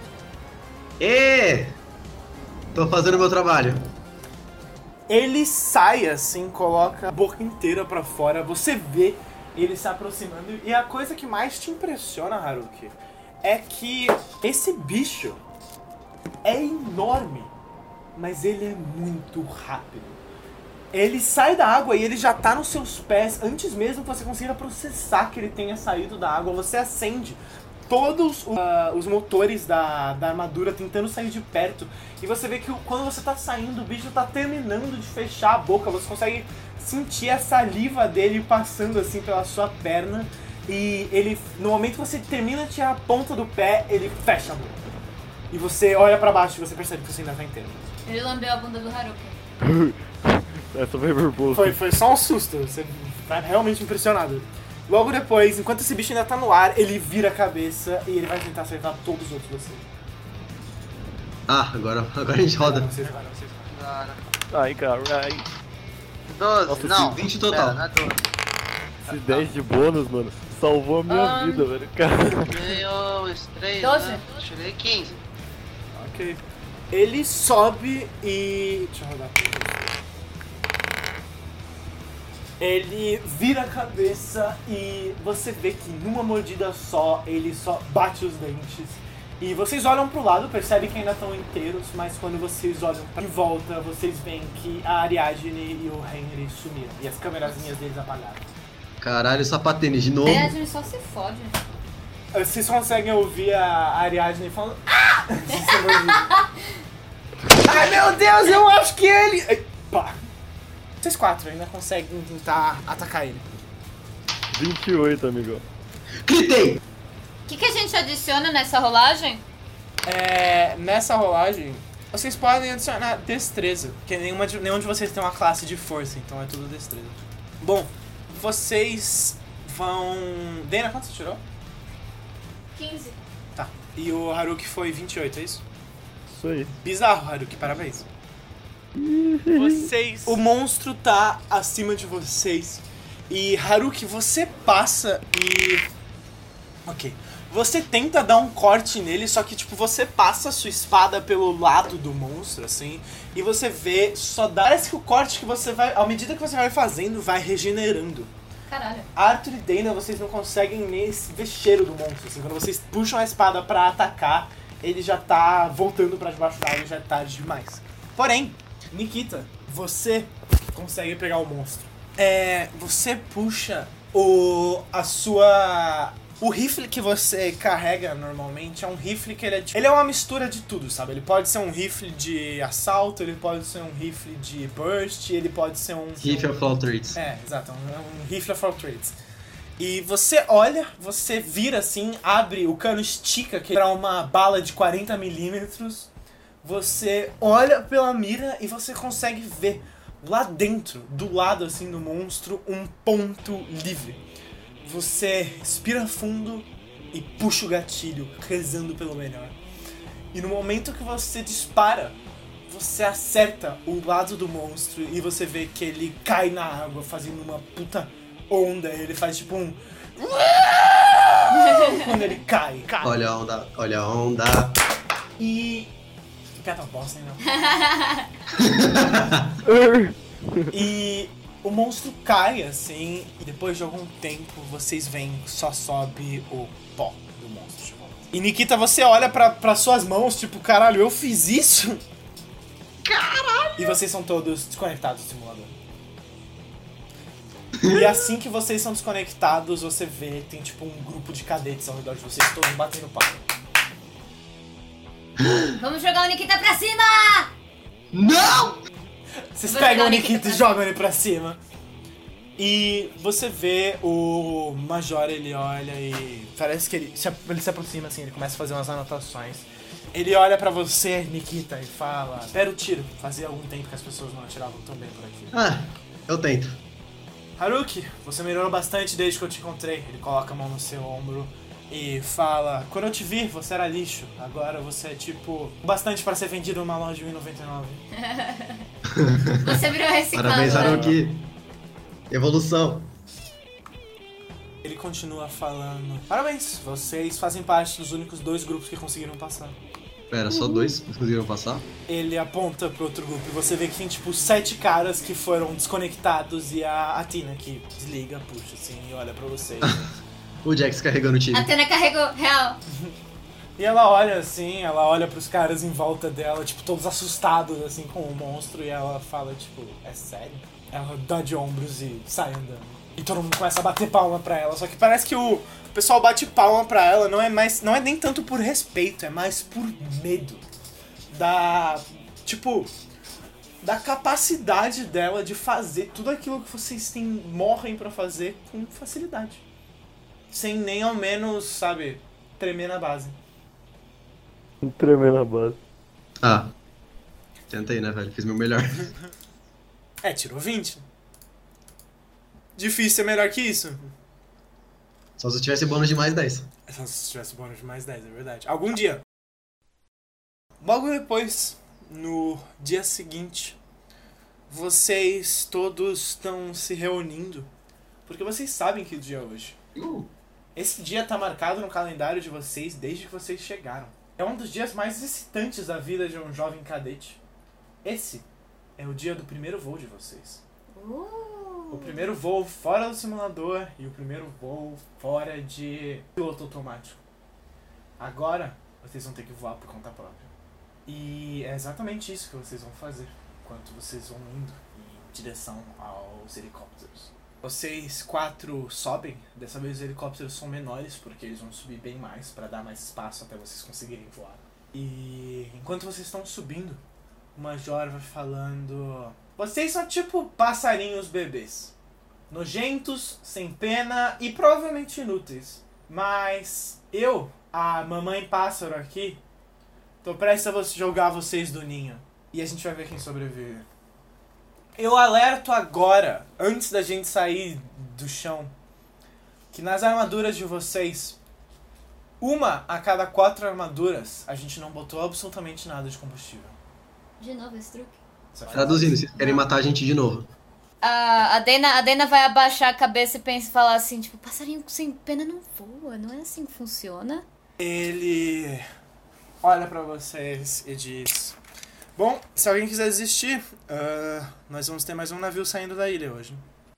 Ê! Tô fazendo meu trabalho. Ele sai assim, coloca a boca inteira pra fora, você vê ele se aproximando. E a coisa que mais te impressiona, Haruki, é que esse bicho é enorme, mas ele é muito rápido. Ele sai da água e ele já tá nos seus pés antes mesmo que você consiga processar que ele tenha saído da água. Você acende todos o- ah, os motores da, da armadura tentando sair de perto. E você vê que o- quando você tá saindo, o bicho tá terminando de fechar a boca. Você consegue sentir a saliva dele passando assim pela sua perna. E ele, no momento que você termina de tirar a ponta do pé, ele fecha a boca. E você olha pra baixo e você percebe que você ainda tá inteiro. Ele lambeu a bunda do Haruka. Essa foi verbosa. Foi, foi só um susto. Você tá realmente impressionado. Logo depois, enquanto esse bicho ainda tá no ar, ele vira a cabeça e ele vai tentar acertar todos os outros assim. vocês. Ah, agora, agora a gente roda. Vocês param, vocês param. Ai, caralho. Nossa, 12, não. 20 Pera, total. não é 12. Esse 10 de bônus, mano, salvou a minha Ah. vida, velho. Cara, Ganhou os 3. 12. Né? Tirei 15. Ok. Ele sobe e. Deixa eu rodar aqui. Ele vira a cabeça e você vê que numa mordida só ele só bate os dentes. E vocês olham pro lado, percebem que ainda estão inteiros, mas quando vocês olham pra- em volta, vocês veem que a Ariadne e o Henry sumiram. E as câmerazinhas deles apagaram. Caralho, sapatênis de novo. Aí a gente só se fode. Vocês conseguem ouvir a Ariadne falando. "Ah!" Vocês ouvem. Ai meu Deus, eu acho que ele. Ai, Pá. Vocês quatro ainda conseguem tentar atacar ele. 28, amigão. Gritei! O que, que a gente adiciona nessa rolagem? É, nessa rolagem, vocês podem adicionar destreza, porque nenhuma de, nenhum de vocês tem uma classe de força, então é tudo destreza. Bom, vocês vão. Dana, quanto você tirou? 15. Tá. E o Haruki foi 28, é isso? Isso aí. Bizarro, Haruki, parabéns. Vocês. O monstro tá acima de vocês. E Haruki, você passa e. Ok. Você tenta dar um corte nele, só que tipo, você passa a sua espada pelo lado do monstro, assim, e você vê só dá. Parece que o corte que você vai. À medida que você vai fazendo, vai regenerando. Caralho. Arthur e Dana, vocês não conseguem nem se ver cheiro do monstro. Assim, quando vocês puxam a espada pra atacar, ele já tá voltando pra debaixo da água, já é tarde demais. Porém, Nikita, você consegue pegar o monstro. É, você puxa o a sua o rifle que você carrega normalmente é um rifle que ele é de, ele é uma mistura de tudo, sabe? Ele pode ser um rifle de assalto, ele pode ser um rifle de burst, ele pode ser um Riff of All Trades. é, exato, é um, é um rifle for trades. E você olha, você vira assim, abre o cano, estica que era uma bala de 40 milímetros. Você olha pela mira e você consegue ver lá dentro, do lado assim do monstro, um ponto livre. Você respira fundo e puxa o gatilho, rezando pelo melhor. E no momento que você dispara, você acerta o lado do monstro e você vê que ele cai na água fazendo uma puta onda. Ele faz tipo um. Quando ele cai. cai. Olha a onda, olha a onda. E. Que piada bosta, hein, meu? E o monstro cai assim, e depois de algum tempo vocês veem que só sobe o pó do monstro de volta. E Nikita, você olha pra, pra suas mãos, tipo, caralho, eu fiz isso? Caralho! E vocês são todos desconectados do simulador. E assim que vocês são desconectados, você vê, tem tipo um grupo de cadetes ao redor de vocês, todos batendo pau. Vamos jogar o Nikita pra cima! Não! Vocês Vou jogar pegam o o Nikita Nikita e jogam ele pra cima. E você vê o Major, ele olha e parece que ele se, ele se aproxima assim, ele começa a fazer umas anotações. Ele olha pra você, Nikita, e fala: Espera o tiro. Fazia algum tempo que as pessoas não atiravam tão bem por aqui. Ah, eu tento. Haruki, você melhorou bastante desde que eu te encontrei. Ele coloca a mão no seu ombro e fala: Quando eu te vi, você era lixo. Agora você é tipo bastante pra ser vendido numa loja de 1,99. Você virou reciclado. Parabéns, né? Haruki. Evolução. Ele continua falando: Parabéns, vocês fazem parte dos únicos dois grupos que conseguiram passar. Pera, só dois conseguiram passar? Ele aponta pro outro grupo e você vê que tem tipo sete caras que foram desconectados e a, a Tina que desliga, puxa assim e olha pra vocês. O Jax carregando o time. A né, Atena carregou, real. e ela olha assim, ela olha pros caras em volta dela, tipo, todos assustados assim com o monstro e ela fala tipo: É sério? Ela dá de ombros e sai andando. E todo mundo começa a bater palma pra ela, só que parece que o pessoal bate palma pra ela, não é mais, não é nem tanto por respeito, é mais por medo. da tipo da capacidade dela de fazer tudo aquilo que vocês têm, morrem pra fazer com facilidade. Sem nem ao menos, sabe, tremer na base. Um tremendo na base. Ah. Tentei, né, velho? Fiz meu melhor. É, tirou 20. Difícil é melhor que isso. Só se eu tivesse bônus de mais 10. Só se tivesse bônus de mais 10, é verdade. Algum dia. Logo depois, no dia seguinte, vocês todos estão se reunindo. Porque vocês sabem que dia é hoje. Esse dia tá marcado no calendário de vocês desde que vocês chegaram. É um dos dias mais excitantes da vida de um jovem cadete. Esse é o dia do primeiro voo de vocês. O primeiro voo fora do simulador e o primeiro voo fora de piloto automático. Agora vocês vão ter que voar por conta própria. E é exatamente isso que vocês vão fazer enquanto vocês vão indo em direção aos helicópteros. Vocês quatro sobem, dessa vez os helicópteros são menores porque eles vão subir bem mais para dar mais espaço até vocês conseguirem voar. E enquanto vocês estão subindo, o Major vai falando: Vocês são tipo passarinhos bebês. Nojentos, sem pena e provavelmente inúteis. Mas eu, a mamãe pássaro aqui, tô prestes a você- jogar vocês do ninho. E a gente vai ver quem sobrevive. Eu alerto agora, antes da gente sair do chão, que nas armaduras de vocês, uma a cada quatro armaduras, a gente não botou absolutamente nada de combustível. De novo esse truque. Traduzindo, vocês querem matar a gente de novo. A, a, Dana, a Dana vai abaixar a cabeça e pensa, falar assim, tipo, passarinho sem pena não voa, não é assim que funciona. Ele olha pra vocês e diz: Bom, se alguém quiser desistir, ah, nós vamos ter mais um navio saindo da ilha hoje.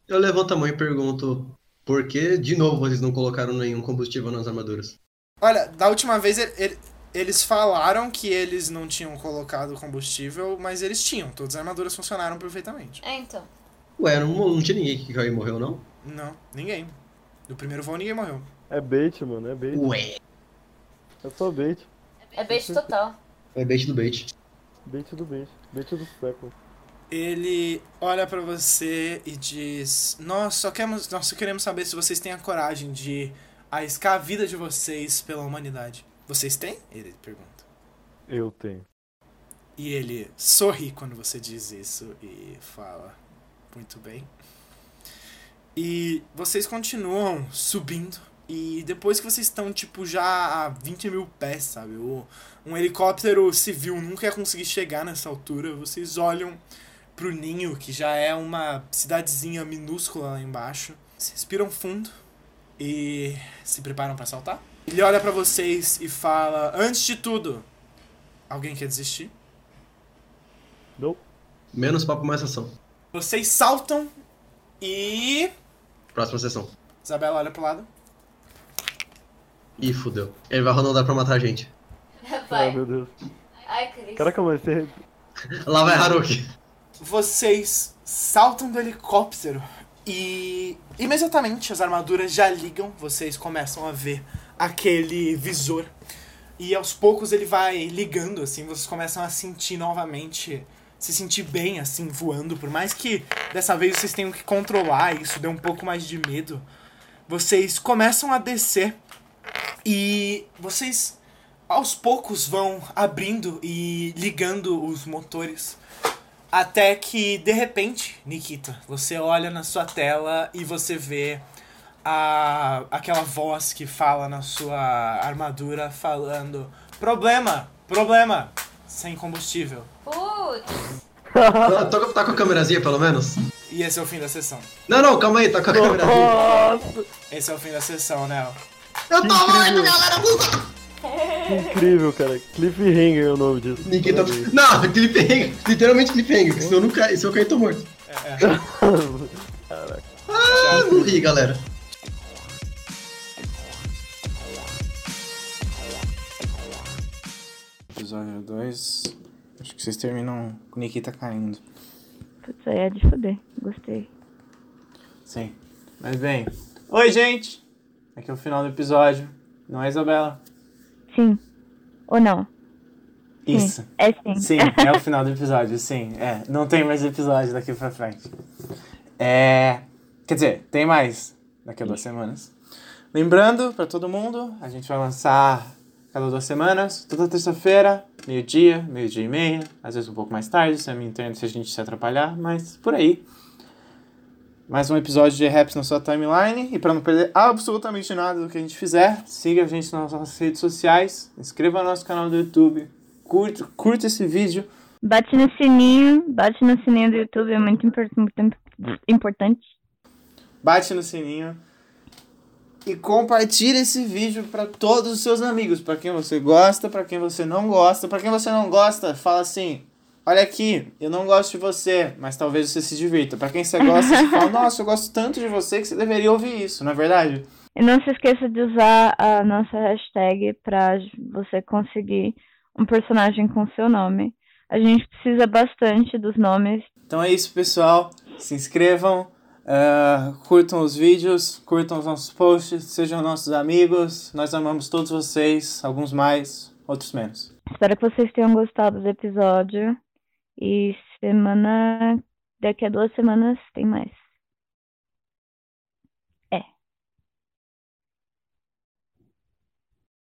Eu levanto a mão e pergunto por que, de novo, vocês não colocaram nenhum combustível nas armaduras. Olha, da última vez ele- ele- eles falaram que eles não tinham colocado combustível, mas eles tinham. Todas as armaduras funcionaram perfeitamente. É, então. Ué, não, não tinha ninguém que caiu e morreu, não? Não, ninguém. Do primeiro voo ninguém morreu. É bait, mano, é bait. Ué. É só bait. É beijo total. É bait do bait. Bait do bait. Bait do século. Ele olha pra você e diz: Nós só queremos, nós só queremos saber se vocês têm a coragem de arriscar a vida de vocês pela humanidade. Vocês têm? Ele pergunta. Eu tenho. E ele sorri quando você diz isso e fala: Muito bem. E vocês continuam subindo. E depois que vocês estão, tipo, já a 20 mil pés, sabe? O- Um helicóptero civil nunca ia conseguir chegar nessa altura. Vocês olham pro ninho, que já é uma cidadezinha minúscula lá embaixo. Vocês respiram fundo e se preparam pra saltar. Ele olha pra vocês e fala: Antes de tudo, alguém quer desistir? Menos papo, mais ação. Vocês saltam e. Próxima sessão. Isabela olha pro lado. Ih, fudeu. Ele vai rodar pra matar a gente. Ai, Ah, meu Deus. Ai, Cris. Caraca, mas você... Lá vai Haruki. Vocês saltam do helicóptero e imediatamente as armaduras já ligam, vocês começam a ver aquele visor. E aos poucos ele vai ligando, assim, vocês começam a sentir novamente, se sentir bem, assim, voando. Por mais que dessa vez vocês tenham que controlar isso, dê um pouco mais de medo. Vocês começam a descer e vocês aos poucos vão abrindo e ligando os motores. Até que, de repente, Nikita, você olha na sua tela e você vê a, aquela voz que fala na sua armadura falando: Problema, problema, sem combustível. Putz. Tá- tá- tá com a câmerazinha, pelo menos? E esse é o fim da sessão. Não, não, calma aí, tá com a câmerazinha. Esse é o fim da sessão, Nel. Eu tô morto, galera! Que incrível, cara. Cliffhanger é o nome disso. Nikita. tá- Não, cliffhanger. Literalmente cliffhanger, porque se eu não cair, se eu cair, eu tô morto. Caraca. Ah, não ri, galera. Episódio 2. Acho que vocês terminam com Nikita caindo. Putz, aí é de foder. Gostei. Sim. Mas bem. Oi, gente! Aqui é o final do episódio. Não é, Isabela? Sim. Ou não? Sim. Isso. É sim. Sim, é o final do episódio, sim. É, não tem mais episódio daqui pra frente. É. Quer dizer, tem mais daqui a duas semanas. Lembrando pra todo mundo, a gente vai lançar cada duas semanas, toda terça-feira, meio-dia, meio-dia e meia, às vezes um pouco mais tarde, se a minha internet se a gente se atrapalhar, mas por aí. Mais um episódio de Raps na sua timeline. E para não perder absolutamente nada do que a gente fizer, siga a gente nas nossas redes sociais, inscreva no nosso canal do YouTube, curta, curta esse vídeo. Bate no sininho, bate no sininho do YouTube, é muito impor- muito importante. bate no sininho e compartilha esse vídeo para todos os seus amigos, para quem você gosta, para quem você não gosta, para quem você não gosta, fala assim: "Olha aqui, eu não gosto de você, mas talvez você se divirta". Para quem você gosta, você fala: "Nossa, eu gosto tanto de você que você deveria ouvir isso", não é verdade? E não se esqueça de usar a nossa hashtag para você conseguir um personagem com seu nome. A gente precisa bastante dos nomes. Então é isso, pessoal. Se inscrevam, ah, curtam os vídeos, curtam os nossos posts, sejam nossos amigos. Nós amamos todos vocês, alguns mais, outros menos. Espero que vocês tenham gostado do episódio. E semana. Daqui a duas semanas tem mais.